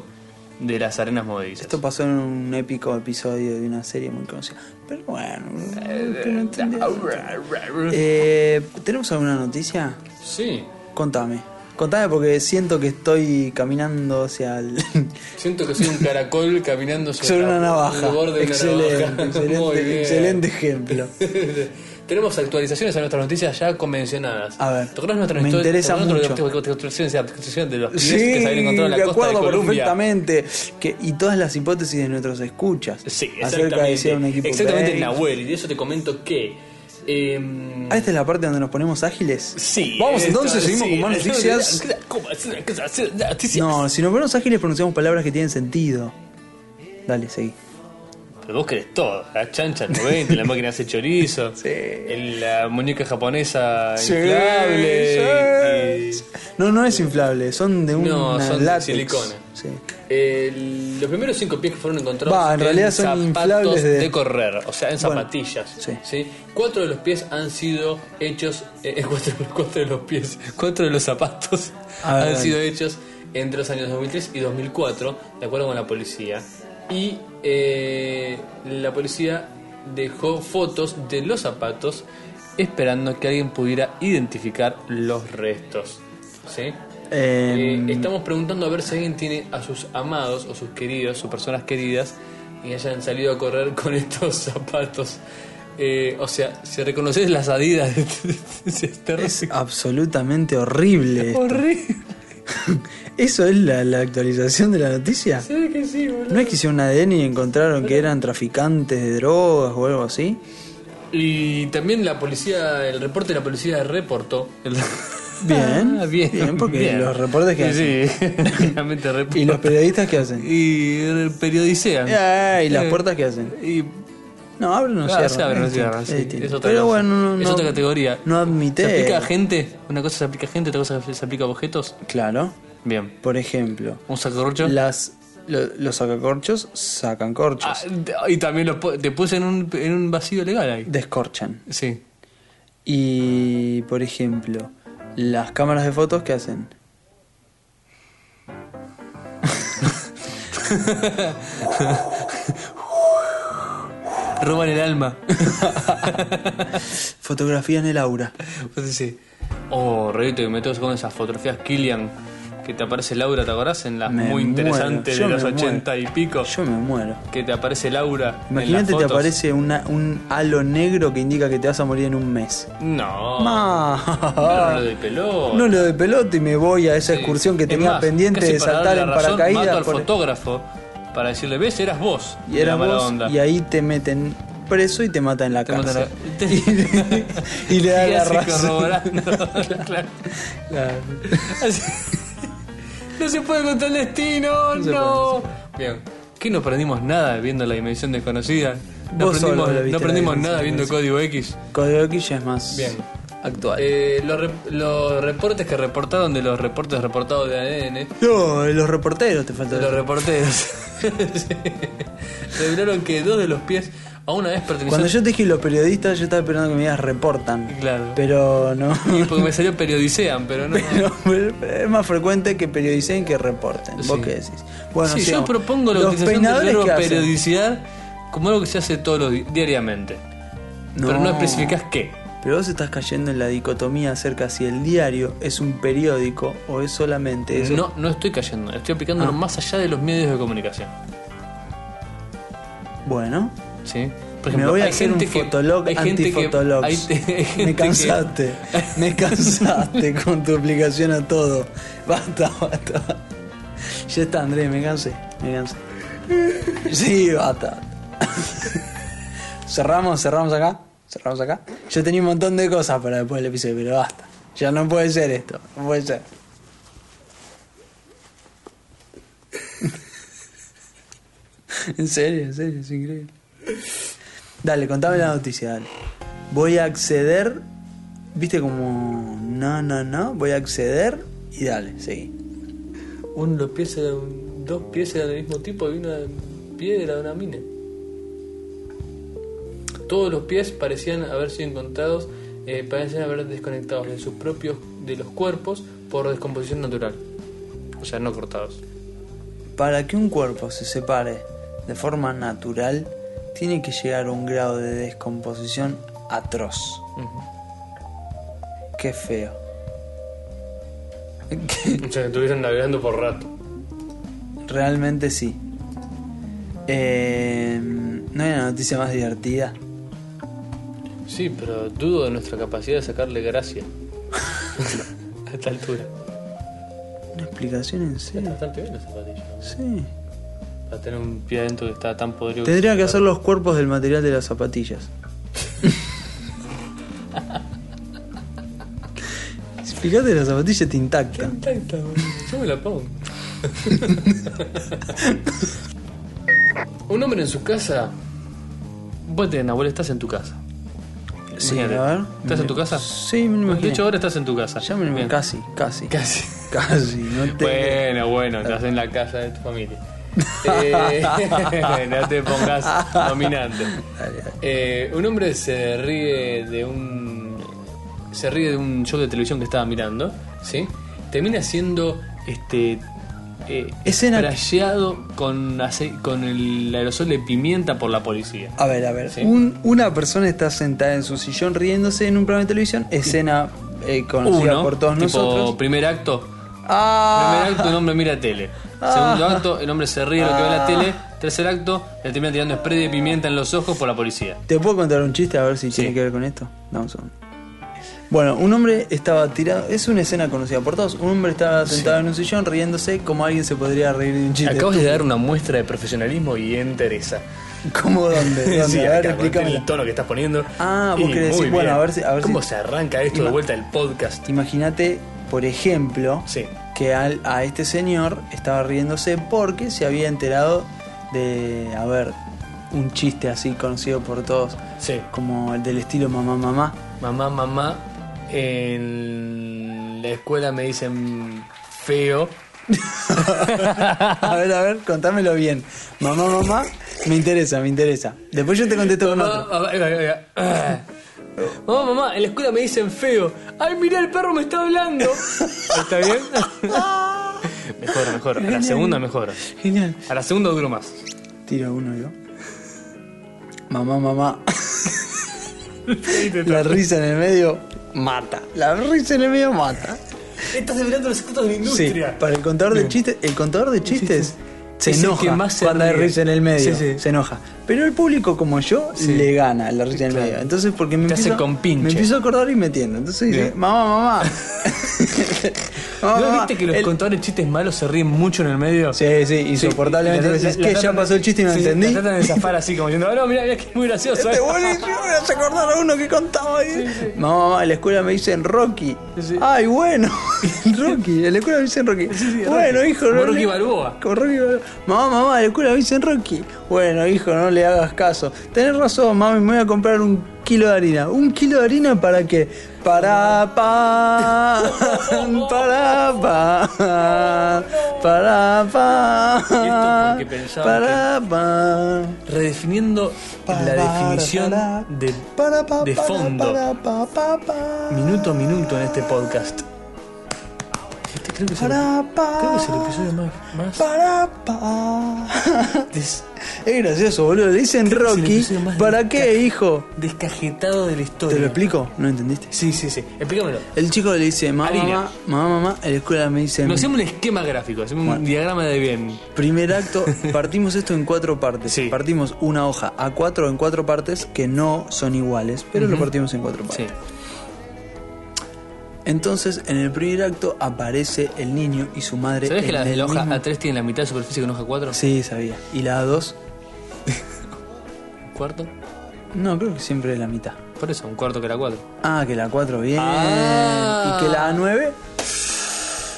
Speaker 1: de las arenas movedizas.
Speaker 2: Esto pasó en un épico episodio de una serie muy conocida. Pero bueno, pero no entendés. Eh, ¿Tenemos alguna noticia?
Speaker 1: Sí,
Speaker 2: Contame. Contame porque siento que estoy caminando hacia
Speaker 1: <laughs>
Speaker 2: el...
Speaker 1: siento que soy un caracol <laughs> caminando sobre,
Speaker 2: sobre
Speaker 1: la-
Speaker 2: una navaja.
Speaker 1: <laughs> el borde de una
Speaker 2: Excelente,
Speaker 1: navaja. Muy
Speaker 2: excelente,
Speaker 1: <laughs> bien.
Speaker 2: excelente ejemplo.
Speaker 1: Tenemos actualizaciones a nuestras noticias ya convencionadas.
Speaker 2: A ver,
Speaker 1: ¿Te acordás nuestra
Speaker 2: me
Speaker 1: historia-
Speaker 2: interesa
Speaker 1: te acordás de
Speaker 2: mucho.
Speaker 1: nuestra actualización- actualización de los pies que
Speaker 2: Sí,
Speaker 1: se habían encontrado en la
Speaker 2: me
Speaker 1: costa de
Speaker 2: acuerdo
Speaker 1: Colombia?
Speaker 2: perfectamente. Que, y todas las hipótesis de nuestros escuchas.
Speaker 1: Sí,
Speaker 2: Acerca de si
Speaker 1: exactamente.
Speaker 2: era un equipo
Speaker 1: exactamente,
Speaker 2: Paint.
Speaker 1: Nahuel. Y de eso te comento que. eh,
Speaker 2: Ah, esta es la parte donde nos ponemos ágiles.
Speaker 1: sí.
Speaker 2: Vamos,
Speaker 1: esta-
Speaker 2: entonces, seguimos con
Speaker 1: <laughs>
Speaker 2: más noticias.
Speaker 1: No.
Speaker 2: No, si nos ponemos ágiles pronunciamos palabras que tienen sentido. Dale, seguí.
Speaker 1: Pero vos querés todo. La chancha 90, la máquina
Speaker 2: <laughs>
Speaker 1: hace chorizo. el- La muñeca japonesa inflable.
Speaker 2: Sí,
Speaker 1: y-
Speaker 2: sí. No, no es inflable, son de un
Speaker 1: No, son de
Speaker 2: látex.
Speaker 1: silicona.
Speaker 2: Sí.
Speaker 1: El- los primeros cinco pies que fueron encontrados
Speaker 2: Va, en realidad son
Speaker 1: zapatos
Speaker 2: inflables de-
Speaker 1: de... correr, o sea, en
Speaker 2: Bueno,
Speaker 1: zapatillas.
Speaker 2: sí.
Speaker 1: Cuatro de los pies han sido hechos, eh, <laughs> cuatro, cuatro de los pies, cuatro de los zapatos
Speaker 2: A ver,
Speaker 1: han
Speaker 2: dale.
Speaker 1: sido hechos entre los años 2003 y 2004, de acuerdo con la policía. Y eh, la policía dejó fotos de los zapatos esperando que alguien pudiera identificar los restos. ¿Sí? Eh,
Speaker 2: Eh,
Speaker 1: estamos preguntando a ver si alguien tiene a sus amados o sus queridos, sus personas queridas, y hayan salido a correr con <laughs> estos zapatos. Eh, o sea, si reconoces las adidas de este
Speaker 2: es absolutamente horrible. esto.
Speaker 1: horrible. <laughs>
Speaker 2: ¿Eso es la, la actualización de la noticia?
Speaker 1: ¿Sabes que sí, boludo?
Speaker 2: ¿No es que hicieron ADN y encontraron que eran traficantes de drogas o algo así?
Speaker 1: Y también la policía, el reporte de la policía reportó. el-
Speaker 2: Bien,
Speaker 1: <laughs> Ah,
Speaker 2: bien, porque los reportes que
Speaker 1: Sí, <laughs> sí, realmente
Speaker 2: ¿Y los
Speaker 1: reportan.
Speaker 2: periodistas qué hacen?
Speaker 1: Y, periodicean.
Speaker 2: Eh, ¿Y las
Speaker 1: Eh,
Speaker 2: puertas qué hacen?
Speaker 1: Y
Speaker 2: No, abren o
Speaker 1: Ah,
Speaker 2: cierran.
Speaker 1: se abren,
Speaker 2: es
Speaker 1: no
Speaker 2: distinto,
Speaker 1: cierran,
Speaker 2: es
Speaker 1: sí.
Speaker 2: distinto.
Speaker 1: Es otra
Speaker 2: Pero
Speaker 1: cosa.
Speaker 2: bueno, no,
Speaker 1: Es
Speaker 2: no-
Speaker 1: otra categoría.
Speaker 2: No admite.
Speaker 1: ¿Se aplica a gente? ¿Una cosa se aplica a gente, otra cosa se aplica a objetos?
Speaker 2: Claro.
Speaker 1: Bien.
Speaker 2: Por ejemplo,
Speaker 1: ¿Un sacorrocho?
Speaker 2: las, lo- los sacacorchos sacan
Speaker 1: Ah,
Speaker 2: corchos,
Speaker 1: y también lo, pu- te puse en un, en un vacío legal ahí.
Speaker 2: descorchan.
Speaker 1: Sí.
Speaker 2: Y, por ejemplo, las cámaras de fotos, ¿qué hacen?
Speaker 1: Roban el alma. <laughs>
Speaker 2: Fotografían el aura.
Speaker 1: Pues sí. Oh, Reddito, que me tengo que con esas fotografías Killian que te aparece Laura, ¿te acordás? En las
Speaker 2: Me
Speaker 1: muy
Speaker 2: muero,
Speaker 1: interesantes
Speaker 2: yo
Speaker 1: de
Speaker 2: me
Speaker 1: los
Speaker 2: muero.
Speaker 1: 80 y pico.
Speaker 2: Yo me muero.
Speaker 1: Que te aparece Laura. en las
Speaker 2: Imagínate, te
Speaker 1: fotos.
Speaker 2: aparece una- un halo negro que indica que te vas a morir en un mes.
Speaker 1: No.
Speaker 2: Ma.
Speaker 1: No, no, de pelota.
Speaker 2: No lo de pelota y me voy a esa
Speaker 1: Sí.
Speaker 2: excursión que
Speaker 1: Es
Speaker 2: tenía
Speaker 1: más,
Speaker 2: pendiente
Speaker 1: casi
Speaker 2: de
Speaker 1: para
Speaker 2: saltar
Speaker 1: darle
Speaker 2: en
Speaker 1: la razón, Mato
Speaker 2: paracaídas.
Speaker 1: al
Speaker 2: por-
Speaker 1: fotógrafo para decirle, ves, eras vos.
Speaker 2: Y
Speaker 1: de la
Speaker 2: era
Speaker 1: mala
Speaker 2: vos,
Speaker 1: onda.
Speaker 2: y ahí te meten preso y te matan en la
Speaker 1: Te
Speaker 2: cárcel.
Speaker 1: matan la-
Speaker 2: <laughs> Y, le da
Speaker 1: <laughs> Y
Speaker 2: la
Speaker 1: así
Speaker 2: razón. <laughs>
Speaker 1: corroborando, <laughs> claro.
Speaker 2: Claro.
Speaker 1: Así- no se puede contra el destino,
Speaker 2: se
Speaker 1: no. Bien. ¿Qué no aprendimos nada viendo la dimensión desconocida? No
Speaker 2: Vos solo lo
Speaker 1: aprendimos,
Speaker 2: viste
Speaker 1: no
Speaker 2: la
Speaker 1: aprendimos
Speaker 2: Dimensión
Speaker 1: nada viendo
Speaker 2: Desconocida.
Speaker 1: código X.
Speaker 2: Código X ya es más
Speaker 1: Bien.
Speaker 2: actual.
Speaker 1: Eh, los, rep- los reportes que reportaron de los reportes reportados de ADN
Speaker 2: no, los reporteros te faltó.
Speaker 1: de los reporteros <laughs> Sí. revelaron que dos de los pies a una vez pertenecían
Speaker 2: Cuando yo te dije los periodistas, yo estaba esperando que me digas reportan.
Speaker 1: Claro.
Speaker 2: Pero
Speaker 1: <laughs>
Speaker 2: no. <laughs>
Speaker 1: Porque me salió periodicean, pero no.
Speaker 2: Pero es más frecuente que periodicen que reporten. ¿Vos
Speaker 1: Sí.
Speaker 2: qué decís? Bueno,
Speaker 1: sí, yo
Speaker 2: sigamos.
Speaker 1: propongo la
Speaker 2: los
Speaker 1: utilización del
Speaker 2: peinadores
Speaker 1: verbo
Speaker 2: que hacen.
Speaker 1: periodicidad como algo que se hace todos los di- diariamente. Pero no especificás qué.
Speaker 2: Pero vos estás cayendo en la dicotomía acerca si el diario es un periódico o es solamente eso. Ah.
Speaker 1: No, no estoy cayendo, estoy aplicándolo más allá de los medios de comunicación.
Speaker 2: Bueno,
Speaker 1: ¿sí? Por
Speaker 2: me voy a
Speaker 1: hay
Speaker 2: hacer un
Speaker 1: gente que-
Speaker 2: fotolog
Speaker 1: hay gente que-
Speaker 2: antifotolog.
Speaker 1: hay <laughs> te- hay gente
Speaker 2: Me
Speaker 1: que- <laughs>
Speaker 2: cansaste, me cansaste con tu aplicación a todo. Basta, basta. Ya está, Andrés, me cansé, me cansé. Sí, basta. Cerramos, cerramos acá, cerramos acá. Yo tenía un montón de cosas para después del episodio, pero basta. Ya no puede ser esto, no puede ser. <laughs> En serio, en serio, es increíble. Dale, contame la noticia, dale. Voy a acceder, viste como, no, no, no, voy a acceder y dale, seguí.
Speaker 1: Un- los pies eran- dos pies eran del mismo tipo y una piedra de una mina. Todos los pies parecían haber sido encontrados, eh, parecían haber desconectados de sus propios, de los cuerpos por descomposición <clears throat> natural. O sea, no cortados.
Speaker 2: Para que un cuerpo se separe de forma natural, tiene que llegar a un grado de descomposición atroz. Qué feo.
Speaker 1: O sea, que estuvieron navegando por rato.
Speaker 2: Realmente sí. Eh, no hay una noticia más divertida.
Speaker 1: Sí, pero dudo de nuestra capacidad de sacarle <laughs> gracia. a esta altura.
Speaker 2: Una explicación en serio.
Speaker 1: Bastante bien la zapatilla. ¿no?
Speaker 2: Sí.
Speaker 1: Para tener un pie adentro que está tan podrido.
Speaker 2: Tendría que hacer los cuerpos del material de las
Speaker 1: <laughs>
Speaker 2: zapatillas. Fíjate, la zapatilla está intacta.
Speaker 1: Tanta, boludo. Yo me la pongo. <laughs> un hombre en su casa. Vos tenés, Nahuel, estás en tu casa.
Speaker 2: Sí, a
Speaker 1: Imagínate.
Speaker 2: ver.
Speaker 1: ¿Estás en tu casa?
Speaker 2: Sí, me lo imaginé.
Speaker 1: De hecho, ahora estás en tu casa.
Speaker 2: Ya me lo imaginé.
Speaker 1: Bien.
Speaker 2: Casi, casi.
Speaker 1: Casi.
Speaker 2: Casi,
Speaker 1: <laughs>
Speaker 2: no te. Ah.
Speaker 1: Bueno, bueno, estás en la casa de tu familia.
Speaker 2: <laughs>
Speaker 1: Eh, <laughs> no te pongas dominante. Eh, un hombre se ríe de un. Se ríe de un show de televisión que estaba mirando, ¿sí? Termina siendo este. Eh,
Speaker 2: Escena-
Speaker 1: sprayado con, ace- con el aerosol de pimienta por la policía.
Speaker 2: A ver, a ver.
Speaker 1: Sí.
Speaker 2: Un- una persona está sentada en su sillón riéndose en un programa de televisión. Escena eh, conocida
Speaker 1: Uno,
Speaker 2: por todos
Speaker 1: tipo,
Speaker 2: nosotros.
Speaker 1: primer acto, Primer
Speaker 2: ¡Ah!
Speaker 1: acto, el hombre mira tele.
Speaker 2: Ah.
Speaker 1: Segundo acto, el hombre se ríe de lo que ve la
Speaker 2: Ah.
Speaker 1: tele. Tercer acto, le termina tirando spray de pimienta en los ojos por la policía.
Speaker 2: ¿Te puedo contar un chiste a ver si tiene que ver con esto? Dame un segundo. Bueno, un hombre estaba tirado. Es una escena conocida por todos. Un hombre estaba sentado en un sillón riéndose como alguien se podría reír de un chiste.
Speaker 1: Acabas de dar una muestra de profesionalismo y entereza.
Speaker 2: <laughs> ¿Cómo dónde? ¿Dónde?
Speaker 1: Sí,
Speaker 2: a ver,
Speaker 1: acá, con
Speaker 2: explícame.
Speaker 1: el tono que estás poniendo.
Speaker 2: Ah, vos
Speaker 1: Y
Speaker 2: querés
Speaker 1: muy
Speaker 2: decir, bueno,
Speaker 1: bien.
Speaker 2: a ver si- a ver
Speaker 1: ¿Cómo
Speaker 2: si-
Speaker 1: se arranca esto de
Speaker 2: Ima-
Speaker 1: vuelta el podcast?
Speaker 2: Imagínate, por ejemplo,
Speaker 1: Sí.
Speaker 2: que al- a este señor estaba riéndose porque se había enterado de, a ver, un chiste así conocido por todos,
Speaker 1: Sí.
Speaker 2: como el del estilo mamá, mamá.
Speaker 1: Mamá, mamá, en la escuela me dicen feo.
Speaker 2: <laughs> A ver, a ver, contámelo bien. Mamá, mamá, me interesa, me interesa. Después yo te contesto con
Speaker 1: Mamá, <laughs>
Speaker 2: otro.
Speaker 1: mamá, ahí va, ahí va, ahí va. <laughs> Mamá, mamá, en la escuela me dicen feo. Ay, mirá, el perro me está hablando. <laughs> ¿Está bien? Mejor, mejor. A la segunda mejor.
Speaker 2: Genial.
Speaker 1: A la segunda duro más.
Speaker 2: Tiro uno yo. Mamá, mamá. La risa en el medio mata. La risa en el medio mata.
Speaker 1: Estás develando los secretos de la
Speaker 2: Sí, para el contador de chistes, el contador de chistes se
Speaker 1: Es el
Speaker 2: enoja
Speaker 1: que más se
Speaker 2: cuando hay
Speaker 1: ríe.
Speaker 2: risa en el medio.
Speaker 1: Sí, sí.
Speaker 2: Se enoja. Pero el público como yo le gana la risa en el
Speaker 1: Claro.
Speaker 2: medio. Entonces porque me
Speaker 1: Te hace
Speaker 2: empiezo,
Speaker 1: compinche.
Speaker 2: me empiezo a acordar y me entiendo. Entonces dice,
Speaker 1: Bien.
Speaker 2: mamá,
Speaker 1: <laughs>
Speaker 2: mamá. <laughs> Mamá,
Speaker 1: ¿No
Speaker 2: mamá,
Speaker 1: viste que los
Speaker 2: el-
Speaker 1: contadores de chistes malos se ríen mucho en el medio?
Speaker 2: Sí, sí, insoportablemente.
Speaker 1: Sí, la-
Speaker 2: me decís,
Speaker 1: la- la
Speaker 2: ¿qué? Ya
Speaker 1: tratan-
Speaker 2: pasó el chiste y no
Speaker 1: sí,
Speaker 2: entendí.
Speaker 1: la tratan de zafar así como diciendo, "Ah, no, mirá, mirá que es muy gracioso.
Speaker 2: Este
Speaker 1: eh". <laughs>
Speaker 2: buenísimo, me vas a acordar a uno que contaba. ahí. Mamá, mamá, en la escuela me dicen Rocky.
Speaker 1: Sí.
Speaker 2: Ay, bueno. <laughs> Rocky, en la escuela me dicen Rocky. bueno, hijo,
Speaker 1: Como
Speaker 2: no
Speaker 1: Rocky
Speaker 2: le-
Speaker 1: Balboa.
Speaker 2: Como Rocky Balboa. Mamá, mamá, en la escuela me dicen Rocky. Bueno, hijo, no le hagas caso. Tenés razón, mami, me voy a comprar un kilo de harina. ¿Un kilo de harina para qué? Para pa,
Speaker 1: <laughs>
Speaker 2: para pa, para pa,
Speaker 1: Y esto porque pensaban
Speaker 2: para pa.
Speaker 1: Redefiniendo la definición de, de fondo. minuto a minuto en este podcast.
Speaker 2: Ah,
Speaker 1: Este creo que es el, creo que es el episodio más, más des-
Speaker 2: <laughs> Es gracioso, boludo. Le dicen
Speaker 1: Creo que es el
Speaker 2: Rocky.
Speaker 1: episodio más
Speaker 2: ¿Para
Speaker 1: del
Speaker 2: qué, hijo?
Speaker 1: descajetado de la historia.
Speaker 2: ¿Te lo explico? ¿No entendiste?
Speaker 1: Sí, sí, sí. Explícamelo.
Speaker 2: El chico le dice, mamá,
Speaker 1: Harina.
Speaker 2: mamá, mamá, mamá, en la escuela me dicen,
Speaker 1: No, hacemos un esquema gráfico, hacemos un diagrama de bien.
Speaker 2: primer
Speaker 1: <laughs>
Speaker 2: acto, partimos esto en cuatro partes.
Speaker 1: Sí.
Speaker 2: Partimos una hoja a cuatro en cuatro partes que no son iguales, pero lo partimos en cuatro
Speaker 1: Sí.
Speaker 2: partes. Entonces, en el primer acto aparece el niño y su madre.
Speaker 1: ¿Sabés que
Speaker 2: en
Speaker 1: la de
Speaker 2: el
Speaker 1: la hoja
Speaker 2: mismo-
Speaker 1: A3 tiene la mitad de superficie que en hoja 4?
Speaker 2: Sí, sabía. ¿Y la A2?
Speaker 1: ¿Un cuarto?
Speaker 2: No, creo que siempre es la mitad.
Speaker 1: Por eso, un cuarto que era 4.
Speaker 2: Ah, que la 4, bien.
Speaker 1: Ah.
Speaker 2: ¿Y que la A9?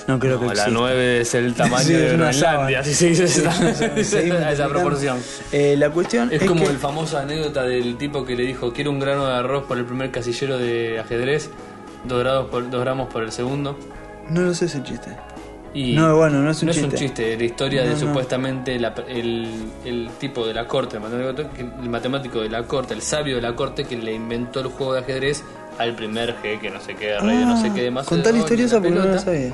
Speaker 2: No creo que
Speaker 1: la
Speaker 2: exista. <laughs>
Speaker 1: 9 es el tamaño
Speaker 2: Sí, es
Speaker 1: de
Speaker 2: una
Speaker 1: Groenlandia.
Speaker 2: sábana.
Speaker 1: Sí, sí, sí,
Speaker 2: Sí,
Speaker 1: esa- <laughs>
Speaker 2: sí, sí,
Speaker 1: esa-
Speaker 2: seguimos
Speaker 1: esa
Speaker 2: multiplicando.
Speaker 1: proporción.
Speaker 2: Eh, la cuestión es,
Speaker 1: Es como
Speaker 2: que...
Speaker 1: el famoso anécdota del tipo que le dijo, quiero un grano de arroz por el primer casillero de ajedrez, dos, grados por, dos gramos por el segundo.
Speaker 2: No lo sé ese chiste.
Speaker 1: Y
Speaker 2: No, bueno, no es un
Speaker 1: es un
Speaker 2: chiste.
Speaker 1: chiste, la historia de
Speaker 2: No, no.
Speaker 1: supuestamente la- el, el tipo de la corte, el matemático, que- el matemático de la corte, el sabio de la corte que le inventó el juego de ajedrez al primer jeque, no sé qué, rey de no sé qué demás.
Speaker 2: Contar Ah, la historia esa porque no la
Speaker 1: pelota,
Speaker 2: sabía.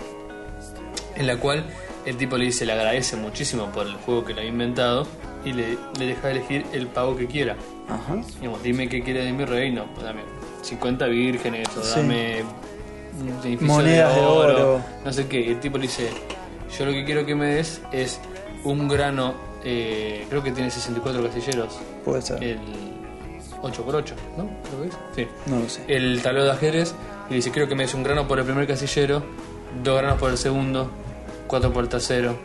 Speaker 1: En la cual el tipo le dice, le agradece muchísimo por el juego que le había inventado y le, le deja elegir el pago que quiera.
Speaker 2: Ajá.
Speaker 1: Digamos, dime qué quiere de mi reino. Pues dame 50 vírgenes o
Speaker 2: Sí.
Speaker 1: dame un edificio
Speaker 2: Monedas de
Speaker 1: de oro,
Speaker 2: oro.
Speaker 1: No sé qué. Y el tipo le dice: Yo lo que quiero que me des es un grano. eh, creo que tiene 64 casilleros.
Speaker 2: Puede ser.
Speaker 1: El, 8x8, ¿no? Creo que es. Sí.
Speaker 2: No lo sé.
Speaker 1: El tablero de ajedrez y dice, creo que me des un grano por el primer casillero, dos granos por el segundo, cuatro por el tercero,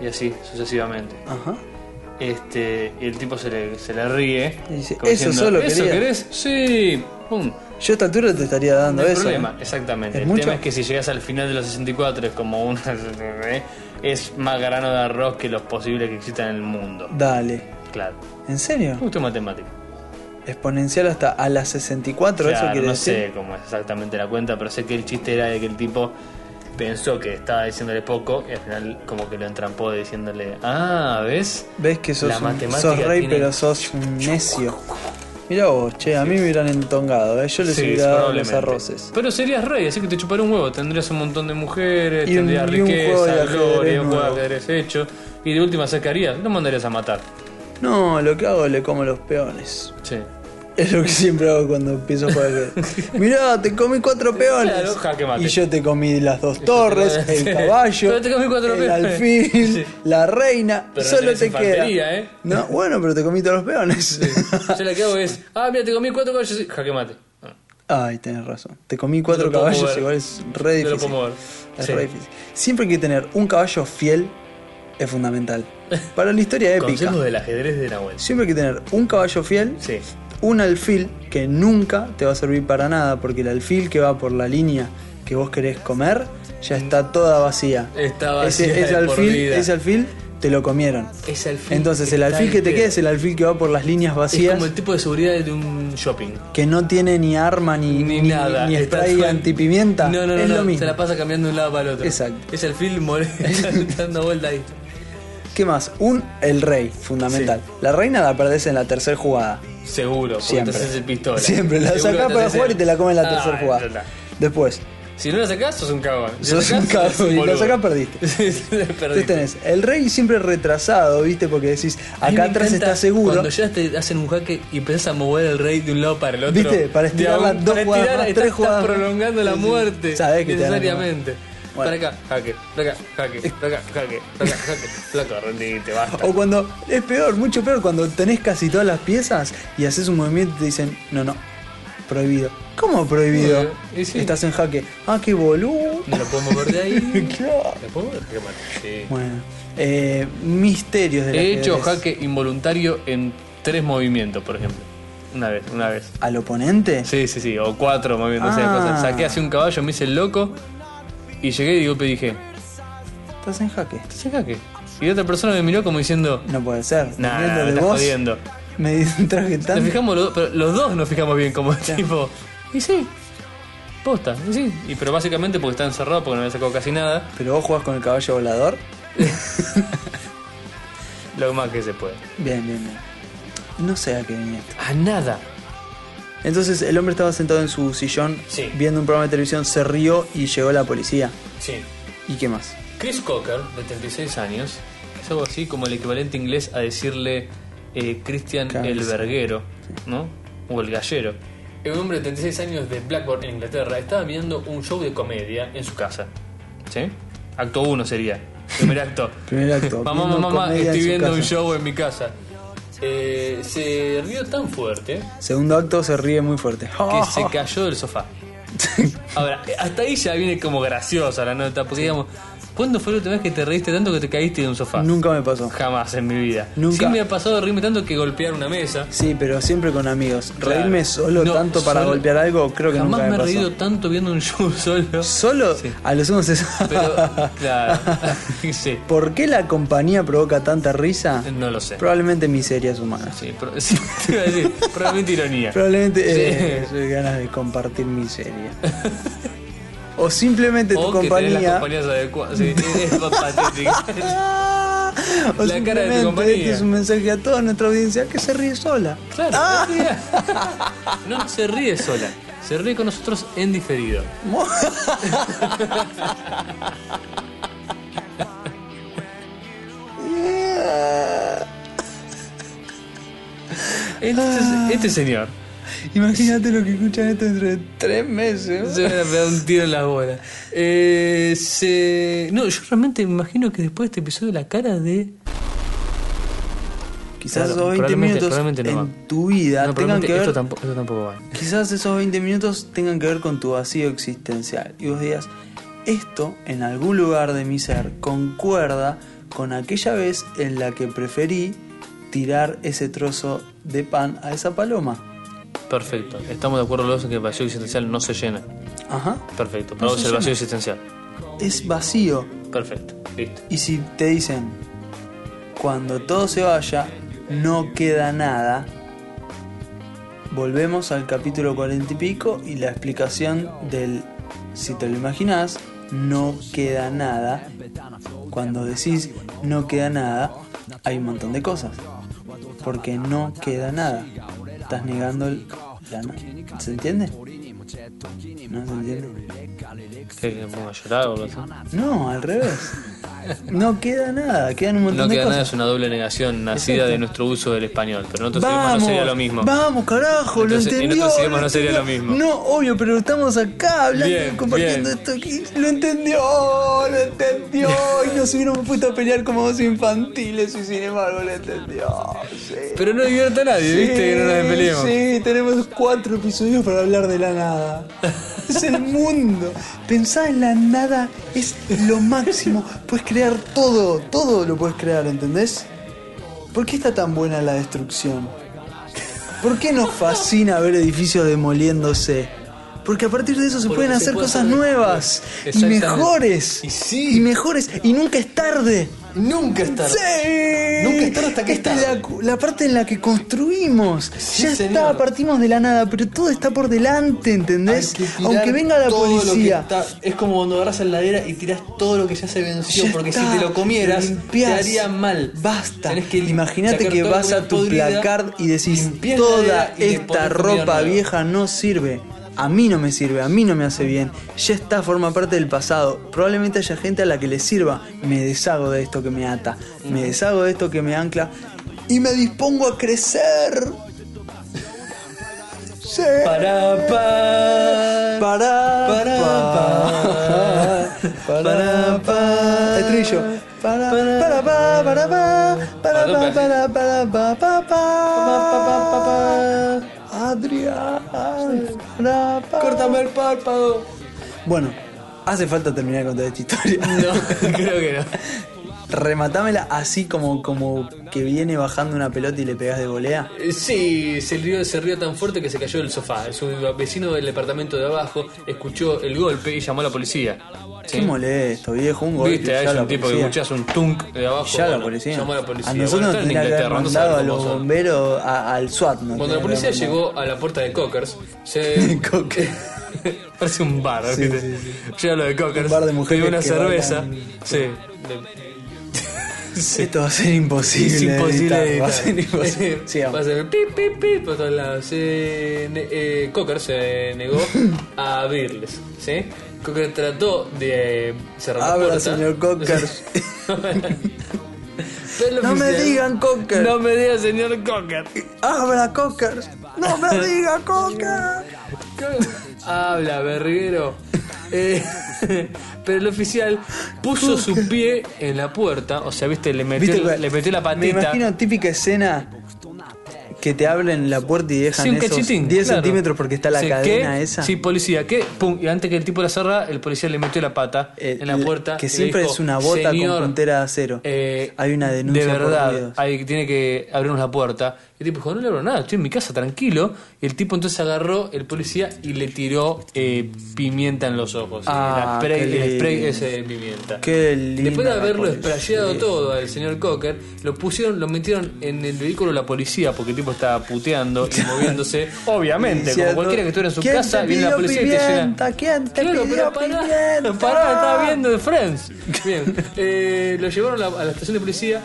Speaker 1: y así sucesivamente.
Speaker 2: Ajá.
Speaker 1: Este, y el tipo se le, se le ríe.
Speaker 2: Y dice,
Speaker 1: como
Speaker 2: "Eso solo
Speaker 1: ¿Eso
Speaker 2: quería".
Speaker 1: querés? Sí. Pum.
Speaker 2: Yo a esta altura te estaría
Speaker 1: No
Speaker 2: dando ¿eh?
Speaker 1: hay
Speaker 2: eso.
Speaker 1: problema, exactamente.
Speaker 2: ¿Es
Speaker 1: el
Speaker 2: mucho?
Speaker 1: tema es que si llegas al final de los 64 es como un... <laughs> es más grano de arroz que los posibles que existan en el mundo.
Speaker 2: Dale.
Speaker 1: Claro.
Speaker 2: ¿En serio?
Speaker 1: Justo matemática.
Speaker 2: Exponencial hasta a las 64, eso
Speaker 1: Claro,
Speaker 2: quiere
Speaker 1: no
Speaker 2: decir.
Speaker 1: sé cómo es exactamente la cuenta, pero sé que el chiste era de que el tipo pensó que estaba diciéndole poco y al final como que lo entrampó diciéndole, ah, ¿ves?
Speaker 2: Ves que
Speaker 1: La
Speaker 2: sos, un-
Speaker 1: matemática
Speaker 2: sos rey,
Speaker 1: tiene-
Speaker 2: pero sos un necio. Mirá vos, che, a mí me hubieran entongado, ¿eh? yo les hubiera dado los
Speaker 1: probablemente.
Speaker 2: arroces.
Speaker 1: Pero serías rey, así que te chuparé un huevo, tendrías un montón de mujeres,
Speaker 2: Y un-
Speaker 1: tendrías
Speaker 2: y un juego de
Speaker 1: riqueza,
Speaker 2: ajedrez
Speaker 1: gloria, un juego de
Speaker 2: nuevo.
Speaker 1: ajedrez hecho, y de última sacarías, lo mandarías a matar.
Speaker 2: No, lo que hago le como los peones. <laughs>
Speaker 1: Sí.
Speaker 2: Es lo que siempre hago cuando empiezo a jugar.
Speaker 1: <laughs>
Speaker 2: Mirá, te comí cuatro peones.
Speaker 1: Claro, jaque mate.
Speaker 2: Y yo te comí las
Speaker 1: <laughs>
Speaker 2: dos
Speaker 1: te
Speaker 2: torres,
Speaker 1: comí-
Speaker 2: el caballo,
Speaker 1: Pero te comí cuatro
Speaker 2: el
Speaker 1: peones.
Speaker 2: alfil,
Speaker 1: Sí.
Speaker 2: la reina.
Speaker 1: Pero no
Speaker 2: solo
Speaker 1: tenés
Speaker 2: te queda.
Speaker 1: infantería, ¿eh? <laughs>
Speaker 2: No, bueno, pero te comí todos los peones.
Speaker 1: Yo la que hago es, ah, mira, te comí cuatro caballos, y- jaque mate. Ah,
Speaker 2: <laughs> Ay, tenés razón. Te comí cuatro
Speaker 1: lo puedo
Speaker 2: caballos,
Speaker 1: mover.
Speaker 2: igual es re
Speaker 1: No
Speaker 2: difícil.
Speaker 1: lo puedo mover.
Speaker 2: Es
Speaker 1: Sí.
Speaker 2: re difícil. Siempre hay que tener un caballo fiel, es fundamental. Para la
Speaker 1: <laughs>
Speaker 2: historia épica.
Speaker 1: Consejos del ajedrez de Nahuel.
Speaker 2: Siempre hay que tener un caballo fiel,
Speaker 1: Sí.
Speaker 2: un alfil que nunca te va a servir para nada, porque el alfil que va por la línea que vos querés comer ya está toda vacía.
Speaker 1: Está vacía
Speaker 2: Ese, ese
Speaker 1: de por
Speaker 2: alfil,
Speaker 1: vida.
Speaker 2: ese alfil te lo comieron.
Speaker 1: Es alfil.
Speaker 2: Entonces el alfil que te queda es el alfil que va por las líneas
Speaker 1: Es
Speaker 2: vacías,
Speaker 1: como el tipo de seguridad de un shopping.
Speaker 2: que no tiene ni arma ni,
Speaker 1: Ni,
Speaker 2: ni-
Speaker 1: nada.
Speaker 2: ni
Speaker 1: Está
Speaker 2: spray
Speaker 1: todo-
Speaker 2: antipimienta.
Speaker 1: No, no, no.
Speaker 2: es
Speaker 1: no,
Speaker 2: lo mismo.
Speaker 1: Se la pasa cambiando de un lado para el otro.
Speaker 2: Exacto.
Speaker 1: Es alfil moreno dando vuelta ahí.
Speaker 2: ¿Qué más? Un, el rey, fundamental. La reina la perdés en la tercera jugada.
Speaker 1: Seguro, porque
Speaker 2: Siempre.
Speaker 1: te haces el pistola.
Speaker 2: Siempre, la
Speaker 1: Seguro
Speaker 2: sacás
Speaker 1: te
Speaker 2: para
Speaker 1: haces
Speaker 2: jugar
Speaker 1: el-
Speaker 2: y te la comes en la
Speaker 1: Ah,
Speaker 2: tercera jugada.
Speaker 1: ya está.
Speaker 2: Después,
Speaker 1: Si no la sacás, sos un cagón. Si
Speaker 2: sos un cabrón y la sacás, perdiste. Entonces
Speaker 1: <laughs> perdiste.
Speaker 2: tenés el rey siempre retrasado, ¿viste? Porque decís,
Speaker 1: A mí me
Speaker 2: acá atrás
Speaker 1: encanta
Speaker 2: está seguro.
Speaker 1: Cuando ya te hacen un jaque y empezás a mover el rey de un lado para el otro.
Speaker 2: ¿Viste? Para estirar
Speaker 1: De a un-
Speaker 2: las dos
Speaker 1: para
Speaker 2: jugadas
Speaker 1: estirar,
Speaker 2: más,
Speaker 1: estás-
Speaker 2: tres jugadas
Speaker 1: Estás
Speaker 2: más.
Speaker 1: prolongando la
Speaker 2: Sí, sí.
Speaker 1: muerte.
Speaker 2: Sabés que te van a
Speaker 1: Necesariamente.
Speaker 2: Bueno.
Speaker 1: Para acá, jaque, para acá, jaque, para acá, jaque, para acá, jaque. Flaco,
Speaker 2: <laughs>
Speaker 1: rendite, basta.
Speaker 2: O cuando es peor, mucho peor, cuando tenés casi todas las piezas y haces un movimiento y te dicen, no, no, prohibido. ¿Cómo prohibido?
Speaker 1: Eh, y sí.
Speaker 2: Estás en jaque. Ah, qué
Speaker 1: <laughs>
Speaker 2: boludo.
Speaker 1: No lo puedo mover de <laughs> ahí.
Speaker 2: Claro.
Speaker 1: ¿La puedo mover? Qué mal. Sí.
Speaker 2: Bueno, eh, misterios de la
Speaker 1: He hecho jaque involuntario en tres movimientos, por ejemplo. Una vez, una vez.
Speaker 2: ¿Al oponente?
Speaker 1: Sí, sí, sí, o cuatro moviéndose
Speaker 2: Ah.
Speaker 1: de cosas. Saqué así un caballo, me hice el loco y llegué y de golpe dije,
Speaker 2: Estás en jaque.
Speaker 1: ¿estás en jaque? Y la otra persona me miró como diciendo,
Speaker 2: No puede ser.
Speaker 1: nah,
Speaker 2: dependiendo
Speaker 1: Ah, me
Speaker 2: de
Speaker 1: estás
Speaker 2: vos,
Speaker 1: jodiendo.
Speaker 2: me distraje
Speaker 1: Nos
Speaker 2: tanto.
Speaker 1: fijamos los, dos- pero los dos nos fijamos bien como tipo, y sí, posta, y sí. Y, pero básicamente porque está encerrado, porque no había sacado casi nada,
Speaker 2: Pero vos jugás con el caballo volador.
Speaker 1: lo más que se puede.
Speaker 2: Bien, bien, bien. No sé a qué venía esto.
Speaker 1: A nada.
Speaker 2: Entonces el hombre estaba sentado en su sillón
Speaker 1: Sí.
Speaker 2: viendo un programa de televisión, se rió y llegó la policía.
Speaker 1: Sí.
Speaker 2: ¿Y qué más?
Speaker 1: Chris Cocker, de 36 años, es algo así como el equivalente inglés a decirle eh, Christian
Speaker 2: Claro,
Speaker 1: el
Speaker 2: sí.
Speaker 1: verguero, ¿no? O el gallero. Un hombre de 36 años de Blackburn, en Inglaterra, estaba mirando un show de comedia en su casa. ¿Sí? Acto 1 sería. Primer acto.
Speaker 2: Primer acto,
Speaker 1: <laughs>
Speaker 2: <laughs>
Speaker 1: mamá,
Speaker 2: viendo
Speaker 1: mamá, mamá,
Speaker 2: comedia en
Speaker 1: estoy
Speaker 2: su
Speaker 1: viendo un
Speaker 2: casa.
Speaker 1: show en mi casa. Eh, se rió tan fuerte
Speaker 2: Segundo acto se ríe muy
Speaker 1: <laughs>
Speaker 2: fuerte.
Speaker 1: que
Speaker 2: <laughs>
Speaker 1: se cayó del sofá. Ahora, hasta ahí ya viene como graciosa la nota, porque digamos, ¿cuándo fue la última vez que te reíste tanto que te caíste de un sofá?
Speaker 2: Nunca me pasó.
Speaker 1: Jamás en mi vida.
Speaker 2: Nunca.
Speaker 1: Sí me ha pasado de reírme tanto que golpear una mesa.
Speaker 2: Sí, pero siempre con amigos.
Speaker 1: Claro.
Speaker 2: Reírme solo
Speaker 1: No,
Speaker 2: tanto para
Speaker 1: solo.
Speaker 2: golpear algo, creo que
Speaker 1: Jamás
Speaker 2: nunca
Speaker 1: me,
Speaker 2: me,
Speaker 1: he
Speaker 2: pasó.
Speaker 1: reído tanto viendo un show <laughs> solo.
Speaker 2: Solo
Speaker 1: Sí.
Speaker 2: a los unos es...
Speaker 1: Pero,
Speaker 2: <laughs>
Speaker 1: claro. <laughs> sí,
Speaker 2: ¿Por qué la compañía provoca tanta risa?
Speaker 1: no lo sé.
Speaker 2: Probablemente miserias humanas.
Speaker 1: Sí, pro- <laughs> sí, te iba a decir, probablemente ironía.
Speaker 2: Probablemente eh,
Speaker 1: Sí.
Speaker 2: soy ganas de compartir miseria. o simplemente tu
Speaker 1: o que tenés las
Speaker 2: compañía.
Speaker 1: compañías adecuadas. Sí, <laughs> es
Speaker 2: <laughs>
Speaker 1: patético.
Speaker 2: Ah, o
Speaker 1: La cara de
Speaker 2: simplemente
Speaker 1: tu compañía.
Speaker 2: Este es un mensaje a toda nuestra audiencia que se ríe sola.
Speaker 1: Claro.
Speaker 2: Ah.
Speaker 1: No se ríe sola. Se ríe con nosotros en diferido.
Speaker 2: Mo- Ah,
Speaker 1: Este,
Speaker 2: Ah.
Speaker 1: este señor
Speaker 2: Imagínate lo que escuchan esto dentro de tres meses.
Speaker 1: se va a pegar un tiro en las bolas. Eh, se... No, yo realmente me imagino que después de este episodio la cara de...
Speaker 2: Quizás
Speaker 3: Claro,
Speaker 2: esos 20
Speaker 3: probablemente-
Speaker 2: minutos
Speaker 3: probablemente no
Speaker 2: en
Speaker 3: va.
Speaker 2: tu vida tengan
Speaker 3: No, probablemente
Speaker 2: que ver.
Speaker 3: esto, tampoco, esto tampoco va.
Speaker 2: Quizás esos 20 minutos tengan que ver con tu vacío existencial. Y vos digas, esto en algún lugar de mi ser concuerda con aquella vez en la que preferí tirar ese trozo de pan a esa paloma.
Speaker 3: Perfecto. Estamos de acuerdo los dos en que el vacío existencial no se llena.
Speaker 2: Ajá,
Speaker 3: Perfecto. Para
Speaker 2: No
Speaker 3: vos
Speaker 2: se
Speaker 3: el
Speaker 2: llena.
Speaker 3: vacío existencial.
Speaker 2: es vacío.
Speaker 3: Perfecto. Listo.
Speaker 2: Y si te dicen, cuando todo se vaya, no queda nada, volvemos al capítulo cuarenta y pico y la explicación del, si te lo imaginas, no queda nada. Cuando decís no queda nada, hay un montón de cosas. Porque no queda nada. Estás negando el- la na- ¿Se entiende? ¿No se entiende?
Speaker 3: ¿Querés que me ponga a llorar o algo así?
Speaker 2: No, al revés. No queda nada, quedan un montón
Speaker 3: No
Speaker 2: de
Speaker 3: queda
Speaker 2: cosas.
Speaker 3: nada, es una doble negación nacida de nuestro uso del español. Pero en otros idiomas no sería lo mismo.
Speaker 2: Vamos, carajo, lo
Speaker 3: Entonces, en
Speaker 2: entendió.
Speaker 3: otros
Speaker 2: lo
Speaker 3: idiomas no sería lo
Speaker 2: entendió.
Speaker 3: mismo.
Speaker 2: No, obvio, pero estamos acá hablando,
Speaker 3: Bien,
Speaker 2: compartiendo
Speaker 3: bien.
Speaker 2: esto aquí. Lo entendió, lo entendió. Y nos hubiéramos puesto a pelear como dos infantiles y sin embargo lo entendió. Sí.
Speaker 3: Pero no divierte a nadie, ¿viste? Que no nos despeleemos.
Speaker 2: Sí, tenemos cuatro episodios para hablar de la
Speaker 1: <laughs>
Speaker 2: nada. Es el mundo. Pensar en la nada es lo máximo. Puedes crear todo, todo lo puedes crear, ¿entendés? ¿Por qué está tan buena la destrucción? ¿Por qué nos fascina ver edificios demoliéndose? Porque a partir de eso se
Speaker 1: Porque
Speaker 2: pueden
Speaker 1: se
Speaker 2: hacer
Speaker 1: puede
Speaker 2: cosas
Speaker 1: hacer-
Speaker 2: nuevas y
Speaker 1: Exactamente.
Speaker 2: mejores.
Speaker 1: Y sí.
Speaker 2: y mejores. Y nunca es tarde.
Speaker 1: Nunca está.
Speaker 2: ¡Sí!
Speaker 1: Nunca es tarde hasta que es
Speaker 2: Esta es la, cu- la parte en la que construimos.
Speaker 1: Sí,
Speaker 2: ya
Speaker 1: señor.
Speaker 2: está, partimos de la nada, pero todo está por delante, ¿entendés?
Speaker 1: Hay que tirar
Speaker 2: Aunque venga la
Speaker 1: todo lo que
Speaker 2: policía.
Speaker 1: está- es como cuando agarras la heladera y tiras todo lo que ya se venció,
Speaker 2: Ya
Speaker 1: porque
Speaker 2: está,
Speaker 1: si te lo comieras,
Speaker 2: limpiás.
Speaker 1: te haría mal.
Speaker 2: Basta.
Speaker 1: Tenés que
Speaker 2: Imagínate
Speaker 1: sacar
Speaker 2: que
Speaker 1: toda la
Speaker 2: vas
Speaker 1: comida
Speaker 2: a tu
Speaker 1: podrida,
Speaker 2: placard y decís:
Speaker 1: limpiás la
Speaker 2: Toda
Speaker 1: heladera y le
Speaker 2: esta
Speaker 1: ponés comida
Speaker 2: ropa
Speaker 1: nueva".
Speaker 2: vieja no sirve. A mí no me sirve, a mí no me hace bien. Ya está, forma parte del pasado. Probablemente haya gente a la que le sirva. Me deshago de esto que me ata. Me deshago de esto que me ancla. Y me dispongo a crecer. <laughs> Sí.
Speaker 1: Para, pa.
Speaker 2: Para,
Speaker 1: Para,
Speaker 2: pa. Para, pa. El trillo. Para, para, pa, para, pa. Para, pa, para, para, pa, pa, pa. Adrián. Para, pa.
Speaker 1: Córtame el párpado.
Speaker 2: Bueno, hace falta terminar de contar esta historia.
Speaker 1: <laughs> No, creo que no.
Speaker 2: <laughs> Rematámela así como, como que viene bajando una pelota y le pegas de volea.
Speaker 1: Eh, Sí, se rió, se rió tan fuerte que se cayó del sofá. Su vecino del departamento de abajo escuchó el golpe y llamó a la policía.
Speaker 2: Qué
Speaker 1: Sí.
Speaker 2: molesto, viejo. Un golpe.
Speaker 3: Viste,
Speaker 2: ya
Speaker 3: hay
Speaker 2: la
Speaker 3: un tipo que
Speaker 2: policía.
Speaker 3: escuchás un tunk de abajo.
Speaker 2: Ya la
Speaker 1: Bueno,
Speaker 2: policía.
Speaker 1: llamó a la policía.
Speaker 2: A nosotros
Speaker 1: Bueno, está
Speaker 2: nos
Speaker 1: en
Speaker 2: tendría que haber
Speaker 1: Inglaterra, no
Speaker 2: mandado a
Speaker 1: saben
Speaker 2: los
Speaker 1: cómo son.
Speaker 2: bomberos, a- al SWAT. nos
Speaker 1: Cuando
Speaker 2: tendría
Speaker 1: la
Speaker 2: que
Speaker 1: policía
Speaker 2: haber mandado.
Speaker 1: llegó a la puerta de Cockers, se.
Speaker 2: <laughs>
Speaker 1: <laughs>
Speaker 2: Cocker.
Speaker 3: Parece un bar,
Speaker 2: Sí,
Speaker 3: ¿viste?
Speaker 2: sí,
Speaker 3: Llega lo de Cockers.
Speaker 2: Un bar de mujeres
Speaker 3: pidió una
Speaker 2: que
Speaker 3: cerveza.
Speaker 2: bailan.
Speaker 3: Sí.
Speaker 2: Esto va a ser imposible.
Speaker 3: <laughs> Es
Speaker 2: de
Speaker 3: imposible
Speaker 2: editar,
Speaker 3: de
Speaker 2: Va a ser
Speaker 3: editar.
Speaker 2: <laughs>
Speaker 3: <laughs>
Speaker 2: imposible. Sigamos.
Speaker 1: Va a ser pip, pip, pip pues, por todos lados. Se ne- eh, Cocker se negó
Speaker 2: <laughs>
Speaker 1: a abrirles. ¿sí? Cocker trató de cerrar la
Speaker 2: Abra,
Speaker 1: puerta.
Speaker 2: señor Cocker.
Speaker 1: <laughs> Pero el
Speaker 2: No me
Speaker 1: oficial-
Speaker 2: digan Cocker.
Speaker 3: No me digas, señor Cocker.
Speaker 2: <laughs> Abra Cocker. No
Speaker 3: <laughs>
Speaker 2: me diga Cocker.
Speaker 1: Habla,
Speaker 2: <laughs>
Speaker 1: berriguero. Eh, pero el oficial puso su pie en la puerta. O sea, viste, le metió,
Speaker 2: ¿Viste?
Speaker 3: le metió la
Speaker 2: Me
Speaker 3: patita.
Speaker 2: imagino típica escena que te abren la puerta y dejan
Speaker 3: Sí, un
Speaker 2: esos
Speaker 3: cachetín.
Speaker 2: 10
Speaker 3: claro.
Speaker 2: centímetros porque está la
Speaker 3: Sí,
Speaker 2: cadena
Speaker 3: ¿qué?
Speaker 2: esa.
Speaker 3: Sí, policía, ¿qué? Pum, y antes que el tipo la cerra, el policía le metió la pata
Speaker 2: Eh,
Speaker 3: en la puerta. y
Speaker 2: Que
Speaker 3: le
Speaker 2: siempre
Speaker 3: dijo,
Speaker 2: es una bota
Speaker 3: "Señor,
Speaker 2: con puntera de acero.
Speaker 3: eh,
Speaker 2: Hay una denuncia
Speaker 3: De
Speaker 2: por
Speaker 3: verdad,
Speaker 2: ruidos.
Speaker 3: hay, tiene que abrirnos la puerta. Y el tipo dijo, no le abro nada, estoy en mi casa, tranquilo. Y el tipo entonces agarró el policía y le tiró eh, pimienta en los ojos.
Speaker 2: Ah,
Speaker 3: el, spray,
Speaker 2: qué
Speaker 3: el spray
Speaker 2: lindo.
Speaker 3: ese de pimienta.
Speaker 2: Qué lindo.
Speaker 3: Después de
Speaker 2: la
Speaker 3: haberlo
Speaker 2: policía.
Speaker 3: esprayado todo al señor Cocker, lo pusieron, lo metieron en el vehículo de la policía porque el tipo estaba puteando y moviéndose. Obviamente,
Speaker 2: Diciendo,
Speaker 3: como cualquiera que estuviera en su
Speaker 2: "¿Quién
Speaker 3: casa,
Speaker 2: te
Speaker 3: viene la
Speaker 2: pidió
Speaker 3: policía
Speaker 2: pimienta?
Speaker 3: y te
Speaker 2: ¿Quién
Speaker 3: llena.
Speaker 2: te
Speaker 3: claro,
Speaker 2: pidió
Speaker 3: pero pará,
Speaker 2: pimienta?
Speaker 3: pará, estaba viendo de Friends. Bien, eh, lo llevaron a la, a la estación de policía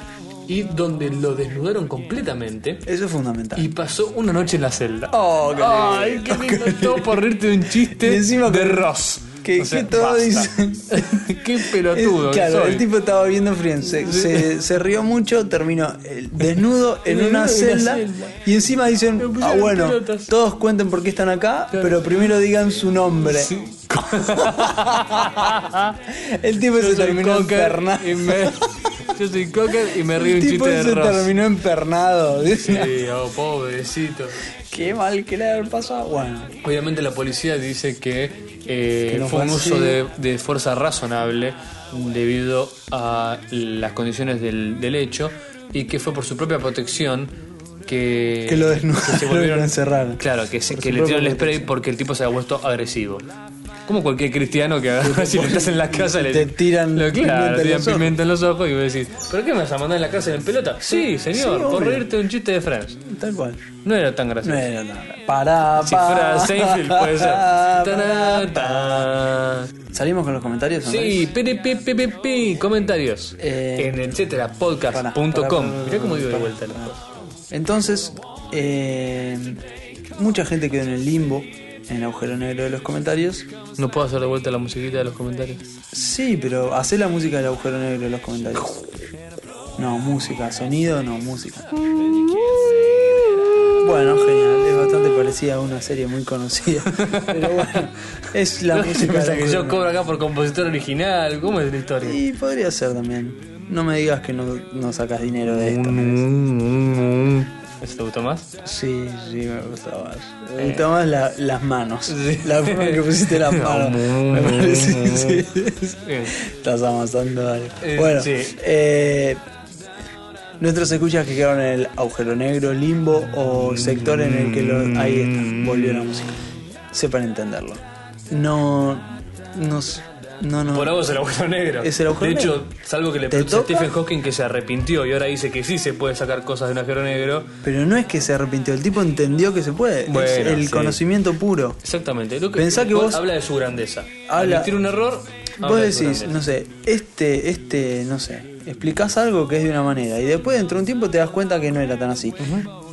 Speaker 3: y donde lo desnudaron completamente
Speaker 2: Eso es fundamental.
Speaker 3: y pasó una noche en la celda.
Speaker 2: Oh, qué lindo.
Speaker 3: Ay, qué lindo, todo por reírte de un chiste
Speaker 2: Y encima
Speaker 3: de
Speaker 2: que-
Speaker 3: Ross.
Speaker 2: que- que todo
Speaker 3: dice. <laughs> qué pelotudo.
Speaker 2: Es-
Speaker 3: que
Speaker 2: claro,
Speaker 3: soy.
Speaker 2: el tipo estaba viendo Friends, se, se- se rió mucho, terminó eh,
Speaker 3: <laughs>
Speaker 2: desnudo en
Speaker 3: Desnudo en
Speaker 2: una
Speaker 3: una
Speaker 2: celda
Speaker 3: celda.
Speaker 2: y encima dicen,
Speaker 3: Me pusieron
Speaker 2: ah bueno,
Speaker 3: pelotas".
Speaker 2: todos cuenten por qué están acá, pero primero digan su nombre. El tipo
Speaker 3: Yo
Speaker 2: se
Speaker 3: soy
Speaker 2: terminó <laughs>
Speaker 3: Cocker
Speaker 2: encarnando.
Speaker 3: y me-
Speaker 1: <laughs> Yo soy cocker y me río
Speaker 2: El
Speaker 1: un
Speaker 2: tipo
Speaker 1: chiste de
Speaker 2: se
Speaker 1: Ross.
Speaker 2: terminó empernado.
Speaker 1: Sí, oh, pobrecito.
Speaker 2: <laughs> Qué mal que le haber pasado. Bueno,
Speaker 1: Obviamente la policía dice que, eh,
Speaker 2: Que no
Speaker 1: fue un
Speaker 2: fue así.
Speaker 1: uso de, de fuerza razonable debido a las condiciones del, del hecho y que fue por su propia protección que,
Speaker 2: Que lo desnudaron
Speaker 1: que
Speaker 2: y <laughs> lo encerraron.
Speaker 1: Claro, que, se-
Speaker 2: Por
Speaker 1: que
Speaker 2: su
Speaker 1: le tiraron
Speaker 2: propia
Speaker 1: el spray
Speaker 2: protección.
Speaker 1: porque el tipo se ha vuelto agresivo. Como cualquier cristiano que <laughs> agarra, si lo estás en la casa le
Speaker 2: Te tiran
Speaker 1: lo,
Speaker 2: pimienta en
Speaker 1: claro, te tiran
Speaker 2: los ojos.
Speaker 1: pimienta en los ojos y vos decís, ¿pero qué me vas a mandar en la cárcel en pelota? Sí, señor, por
Speaker 2: obvio.
Speaker 1: reírte de un chiste de Friends.
Speaker 2: tal cual.
Speaker 1: No era tan gracioso.
Speaker 2: No era nada. Pará, <laughs>
Speaker 1: Si fuera
Speaker 2: pará.
Speaker 1: Seinfeld, puede ser. Tará, tará.
Speaker 2: Salimos con los comentarios.
Speaker 1: Sí, pi, pi, pi, pi, pi. comentarios
Speaker 2: Eh,
Speaker 1: en
Speaker 2: pará, pará, pará,
Speaker 1: etcéterapodcast.com. Mirá cómo digo de
Speaker 2: pará,
Speaker 1: vuelta las
Speaker 2: pará.
Speaker 1: cosas.
Speaker 2: Entonces, eh, mucha gente quedó en el limbo, en el agujero negro de los comentarios.
Speaker 1: No puedo hacer de vuelta la musiquita de los comentarios.
Speaker 2: Sí, pero hacé la música del agujero negro de los comentarios. No, música, sonido, no, música. Bueno, genial, es bastante parecida a una serie muy conocida. <laughs> Pero bueno, es
Speaker 1: <laughs>
Speaker 2: la
Speaker 1: ¿Te
Speaker 2: música. del
Speaker 1: pensás que
Speaker 2: agujero
Speaker 1: yo
Speaker 2: negro.
Speaker 1: cobro acá por compositor original? ¿Cómo es la historia?
Speaker 2: Y podría ser también. No me digas que no, no sacas dinero de
Speaker 1: Mm,
Speaker 2: esto.
Speaker 1: ¿Eso te gustó más?
Speaker 2: Sí, sí, me gusta más. Me gusta más la- las manos. La forma en que pusiste
Speaker 1: <laughs>
Speaker 2: las manos. me parece, sí.
Speaker 1: Bien.
Speaker 2: Estás amasando algo.
Speaker 1: Eh,
Speaker 2: bueno,
Speaker 1: sí.
Speaker 2: eh, nuestros escuchas que quedaron en el agujero negro, limbo o sector en el que los. Ahí está, volvió la música. Sepan entenderlo. No. No. s- No, no.
Speaker 1: Por algo es el agujero negro.
Speaker 2: Es el agujero
Speaker 1: de hecho,
Speaker 2: negro.
Speaker 1: salvo que le
Speaker 2: ¿Te
Speaker 1: preguntes a
Speaker 2: toca?
Speaker 1: Stephen Hawking que se arrepintió y ahora dice que sí se puede sacar cosas de un agujero negro.
Speaker 2: Pero no es que se arrepintió, el tipo entendió que se puede.
Speaker 1: Bueno,
Speaker 2: es el
Speaker 1: sí.
Speaker 2: conocimiento puro.
Speaker 1: Exactamente. Lo que,
Speaker 2: Pensá que vos-
Speaker 1: Habla de su grandeza.
Speaker 2: Habla-
Speaker 1: Admitir un error.
Speaker 2: Vos decís, no sé, este, este, no sé, explicás algo que es de una manera y después dentro de un tiempo te das cuenta que no era tan así.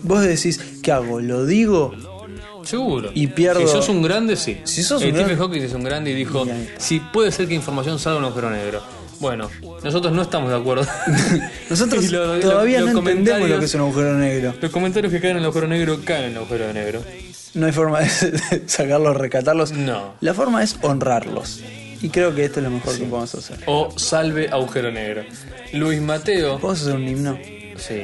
Speaker 2: Vos decís, ¿qué hago? ¿Lo digo?
Speaker 1: Seguro.
Speaker 2: y pierdo-
Speaker 1: Si sos un grande, sí.
Speaker 2: Si sos un
Speaker 1: Eh, Stephen
Speaker 2: grande-
Speaker 1: Hawking es un grande y dijo:
Speaker 2: Y ahí está.
Speaker 1: Si puede ser que información salga de un agujero negro. Bueno, nosotros no estamos de acuerdo. Y
Speaker 2: <laughs>
Speaker 1: <laughs>
Speaker 2: Nosotros
Speaker 1: lo- lo-
Speaker 2: todavía
Speaker 1: los
Speaker 2: no entendemos lo que es
Speaker 1: comentarios-
Speaker 2: un agujero negro.
Speaker 1: Los comentarios que caen en el agujero negro caen en el agujero negro.
Speaker 2: No hay forma de <laughs> de sacarlos, rescatarlos.
Speaker 1: No.
Speaker 2: La forma es honrarlos. Y creo que esto es lo mejor que podemos hacer.
Speaker 1: O salve agujero negro. Luis Mateo.
Speaker 2: ¿Podemos hacer un himno?
Speaker 1: Sí.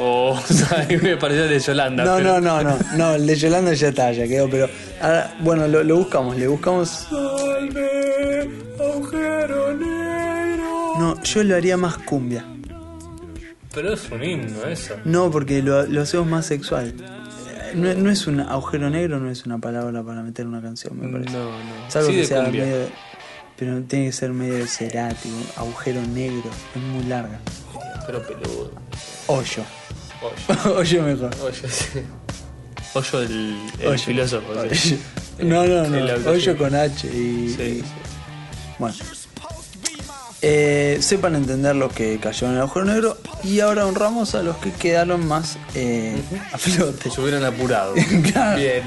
Speaker 1: O <laughs> salve, me pareció de Yolanda.
Speaker 2: No,
Speaker 1: pero-
Speaker 2: no, no, no, no, el de Yolanda ya está, ya quedó, pero ahora, bueno, lo, lo buscamos, le buscamos. No, yo lo haría más cumbia.
Speaker 1: Pero es un himno eso.
Speaker 2: No, porque lo, lo hacemos más sexual. Eh, No, no es un agujero negro, no es una palabra para meter una canción, me parece.
Speaker 1: No, no.
Speaker 2: Salvo
Speaker 1: Sí,
Speaker 2: que
Speaker 1: de
Speaker 2: sea
Speaker 1: cumbia.
Speaker 2: medio. Pero tiene que ser medio de cerati, un agujero negro, es muy larga.
Speaker 1: Pero peludo.
Speaker 2: Hoyo. <laughs>
Speaker 1: Oye.
Speaker 2: Hoyo mejor.
Speaker 1: Oye, sí. Oyo el, el
Speaker 2: Hoyo.
Speaker 1: filósofo. sí.
Speaker 2: Hoyo.
Speaker 1: <laughs>
Speaker 2: No, no,
Speaker 1: El
Speaker 2: no.
Speaker 1: autor.
Speaker 2: Hoyo con H y.
Speaker 1: Sí, sí.
Speaker 2: Bueno. Eh, sepan entender los que cayeron en el agujero negro y ahora honramos a los que quedaron más eh, a flote.
Speaker 3: Se
Speaker 2: <laughs>
Speaker 3: hubieran apurado.
Speaker 2: Claro.
Speaker 3: Bien.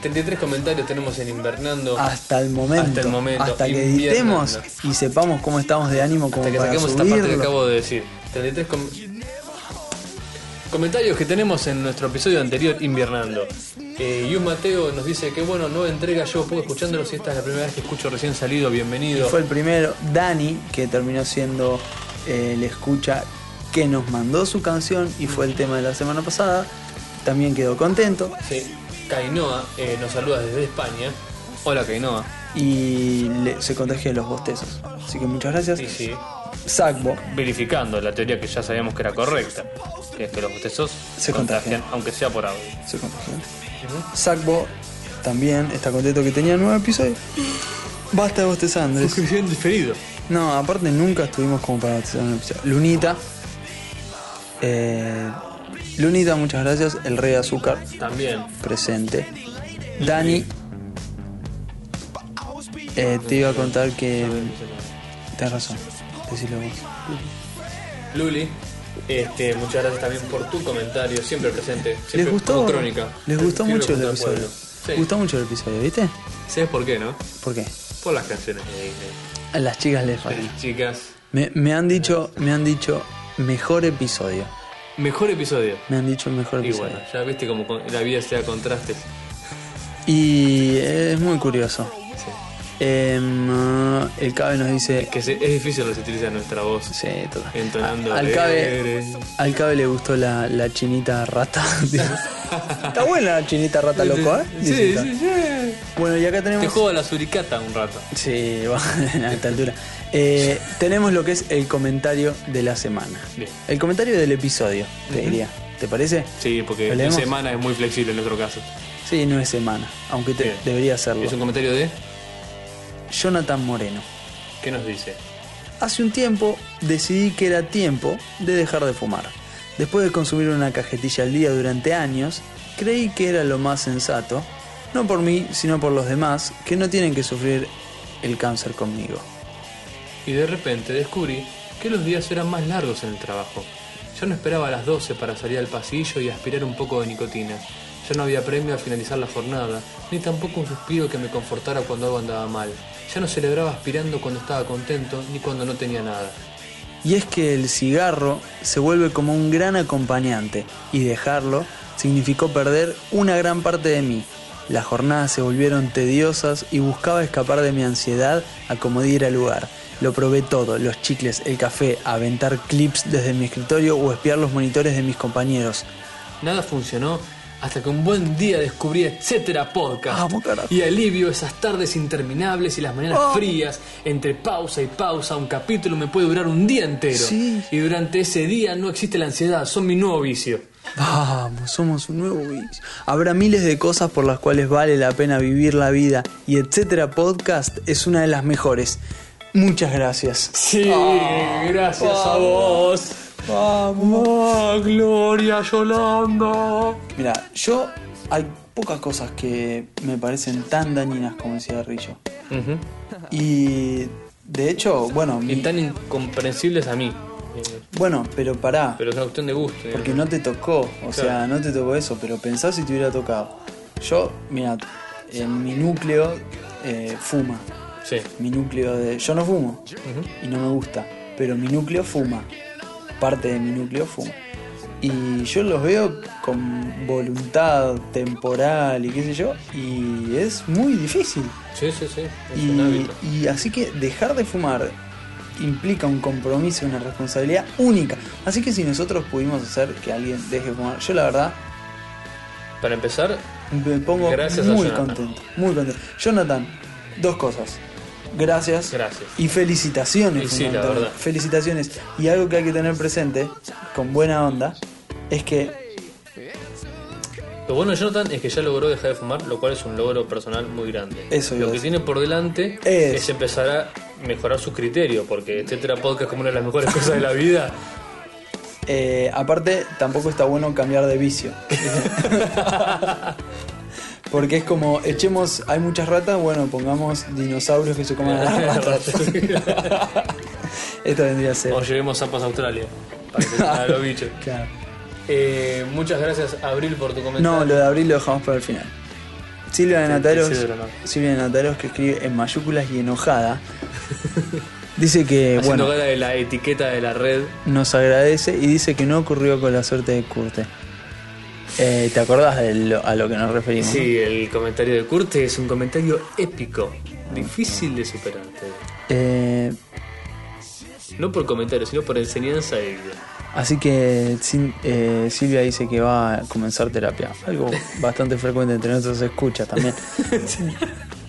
Speaker 3: 33 comentarios tenemos en Invernando.
Speaker 2: Hasta el momento.
Speaker 3: Hasta el momento.
Speaker 2: Hasta que
Speaker 3: Invierno,
Speaker 2: editemos
Speaker 3: ¿no?
Speaker 2: y sepamos cómo estamos de ánimo como
Speaker 3: hasta que
Speaker 2: para
Speaker 3: saquemos esta parte que
Speaker 2: subirlo.
Speaker 3: acabo de decir. 33 com- comentarios que tenemos en nuestro episodio anterior Invernando. Eh, Yus Mateo nos dice que bueno, no entrega yo poco escuchándolo si esta es la primera vez que escucho recién salido, bienvenido.
Speaker 2: Fue el primero, Dani, que terminó siendo eh, el escucha que nos mandó su canción y fue el tema de la semana pasada. También quedó contento.
Speaker 3: Sí. Kainoa eh, nos saluda desde España.
Speaker 1: Hola, Kainoa.
Speaker 2: y le- se contagia de los bostezos. Así que muchas gracias.
Speaker 1: Sí, sí.
Speaker 2: Sacbo
Speaker 1: Verificando la teoría que ya sabíamos que era correcta. Que es que los bostezos
Speaker 2: Se contagian.
Speaker 1: aunque sea por audio.
Speaker 2: se contagió. Sacbo también está contento que tenía nuevo episodio. Basta de bostezar,
Speaker 3: <laughs>
Speaker 2: Andrés.
Speaker 1: Suscripción diferido.
Speaker 2: No, aparte nunca estuvimos como para bostezar en un episodio. Lunita. Eh, Lunita, muchas gracias. El rey de azúcar
Speaker 3: También.
Speaker 2: presente. Dani. eh, te iba a contar que. Tienes razón. Decilo vos.
Speaker 3: Luli, este, muchas gracias también por tu comentario, siempre presente. Siempre
Speaker 2: ¿Les gustó?
Speaker 3: como crónica.
Speaker 2: Les gustó mucho
Speaker 3: Siempre
Speaker 2: el
Speaker 3: junto al
Speaker 2: episodio.
Speaker 3: pueblo. Sí.
Speaker 2: Gustó mucho el episodio, ¿viste?
Speaker 3: ¿Sabes por qué, no?
Speaker 2: ¿Por qué?
Speaker 3: Por las canciones de Disney.
Speaker 2: A las chicas les
Speaker 3: De
Speaker 2: falta.
Speaker 3: las chicas.
Speaker 2: Me, me han dicho, me han dicho mejor episodio.
Speaker 3: Mejor episodio.
Speaker 2: Me han dicho mejor
Speaker 3: Y
Speaker 2: episodio.
Speaker 3: bueno, ya viste como con- la vida se da contrastes.
Speaker 2: Y es muy eh, curioso. Em, ah, el Cabe nos dice.
Speaker 1: Que se- es difícil resistirse a nuestra voz
Speaker 2: Sí, total.
Speaker 1: entonando.
Speaker 2: A- al Cabe,
Speaker 1: alegre.
Speaker 2: al Cabe le gustó la, la chinita rata. <laughs> Está buena la chinita rata, loco, ¿eh?
Speaker 1: Sí,
Speaker 2: Dice acá.
Speaker 1: sí, sí.
Speaker 2: Bueno, y acá tenemos.
Speaker 1: Te juego a la suricata un rato.
Speaker 2: Sí, <laughs> va, a esta altura. Eh, tenemos lo que es el comentario de la semana.
Speaker 1: Bien.
Speaker 2: El comentario del episodio, te diría. ¿Te parece?
Speaker 1: Sí, porque
Speaker 2: ¿Lo
Speaker 1: la
Speaker 2: leemos?
Speaker 1: semana es muy flexible en nuestro caso.
Speaker 2: Sí, no es semana, aunque te-
Speaker 1: Bien.
Speaker 2: debería serlo.
Speaker 1: Es un comentario de.
Speaker 2: Jonathan Moreno.
Speaker 1: ¿Qué nos dice?
Speaker 2: Hace un tiempo decidí que era tiempo de dejar de fumar. Después de consumir una cajetilla al día durante años, creí que era lo más sensato, no por mí, sino por los demás, que no tienen que sufrir el cáncer conmigo.
Speaker 1: Y de repente descubrí que los días eran más largos en el trabajo. Yo no esperaba a las 12 para salir al pasillo y aspirar un poco de nicotina. Ya no había premio al finalizar la jornada, ni tampoco un suspiro que me confortara cuando algo andaba mal. Ya no celebraba aspirando cuando estaba contento, ni cuando no tenía nada.
Speaker 2: Y es que el cigarro se vuelve como un gran acompañante y dejarlo significó perder una gran parte de mí. Las jornadas se volvieron tediosas y buscaba escapar de mi ansiedad a como diera lugar. Lo probé todo, los chicles, el café, aventar clips desde mi escritorio o espiar los monitores de mis compañeros.
Speaker 1: Nada funcionó hasta que un buen día descubrí etcétera podcast.
Speaker 2: Vamos, carajo.
Speaker 1: y alivio esas tardes interminables y las mañanas
Speaker 2: Oh.
Speaker 1: frías. Entre pausa y pausa, un capítulo me puede durar un día entero.
Speaker 2: Sí.
Speaker 1: Y durante ese día no existe la ansiedad, son mi nuevo vicio.
Speaker 2: Vamos, somos un nuevo Wix. Habrá miles de cosas por las cuales vale la pena vivir la vida y etcétera podcast es una de las mejores. Muchas gracias.
Speaker 1: Sí, gracias a vos. Vamos, Gloria Yolanda.
Speaker 2: Mira, yo hay pocas cosas que me parecen tan dañinas como el cigarrillo. Y de hecho, bueno,
Speaker 1: Y
Speaker 2: mi-
Speaker 1: tan incomprensibles a mí. eh,
Speaker 2: bueno, pero pará,
Speaker 1: Pero es una cuestión de gusto. eh.
Speaker 2: porque no te tocó, o sea, no te tocó eso, pero pensá si te hubiera tocado. Yo, mira, en mi núcleo eh, fuma.
Speaker 1: Sí.
Speaker 2: Mi núcleo de. Yo no fumo y no me gusta, pero mi núcleo fuma. Parte de mi núcleo fuma. Y yo los veo con voluntad temporal y qué sé yo, y es muy difícil.
Speaker 1: Sí, sí, sí. Es un
Speaker 2: Y,
Speaker 1: hábito.
Speaker 2: y así que dejar de fumar implica un compromiso, una responsabilidad única. Así que si nosotros pudimos hacer que alguien deje de fumar, yo la verdad
Speaker 1: Para empezar,
Speaker 2: me pongo
Speaker 1: Gracias a
Speaker 2: muy
Speaker 1: Jonathan.
Speaker 2: contento, muy contento. Jonathan, dos cosas. Gracias.
Speaker 1: Gracias.
Speaker 2: Y felicitaciones.
Speaker 1: Y sí, la
Speaker 2: fundamentalmente.
Speaker 1: verdad.
Speaker 2: Felicitaciones. Y algo que hay que tener presente, con buena onda, es que
Speaker 1: Lo bueno de Jonathan es que ya logró dejar de fumar, lo cual es un logro personal muy grande.
Speaker 2: Eso iba
Speaker 1: lo
Speaker 2: a
Speaker 1: que
Speaker 2: decir.
Speaker 1: tiene por delante
Speaker 2: Es.
Speaker 1: es. empezar a mejorar su criterio, porque etcétera podcast es como una de las mejores cosas de
Speaker 2: <laughs>
Speaker 1: la vida.
Speaker 2: Eh, aparte, tampoco está bueno cambiar de vicio. <laughs> Porque es como, echemos, hay muchas ratas, bueno, pongamos dinosaurios que se coman
Speaker 1: <laughs>
Speaker 2: a las ratas. <laughs> Esto vendría a ser.
Speaker 1: o llevemos zapas a Australia para que se coman a los bichos.
Speaker 2: <laughs> Claro.
Speaker 1: Eh, muchas gracias Abril por tu comentario.
Speaker 2: No, lo de abril lo dejamos para el final. Silvia de
Speaker 1: Sí,
Speaker 2: Nataros,
Speaker 1: sí, sí, de la nada.
Speaker 2: Silvia de Nataros que escribe en mayúsculas y enojada, dice que,
Speaker 1: <laughs> Haciendo
Speaker 2: bueno,
Speaker 1: gala de la etiqueta de la red.
Speaker 2: nos agradece y dice que no ocurrió con la suerte de Curte. Eh, ¿Te acordás de lo- a lo que nos referimos? no?
Speaker 1: Sí, el comentario de Curte es un comentario épico, difícil de superar. te digo.
Speaker 2: Eh,
Speaker 1: No por comentario, sino por enseñanza de vida.
Speaker 2: así que Sil- eh, Silvia dice que va a comenzar terapia.
Speaker 1: <laughs>
Speaker 2: Algo bastante frecuente entre nosotros escuchas también.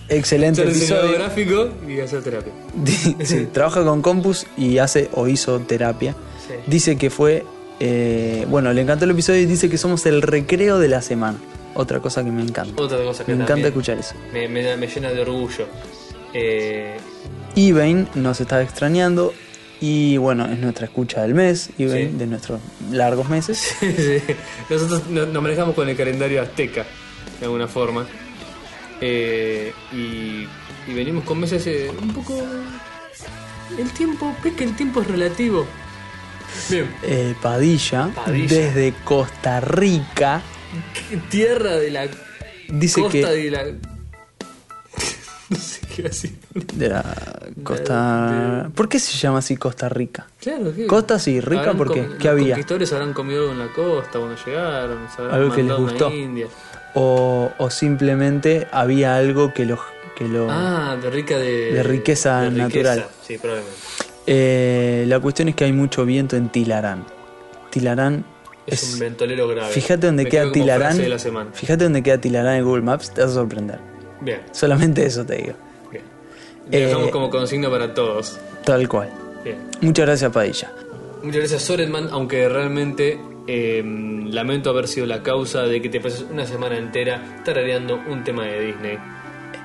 Speaker 2: Excelente
Speaker 1: Ser diseñador
Speaker 2: episodio.
Speaker 1: gráfico y hacer terapia. <laughs>
Speaker 2: Sí, trabaja con Compus y hace o hizo terapia.
Speaker 1: Sí.
Speaker 2: Dice que fue. eh, bueno, le encantó el episodio y dice que somos el recreo de la semana. Otra cosa que me encanta.
Speaker 1: Otra cosa que
Speaker 2: Me encanta
Speaker 1: también
Speaker 2: escuchar eso.
Speaker 1: Me, me da- me llena de orgullo. Eh, <laughs>
Speaker 2: Ivain nos está extrañando y bueno, es nuestra escucha del mes, Ivain,
Speaker 1: Sí.
Speaker 2: de nuestros largos meses.
Speaker 1: sí, nosotros no- nos manejamos con el calendario azteca, de alguna forma. Eh, y, y venimos con meses eh, un poco... El tiempo, ves que el tiempo es relativo. Bien,
Speaker 2: Eh, Padilla,
Speaker 1: Padilla.
Speaker 2: desde Costa Rica,
Speaker 1: ¿qué tierra de la
Speaker 2: dice
Speaker 1: costa
Speaker 2: que.
Speaker 1: de la... <laughs> no sé qué decir.
Speaker 2: de la Costa. ¿Por qué se llama así Costa Rica?
Speaker 1: Claro, ¿qué?
Speaker 2: Costa sí, rica,
Speaker 1: Habrán
Speaker 2: ¿por qué?
Speaker 1: comi-
Speaker 2: ¿Qué
Speaker 1: los
Speaker 2: había?
Speaker 1: conquistadores habrán comido algo en la costa cuando llegaron, se habrán
Speaker 2: Algo que les
Speaker 1: mandado una
Speaker 2: gustó.
Speaker 1: India.
Speaker 2: O, o simplemente había algo que los, que que lo...
Speaker 1: Ah, de rica de.
Speaker 2: De riqueza natural.
Speaker 1: Sí, probablemente.
Speaker 2: Eh, la cuestión es que hay mucho viento en Tilarán. Tilarán
Speaker 1: Es,
Speaker 2: es...
Speaker 1: un ventolero grave.
Speaker 2: Fíjate dónde
Speaker 1: Me
Speaker 2: queda
Speaker 1: quedo como
Speaker 2: Tilarán.
Speaker 1: frase De la semana.
Speaker 2: Fíjate dónde queda Tilarán en Google Maps, te vas a sorprender.
Speaker 1: Bien,
Speaker 2: Solamente eso te digo.
Speaker 1: bien.
Speaker 2: Eh,
Speaker 1: Dejamos como consigna para todos.
Speaker 2: Tal cual.
Speaker 1: Bien.
Speaker 2: Muchas gracias, Padilla.
Speaker 1: Muchas gracias, Sorenman, aunque realmente eh, lamento haber sido la causa de que te pases una semana entera tarareando un tema de Disney.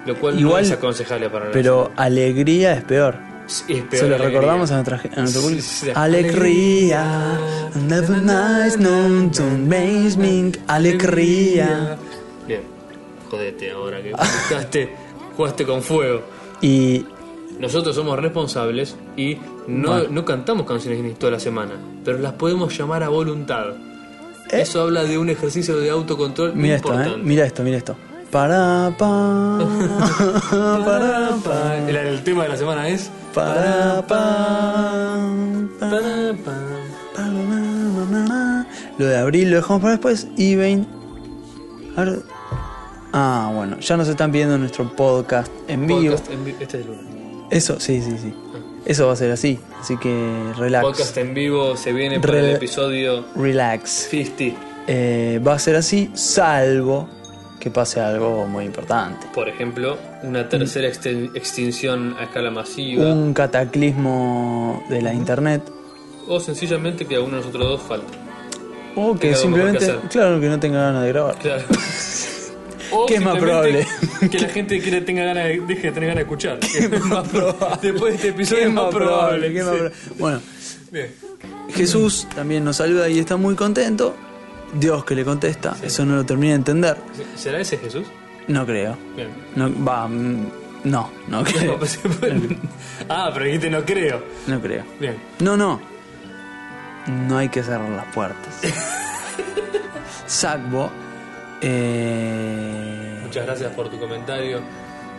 Speaker 1: Lo cual
Speaker 2: Igual,
Speaker 1: no es aconsejable para nosotros.
Speaker 2: Pero alegría es peor.
Speaker 1: Sí, es peor
Speaker 2: Se lo
Speaker 1: la alegría.
Speaker 2: recordamos a, nuestra, a nuestro
Speaker 1: Sí,
Speaker 2: público.
Speaker 1: sí, sí.
Speaker 2: Alegría. Never nice, no, don't make me. Alegría.
Speaker 1: Bien, jodete ahora que
Speaker 2: <laughs>
Speaker 1: jugaste, jugaste con fuego.
Speaker 2: Y
Speaker 1: Nosotros somos responsables y no, no cantamos canciones Disney toda la semana, pero las podemos llamar a voluntad. Eso habla de un ejercicio de autocontrol
Speaker 2: ¿Eh? mira esto,
Speaker 1: importante.
Speaker 2: eh. Mira esto, mira esto. Para
Speaker 1: <laughs>
Speaker 2: pa. Para pa.
Speaker 1: El, el tema de la semana es.
Speaker 2: Para pa. pa,
Speaker 1: Para, pa.
Speaker 2: pa, na, na, na, na. Lo de abril lo dejamos para después y vein- a ver- Ah, bueno, ya nos están viendo nuestro podcast en vivo.
Speaker 1: Podcast en vivo. Este es el lunes.
Speaker 2: Eso, sí, sí, sí. Eso va a ser así. Así que relax.
Speaker 1: Podcast en vivo se viene para
Speaker 2: Re-
Speaker 1: el episodio
Speaker 2: Relax.
Speaker 1: 50,
Speaker 2: Eh, va a ser así, salvo que pase algo muy importante.
Speaker 1: por ejemplo, una tercera exten- extinción a escala masiva.
Speaker 2: Mm. Un cataclismo de la internet.
Speaker 1: O sencillamente que a uno de nosotros dos falta.
Speaker 2: O que
Speaker 1: Tenga algo mejor que
Speaker 2: simplemente,
Speaker 1: hacer.
Speaker 2: claro, que no tenga ganas de grabar. <laughs>
Speaker 1: Claro. O
Speaker 2: ¿Qué es más
Speaker 1: simplemente
Speaker 2: probable?
Speaker 1: Que la gente quiera, tenga ganas de, deje de tener ganas
Speaker 2: <laughs>
Speaker 1: de escuchar. Es más probable. Después de este episodio
Speaker 2: ¿Qué
Speaker 1: es más probable.
Speaker 2: ¿Qué es más
Speaker 1: sí.
Speaker 2: probable? Bueno,
Speaker 1: Bien.
Speaker 2: Jesús también nos saluda y está muy contento. Dios que le contesta, eso no lo termina de entender.
Speaker 1: ¿Será ese Jesús?
Speaker 2: No creo.
Speaker 1: Bien. Pues,
Speaker 2: No, va, mm, no,
Speaker 1: <laughs>
Speaker 2: no creo.
Speaker 1: ah, pero dijiste no creo.
Speaker 2: No creo.
Speaker 1: Bien.
Speaker 2: No, no. No hay que cerrar las
Speaker 1: <laughs>
Speaker 2: puertas. Salvo. eh,
Speaker 1: Muchas gracias por tu comentario.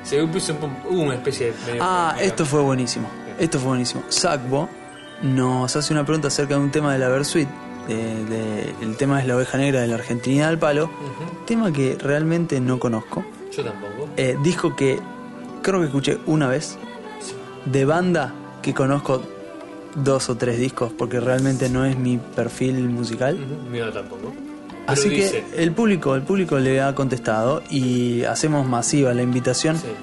Speaker 1: Se puso un- hubo una especie de. medio
Speaker 2: Ah,
Speaker 1: polémica.
Speaker 2: esto fue buenísimo. Esto fue buenísimo. Sackbo nos hace una pregunta acerca de un tema de la Versuit. de- de- el tema es la oveja negra de la Argentina al palo. Tema que realmente no conozco.
Speaker 1: Yo tampoco.
Speaker 2: Eh, dijo que creo que escuché una vez de banda que conozco dos o tres discos porque realmente no es mi perfil musical.
Speaker 1: Mío tampoco. Pero
Speaker 2: Así
Speaker 1: dice,
Speaker 2: que el público, el público le ha contestado y hacemos masiva la invitación.
Speaker 1: Sí.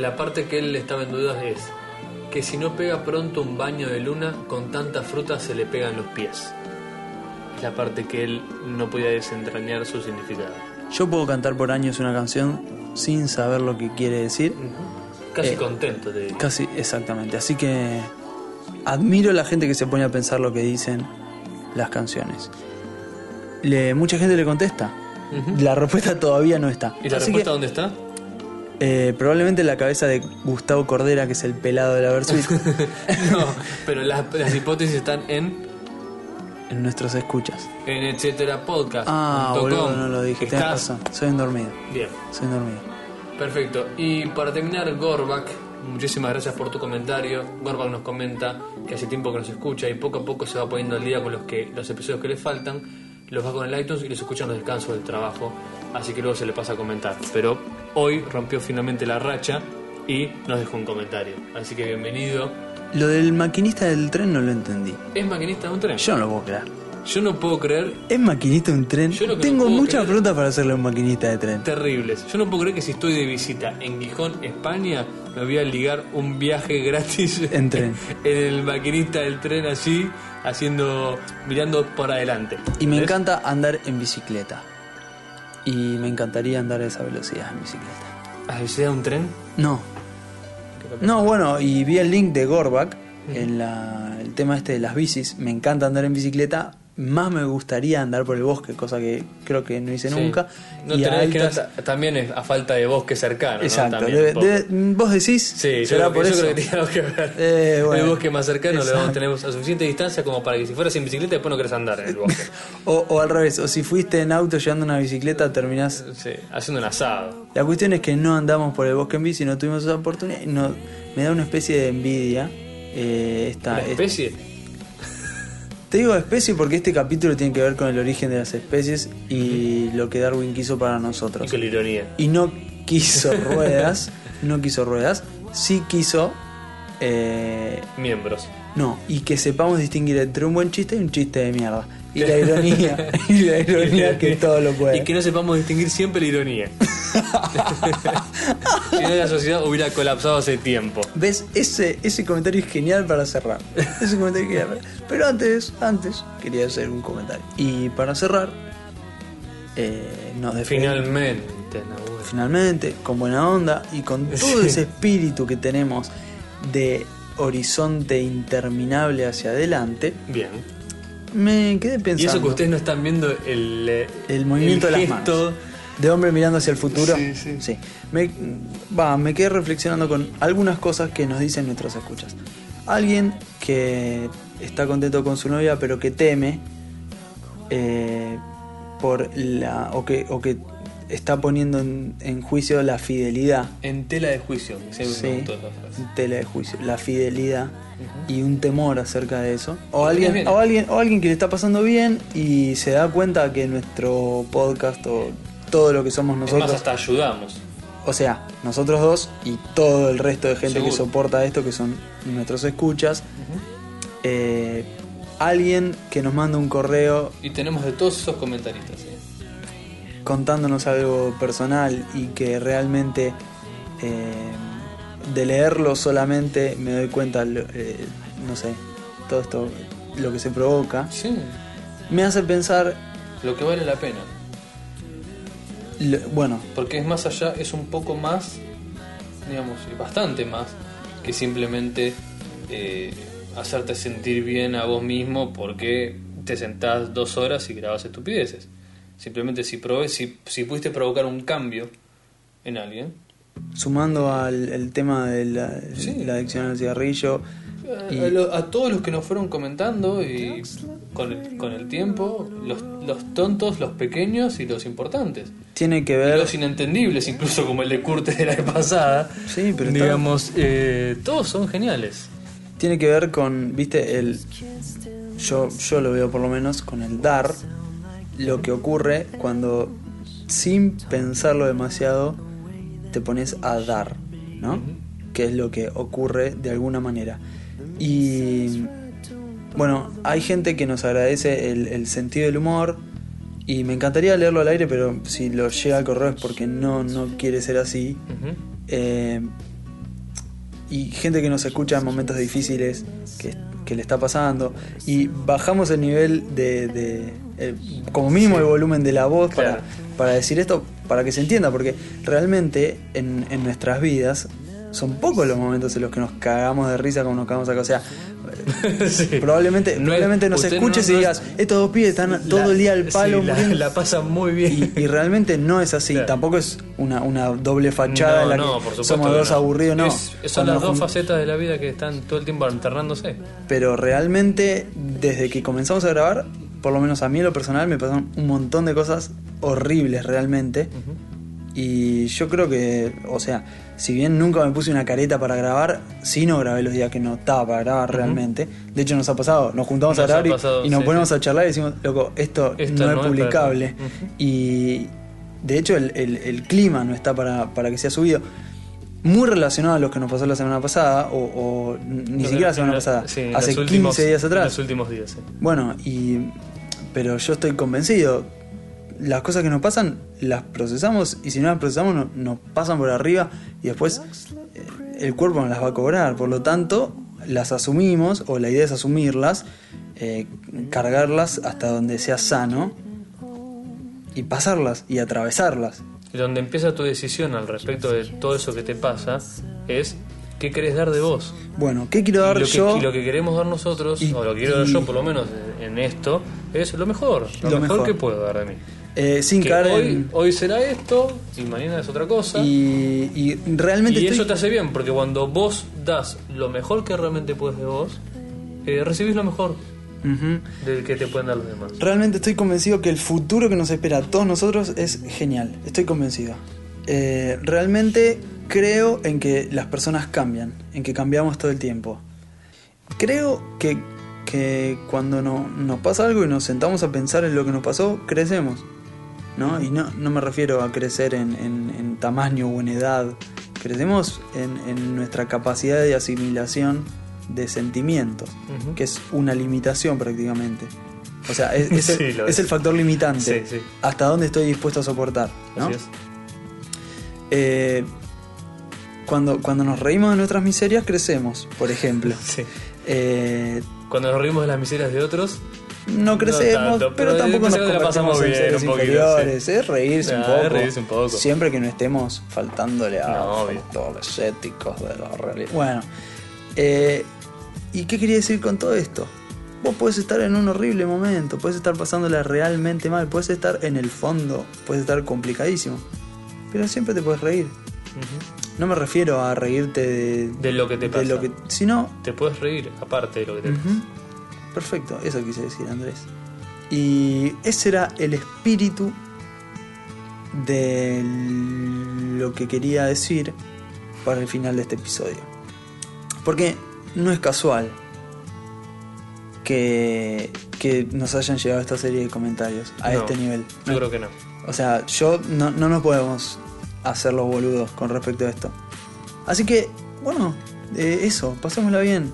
Speaker 1: La parte que él estaba en dudas es que si no pega pronto un baño de luna, con tanta fruta se le pegan los pies. Es la parte que él no podía desentrañar su significado.
Speaker 2: Yo puedo cantar por años una canción sin saber lo que quiere decir.
Speaker 1: Casi
Speaker 2: Eh,
Speaker 1: contento, te diría.
Speaker 2: Casi exactamente. Así que admiro a la gente que se pone a pensar lo que dicen las canciones. Le- mucha gente le contesta. La respuesta todavía no está.
Speaker 1: ¿Y la
Speaker 2: Así
Speaker 1: respuesta
Speaker 2: que,
Speaker 1: dónde está?
Speaker 2: eh, probablemente en la cabeza de Gustavo Cordera, que es el pelado de la
Speaker 1: <laughs>
Speaker 2: Versuit,
Speaker 1: no, pero las, las hipótesis están en,
Speaker 2: en nuestros escuchas.
Speaker 1: en etcétera podcast.
Speaker 2: Ah,
Speaker 1: punto
Speaker 2: boludo,
Speaker 1: com.
Speaker 2: no lo dije. Tenés
Speaker 1: Estás-
Speaker 2: razón. Soy un dormido.
Speaker 1: Bien.
Speaker 2: Soy un dormido.
Speaker 1: Perfecto. Y para terminar, Gorbak, muchísimas gracias por tu comentario. Gorbak nos comenta que hace tiempo que nos escucha y poco a poco se va poniendo al día con los, que, los episodios que le faltan. Los va con el iTunes y los escucha en los descansos del trabajo. Así que luego se le pasa a comentar. Pero hoy rompió finalmente la racha y nos dejó un comentario. Así que bienvenido.
Speaker 2: Lo del maquinista del tren no lo entendí.
Speaker 1: ¿Es maquinista de un tren?
Speaker 2: Yo no lo puedo creer.
Speaker 1: Yo no puedo creer
Speaker 2: ¿Es maquinista de un tren?
Speaker 1: Yo lo que no
Speaker 2: Tengo
Speaker 1: puedo
Speaker 2: muchas
Speaker 1: creer-
Speaker 2: preguntas para hacerle a un maquinista de tren.
Speaker 1: terribles. Yo no puedo creer que si estoy de visita en Gijón, España, me voy a ligar un viaje <laughs> gratis
Speaker 2: En tren.
Speaker 1: en el maquinista del tren así, haciendo, mirando por adelante.
Speaker 2: Y me
Speaker 1: ¿Ves?
Speaker 2: encanta andar en bicicleta. Y me encantaría andar a esa velocidad en bicicleta.
Speaker 1: ¿Has visitado Ah, un tren?
Speaker 2: No. No, bueno, y vi el link de Gorbach en la- el tema este de las bicis. Me encanta andar en bicicleta. Más me gustaría andar por el bosque, cosa que creo que no hice
Speaker 1: Sí.
Speaker 2: nunca.
Speaker 1: No
Speaker 2: Y a
Speaker 1: tenés que
Speaker 2: altas-
Speaker 1: ta- también es a falta de bosque cercano. ¿no?
Speaker 2: Exacto.
Speaker 1: También
Speaker 2: Debe-
Speaker 1: un poco.
Speaker 2: debe- vos decís,
Speaker 1: Sí, yo
Speaker 2: será
Speaker 1: creo, que-
Speaker 2: por
Speaker 1: yo
Speaker 2: eso.
Speaker 1: creo que tiene algo que ver.
Speaker 2: Eh, bueno.
Speaker 1: El bosque más cercano lo vamos a
Speaker 2: Exacto.
Speaker 1: tener a suficiente distancia como para que si fueras en bicicleta después no querés andar en el bosque.
Speaker 2: <laughs> O, o al revés, o si fuiste en auto llevando una bicicleta, terminás.
Speaker 1: Sí, haciendo un asado.
Speaker 2: La cuestión es que no andamos por el bosque en bici, no tuvimos esa oportunidad. y no- me da una especie de envidia. eh, esta,
Speaker 1: ¿Una
Speaker 2: es-
Speaker 1: especie?
Speaker 2: te digo especie porque este capítulo tiene que ver con el origen de las especies y lo que Darwin quiso para
Speaker 1: Y
Speaker 2: nosotros.
Speaker 1: con la ironía.
Speaker 2: Y no quiso <laughs> ruedas, no quiso ruedas, sí quiso. eh,
Speaker 1: Miembros.
Speaker 2: no, y que sepamos distinguir entre un buen chiste y un chiste de mierda. Y la
Speaker 1: <laughs>
Speaker 2: ironía, y la <laughs> ironía que todo lo puede.
Speaker 1: Y que no sepamos distinguir siempre
Speaker 2: <laughs>
Speaker 1: la ironía. si no, la sociedad hubiera colapsado hace tiempo.
Speaker 2: ¿Ves? Ese, ese comentario es genial para cerrar. Ese comentario es genial. Pero antes, antes, quería hacer un comentario. Y para cerrar, eh, nos despedimos.
Speaker 1: Finalmente, Nahuel.
Speaker 2: Finalmente, con buena onda y
Speaker 1: <laughs>
Speaker 2: con todo
Speaker 1: Sí.
Speaker 2: ese espíritu que tenemos de horizonte interminable hacia adelante,
Speaker 1: Bien.
Speaker 2: me quedé pensando.
Speaker 1: Y eso que ustedes no están viendo el, eh,
Speaker 2: El movimiento
Speaker 1: el
Speaker 2: de las manos.
Speaker 1: gesto.
Speaker 2: De hombre mirando hacia el futuro.
Speaker 1: Sí, sí.
Speaker 2: Me, va, me quedé reflexionando con algunas cosas que nos dicen nuestras escuchas. Alguien que está contento con su novia, pero que teme eh, por la. o que, o que está poniendo en, en juicio la fidelidad.
Speaker 1: En tela de juicio, que se
Speaker 2: Sí,
Speaker 1: me gustó esa frase.
Speaker 2: en tela de juicio. La fidelidad y un temor acerca de eso. O alguien,
Speaker 1: bien.
Speaker 2: o alguien, o alguien que le está pasando bien y se da cuenta que nuestro podcast o todo lo que somos
Speaker 1: Es más,
Speaker 2: nosotros,
Speaker 1: hasta ayudamos.
Speaker 2: o sea, nosotros dos y todo el resto de gente que
Speaker 1: Seguro.
Speaker 2: soporta esto, que son nuestros escuchas, eh, alguien que nos manda un correo
Speaker 1: Y tenemos de todos esos comentaristas. ¿eh?
Speaker 2: contándonos algo personal y que realmente eh, de leerlo solamente me doy cuenta, lo- eh, no sé, todo esto, lo que se provoca,
Speaker 1: Sí,
Speaker 2: me hace pensar,
Speaker 1: lo que vale la pena.
Speaker 2: lo- bueno,
Speaker 1: Porque es más allá, es un poco más, digamos, y bastante más, que simplemente eh, hacerte sentir bien a vos mismo porque te sentás dos horas y grabas estupideces. Simplemente si, prove, si, si pudiste provocar un cambio en alguien,
Speaker 2: sumando al el tema de la,
Speaker 1: Sí.
Speaker 2: la adicción al cigarrillo,
Speaker 1: A-
Speaker 2: Y-
Speaker 1: A, lo- a todos los que nos fueron comentando y con el, con el tiempo, los, los tontos, los pequeños y los importantes.
Speaker 2: tiene que
Speaker 1: Y
Speaker 2: ver...
Speaker 1: los inentendibles, incluso como el de Curte de la vez pasada.
Speaker 2: Sí, pero está-
Speaker 1: digamos, eh, todos son geniales.
Speaker 2: tiene que ver con, viste, el. Yo, yo lo veo por lo menos con el dar, lo que ocurre cuando sin pensarlo demasiado te pones a dar, ¿no? Que es lo que ocurre de alguna manera. Y bueno, hay gente que nos agradece el, el sentido del humor y me encantaría leerlo al aire, pero si lo llega al correo es porque no, no quiere ser así. Eh, y gente que nos escucha en momentos difíciles que, que le está pasando. Y bajamos el nivel de. de- el- como mínimo el volumen de la voz para,
Speaker 1: Claro.
Speaker 2: para decir esto, para que se entienda, porque realmente en, en nuestras vidas. Son pocos los momentos en los que nos cagamos de risa como nos cagamos acá. O sea,
Speaker 1: <laughs> Sí.
Speaker 2: probablemente,
Speaker 1: No es-
Speaker 2: probablemente nos
Speaker 1: usted
Speaker 2: escuches
Speaker 1: no-
Speaker 2: y
Speaker 1: no
Speaker 2: digas,
Speaker 1: es-
Speaker 2: estos dos pibes están todo el día al palo.
Speaker 1: sí, la,
Speaker 2: muriendo".
Speaker 1: la pasan muy bien.
Speaker 2: Y, y realmente no es así,
Speaker 1: Claro.
Speaker 2: tampoco es una, una doble fachada en la
Speaker 1: No, no,
Speaker 2: que
Speaker 1: por supuesto
Speaker 2: somos
Speaker 1: que
Speaker 2: dos
Speaker 1: no.
Speaker 2: aburridos, no.
Speaker 1: Es- son
Speaker 2: Cuando nos
Speaker 1: las dos
Speaker 2: jun-
Speaker 1: facetas de la vida que están todo el tiempo alternándose.
Speaker 2: Pero realmente, desde que comenzamos a grabar, por lo menos a mí en lo personal, me pasaron un montón de cosas horribles realmente. Y yo creo que, o sea, si bien nunca me puse una careta para grabar, sí no grabé los días que no estaba para grabar realmente. De hecho, nos ha pasado, nos juntamos a
Speaker 1: Nos ha
Speaker 2: grabar y,
Speaker 1: pasado,
Speaker 2: y nos
Speaker 1: sí,
Speaker 2: ponemos a charlar y decimos, loco, esto,
Speaker 1: Esto
Speaker 2: no,
Speaker 1: no
Speaker 2: es
Speaker 1: es
Speaker 2: publicable.
Speaker 1: para- Ujú.
Speaker 2: Y de hecho, el, el- el clima no está para, para que sea subido. Muy relacionado a lo que nos pasó la semana pasada, o, o ni siquiera
Speaker 1: Yo creo
Speaker 2: la
Speaker 1: que
Speaker 2: semana
Speaker 1: en
Speaker 2: pasada,
Speaker 1: sí, en
Speaker 2: hace
Speaker 1: los últimos-
Speaker 2: 15 días
Speaker 1: en
Speaker 2: atrás.
Speaker 1: Los últimos días, sí.
Speaker 2: Bueno, y. Pero yo estoy convencido. Las cosas que nos pasan, las procesamos y si no las procesamos, no- nos pasan por arriba y después eh, el cuerpo nos las va a cobrar. Por lo tanto, las asumimos o la idea es asumirlas, eh, cargarlas hasta donde sea sano y pasarlas y atravesarlas.
Speaker 1: Y Donde empieza tu decisión al respecto de todo eso que te pasa es qué querés dar de vos.
Speaker 2: Bueno, ¿qué quiero dar
Speaker 1: y lo,
Speaker 2: yo?
Speaker 1: que, y lo que queremos dar nosotros,
Speaker 2: Y-
Speaker 1: o lo que quiero dar
Speaker 2: y-
Speaker 1: yo por lo menos en esto, es lo mejor, lo,
Speaker 2: Lo
Speaker 1: mejor,
Speaker 2: mejor.
Speaker 1: que puedo dar de mí.
Speaker 2: Eh, sin
Speaker 1: Que
Speaker 2: caer
Speaker 1: hoy,
Speaker 2: en-
Speaker 1: hoy será esto y mañana es otra cosa. Y,
Speaker 2: Y, y realmente estoy-
Speaker 1: eso te hace bien, porque cuando vos das lo mejor que realmente puedes de vos, eh, recibís lo mejor
Speaker 2: Ujú.
Speaker 1: del que te pueden dar los demás.
Speaker 2: Realmente estoy convencido que el futuro que nos espera a todos nosotros es genial. Estoy convencido. Eh, realmente creo en que las personas cambian, en que cambiamos todo el tiempo. Creo que, que cuando no- nos pasa algo y nos sentamos a pensar en lo que nos pasó, crecemos. ¿no? Y no, no me refiero a crecer en, en- en tamaño o en edad, crecemos en, en nuestra capacidad de asimilación de sentimientos,
Speaker 1: Ujú.
Speaker 2: que es una limitación prácticamente. O sea, es,
Speaker 1: <laughs>
Speaker 2: es el,
Speaker 1: Sí, lo
Speaker 2: es
Speaker 1: es.
Speaker 2: el factor limitante.
Speaker 1: Sí, sí.
Speaker 2: Hasta dónde estoy dispuesto a soportar. ¿no?
Speaker 1: Así es.
Speaker 2: Eh, cuando, cuando nos reímos de nuestras miserias, crecemos, por ejemplo.
Speaker 1: Sí.
Speaker 2: Eh,
Speaker 1: Cuando nos reímos de las miserias de otros,
Speaker 2: no crecemos,
Speaker 1: tanto,
Speaker 2: pero
Speaker 1: pero
Speaker 2: tampoco nos
Speaker 1: siempre la pasamos
Speaker 2: convertimos en
Speaker 1: bien,
Speaker 2: seres
Speaker 1: un poquito,
Speaker 2: inferiores. Es reírse,
Speaker 1: Ah,
Speaker 2: un poco,
Speaker 1: es reírse un poco.
Speaker 2: Siempre que no estemos faltándole a
Speaker 1: No, obvio.
Speaker 2: factores éticos de la realidad. Bueno, eh, ¿y qué quería decir con todo esto? Vos podés estar en un horrible momento, podés estar pasándola realmente mal, podés estar en el fondo, podés estar complicadísimo, pero siempre te podés reír. No me refiero a reírte de,
Speaker 1: de lo que te
Speaker 2: de
Speaker 1: pasa.
Speaker 2: lo que, sino
Speaker 1: Te puedes reír, aparte de lo que te pasa.
Speaker 2: Ujú. Perfecto, eso quise decir Andrés. Y ese era el espíritu de lo que quería decir para el final de este episodio. Porque no es casual que, que nos hayan llegado esta serie de comentarios a
Speaker 1: No,
Speaker 2: este nivel.
Speaker 1: Yo creo que no.
Speaker 2: O sea, yo no, no nos podemos hacer los boludos con respecto a esto. Así que, bueno, eh, eso, pasémosla bien.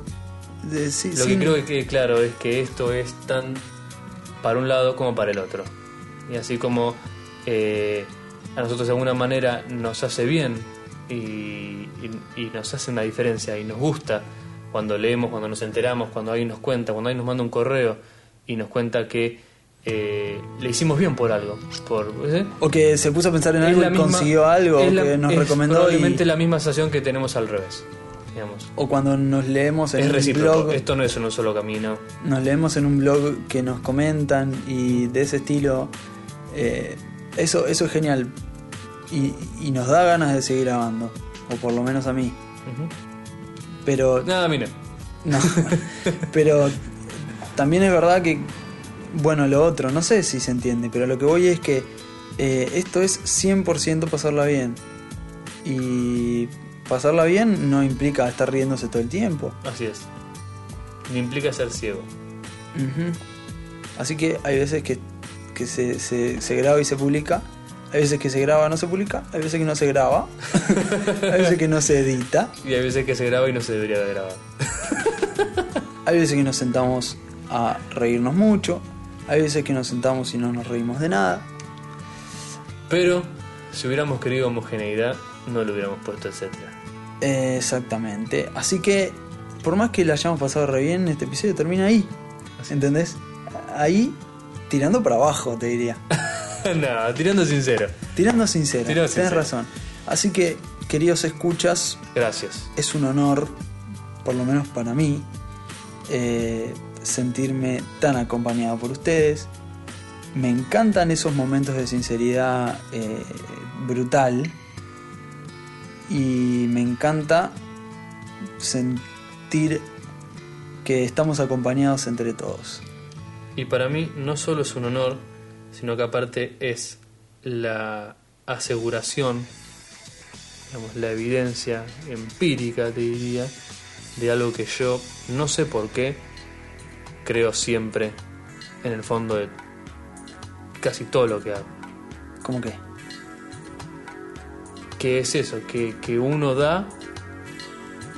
Speaker 2: De- sí-
Speaker 1: Lo que
Speaker 2: sin-
Speaker 1: creo que quede claro es que esto es tan para un lado como para el otro. Y así como eh, a nosotros de alguna manera nos hace bien y, y- y nos hace una diferencia y nos gusta cuando leemos, cuando nos enteramos, cuando alguien nos cuenta, cuando alguien nos manda un correo y nos cuenta que eh, le hicimos bien por algo. Por, ¿sí?
Speaker 2: O que se puso a pensar en
Speaker 1: Es
Speaker 2: algo
Speaker 1: la
Speaker 2: y
Speaker 1: misma-
Speaker 2: consiguió algo,
Speaker 1: es
Speaker 2: o
Speaker 1: la-
Speaker 2: que nos
Speaker 1: es
Speaker 2: recomendó. y-
Speaker 1: Probablemente la misma sensación que tenemos al revés. Digamos.
Speaker 2: O cuando nos leemos en
Speaker 1: Es
Speaker 2: un
Speaker 1: recíproco.
Speaker 2: blog,
Speaker 1: Esto no es en un solo camino.
Speaker 2: nos leemos en un blog que nos comentan y de ese estilo. eh, eso, eso es genial. Y, y nos da ganas de seguir grabando. O por lo menos a mí.
Speaker 1: Ujú.
Speaker 2: Pero
Speaker 1: Pues Nada, mira.
Speaker 2: No. pero también es verdad que, bueno, lo otro, no sé si se entiende, pero lo que voy es que eh, esto es 100% pasarla bien. Y pasarla bien no implica estar riéndose todo el tiempo.
Speaker 1: Así es. Ni implica ser ciego.
Speaker 2: Ujú. Así que hay veces que, que se, se- se graba y se publica. Hay veces que se graba, no se publica. Hay veces que no se graba. <laughs> hay veces que no se edita.
Speaker 1: Y hay veces que se graba y no se debería haber grabado.
Speaker 2: Hay veces que nos sentamos a reírnos mucho. Hay veces que nos sentamos y no nos reímos de nada.
Speaker 1: Pero, si hubiéramos querido homogeneidad, no le hubiéramos puesto etcétera. <laughs>
Speaker 2: Eh, exactamente. Así que, por más que la hayamos pasado re bien, este episodio termina ahí. ¿Entendés? Ahí, tirando para abajo, te
Speaker 1: <laughs>
Speaker 2: diría.
Speaker 1: no, tirando sincero.
Speaker 2: Tirando sincero.
Speaker 1: Tirando
Speaker 2: Tenés
Speaker 1: sincero.
Speaker 2: razón. Así que, queridos escuchas,
Speaker 1: Gracias.
Speaker 2: es un honor, por lo menos para mí, eh, sentirme tan acompañado por ustedes. Me encantan esos momentos de sinceridad eh, brutal y me encanta sentir que estamos acompañados entre todos.
Speaker 1: Y para mí no solo es un honor, sino que aparte es la aseguración, digamos, la evidencia empírica, te diría, de algo que yo no sé por qué creo siempre en el fondo de casi todo lo que hago.
Speaker 2: ¿Cómo que?
Speaker 1: que es eso, que, que uno da,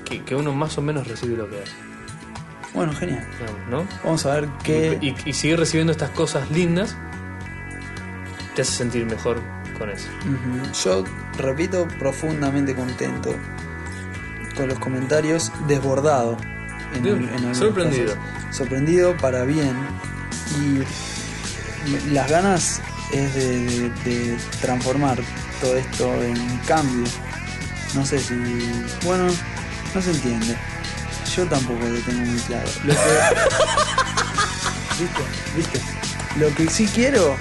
Speaker 1: que, que uno más o menos recibe lo que da,
Speaker 2: Bueno, genial.
Speaker 1: digamos, ¿no?
Speaker 2: Vamos a ver qué...
Speaker 1: Y, y- y seguir recibiendo estas cosas lindas te hace sentir mejor con eso.
Speaker 2: Ujú. Yo, repito, profundamente contento con los comentarios, desbordado. en-
Speaker 1: Bien,
Speaker 2: en algunos
Speaker 1: sorprendido.
Speaker 2: casos. Sorprendido para bien. Y me- las ganas es de, de- de transformar todo esto en cambio. No sé si... Bueno, no se entiende. Yo tampoco lo tengo muy claro.
Speaker 1: <laughs>
Speaker 2: Lo que- ¿Viste? ¿Viste? Lo que sí quiero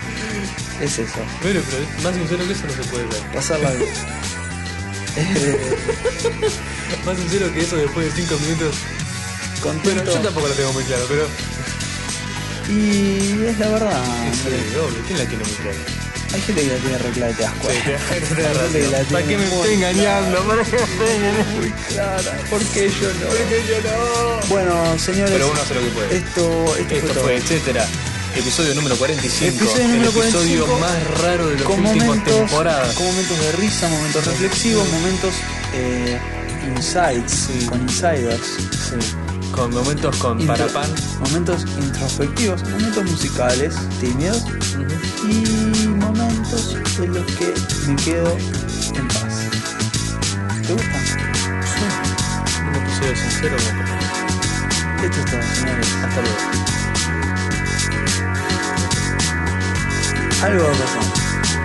Speaker 2: es eso
Speaker 1: Bueno, pero más sincero que eso no se puede ver.
Speaker 2: pasarla bien. Eh,
Speaker 1: Más sincero que eso después de 5 minutos. Bueno,
Speaker 2: contento.
Speaker 1: yo tampoco lo tengo muy claro, pero.
Speaker 2: Y es la verdad.
Speaker 1: Sí,
Speaker 2: Andrés.
Speaker 1: doble. ¿Quién la tiene muy clara?
Speaker 2: Hay gente que la tiene reclara y te das cuenta.
Speaker 1: Sí, te-
Speaker 2: Hay gente que la
Speaker 1: ¿Para qué
Speaker 2: tiene
Speaker 1: me
Speaker 2: muy
Speaker 1: estoy engañando? ¿Para qué me estoy engañando?
Speaker 2: clara. ¿Por qué yo no? Bueno, señores.
Speaker 3: Pero uno hace lo que puede.
Speaker 2: Esto, esto,
Speaker 3: Esto
Speaker 2: todo.
Speaker 3: fue etcétera. Episodio número 45.
Speaker 2: Episodio número
Speaker 3: el episodio
Speaker 2: 45.
Speaker 3: más raro de los
Speaker 2: Con
Speaker 3: últimos
Speaker 2: momentos,
Speaker 3: temporadas.
Speaker 2: con momentos de risa, momentos reflexivos, momentos eh, Insights,
Speaker 1: Sí.
Speaker 2: con Insiders.
Speaker 1: Sí. Con momentos con
Speaker 2: Intro-
Speaker 1: Parapan.
Speaker 2: Momentos introspectivos, momentos musicales, tímidos
Speaker 1: Ujú.
Speaker 2: y momentos en los que me quedo en paz. ¿Te gustan?
Speaker 1: Un episodio sincero como para-
Speaker 2: Esto es todo, señores.
Speaker 1: Hasta luego.
Speaker 2: Algo pasó.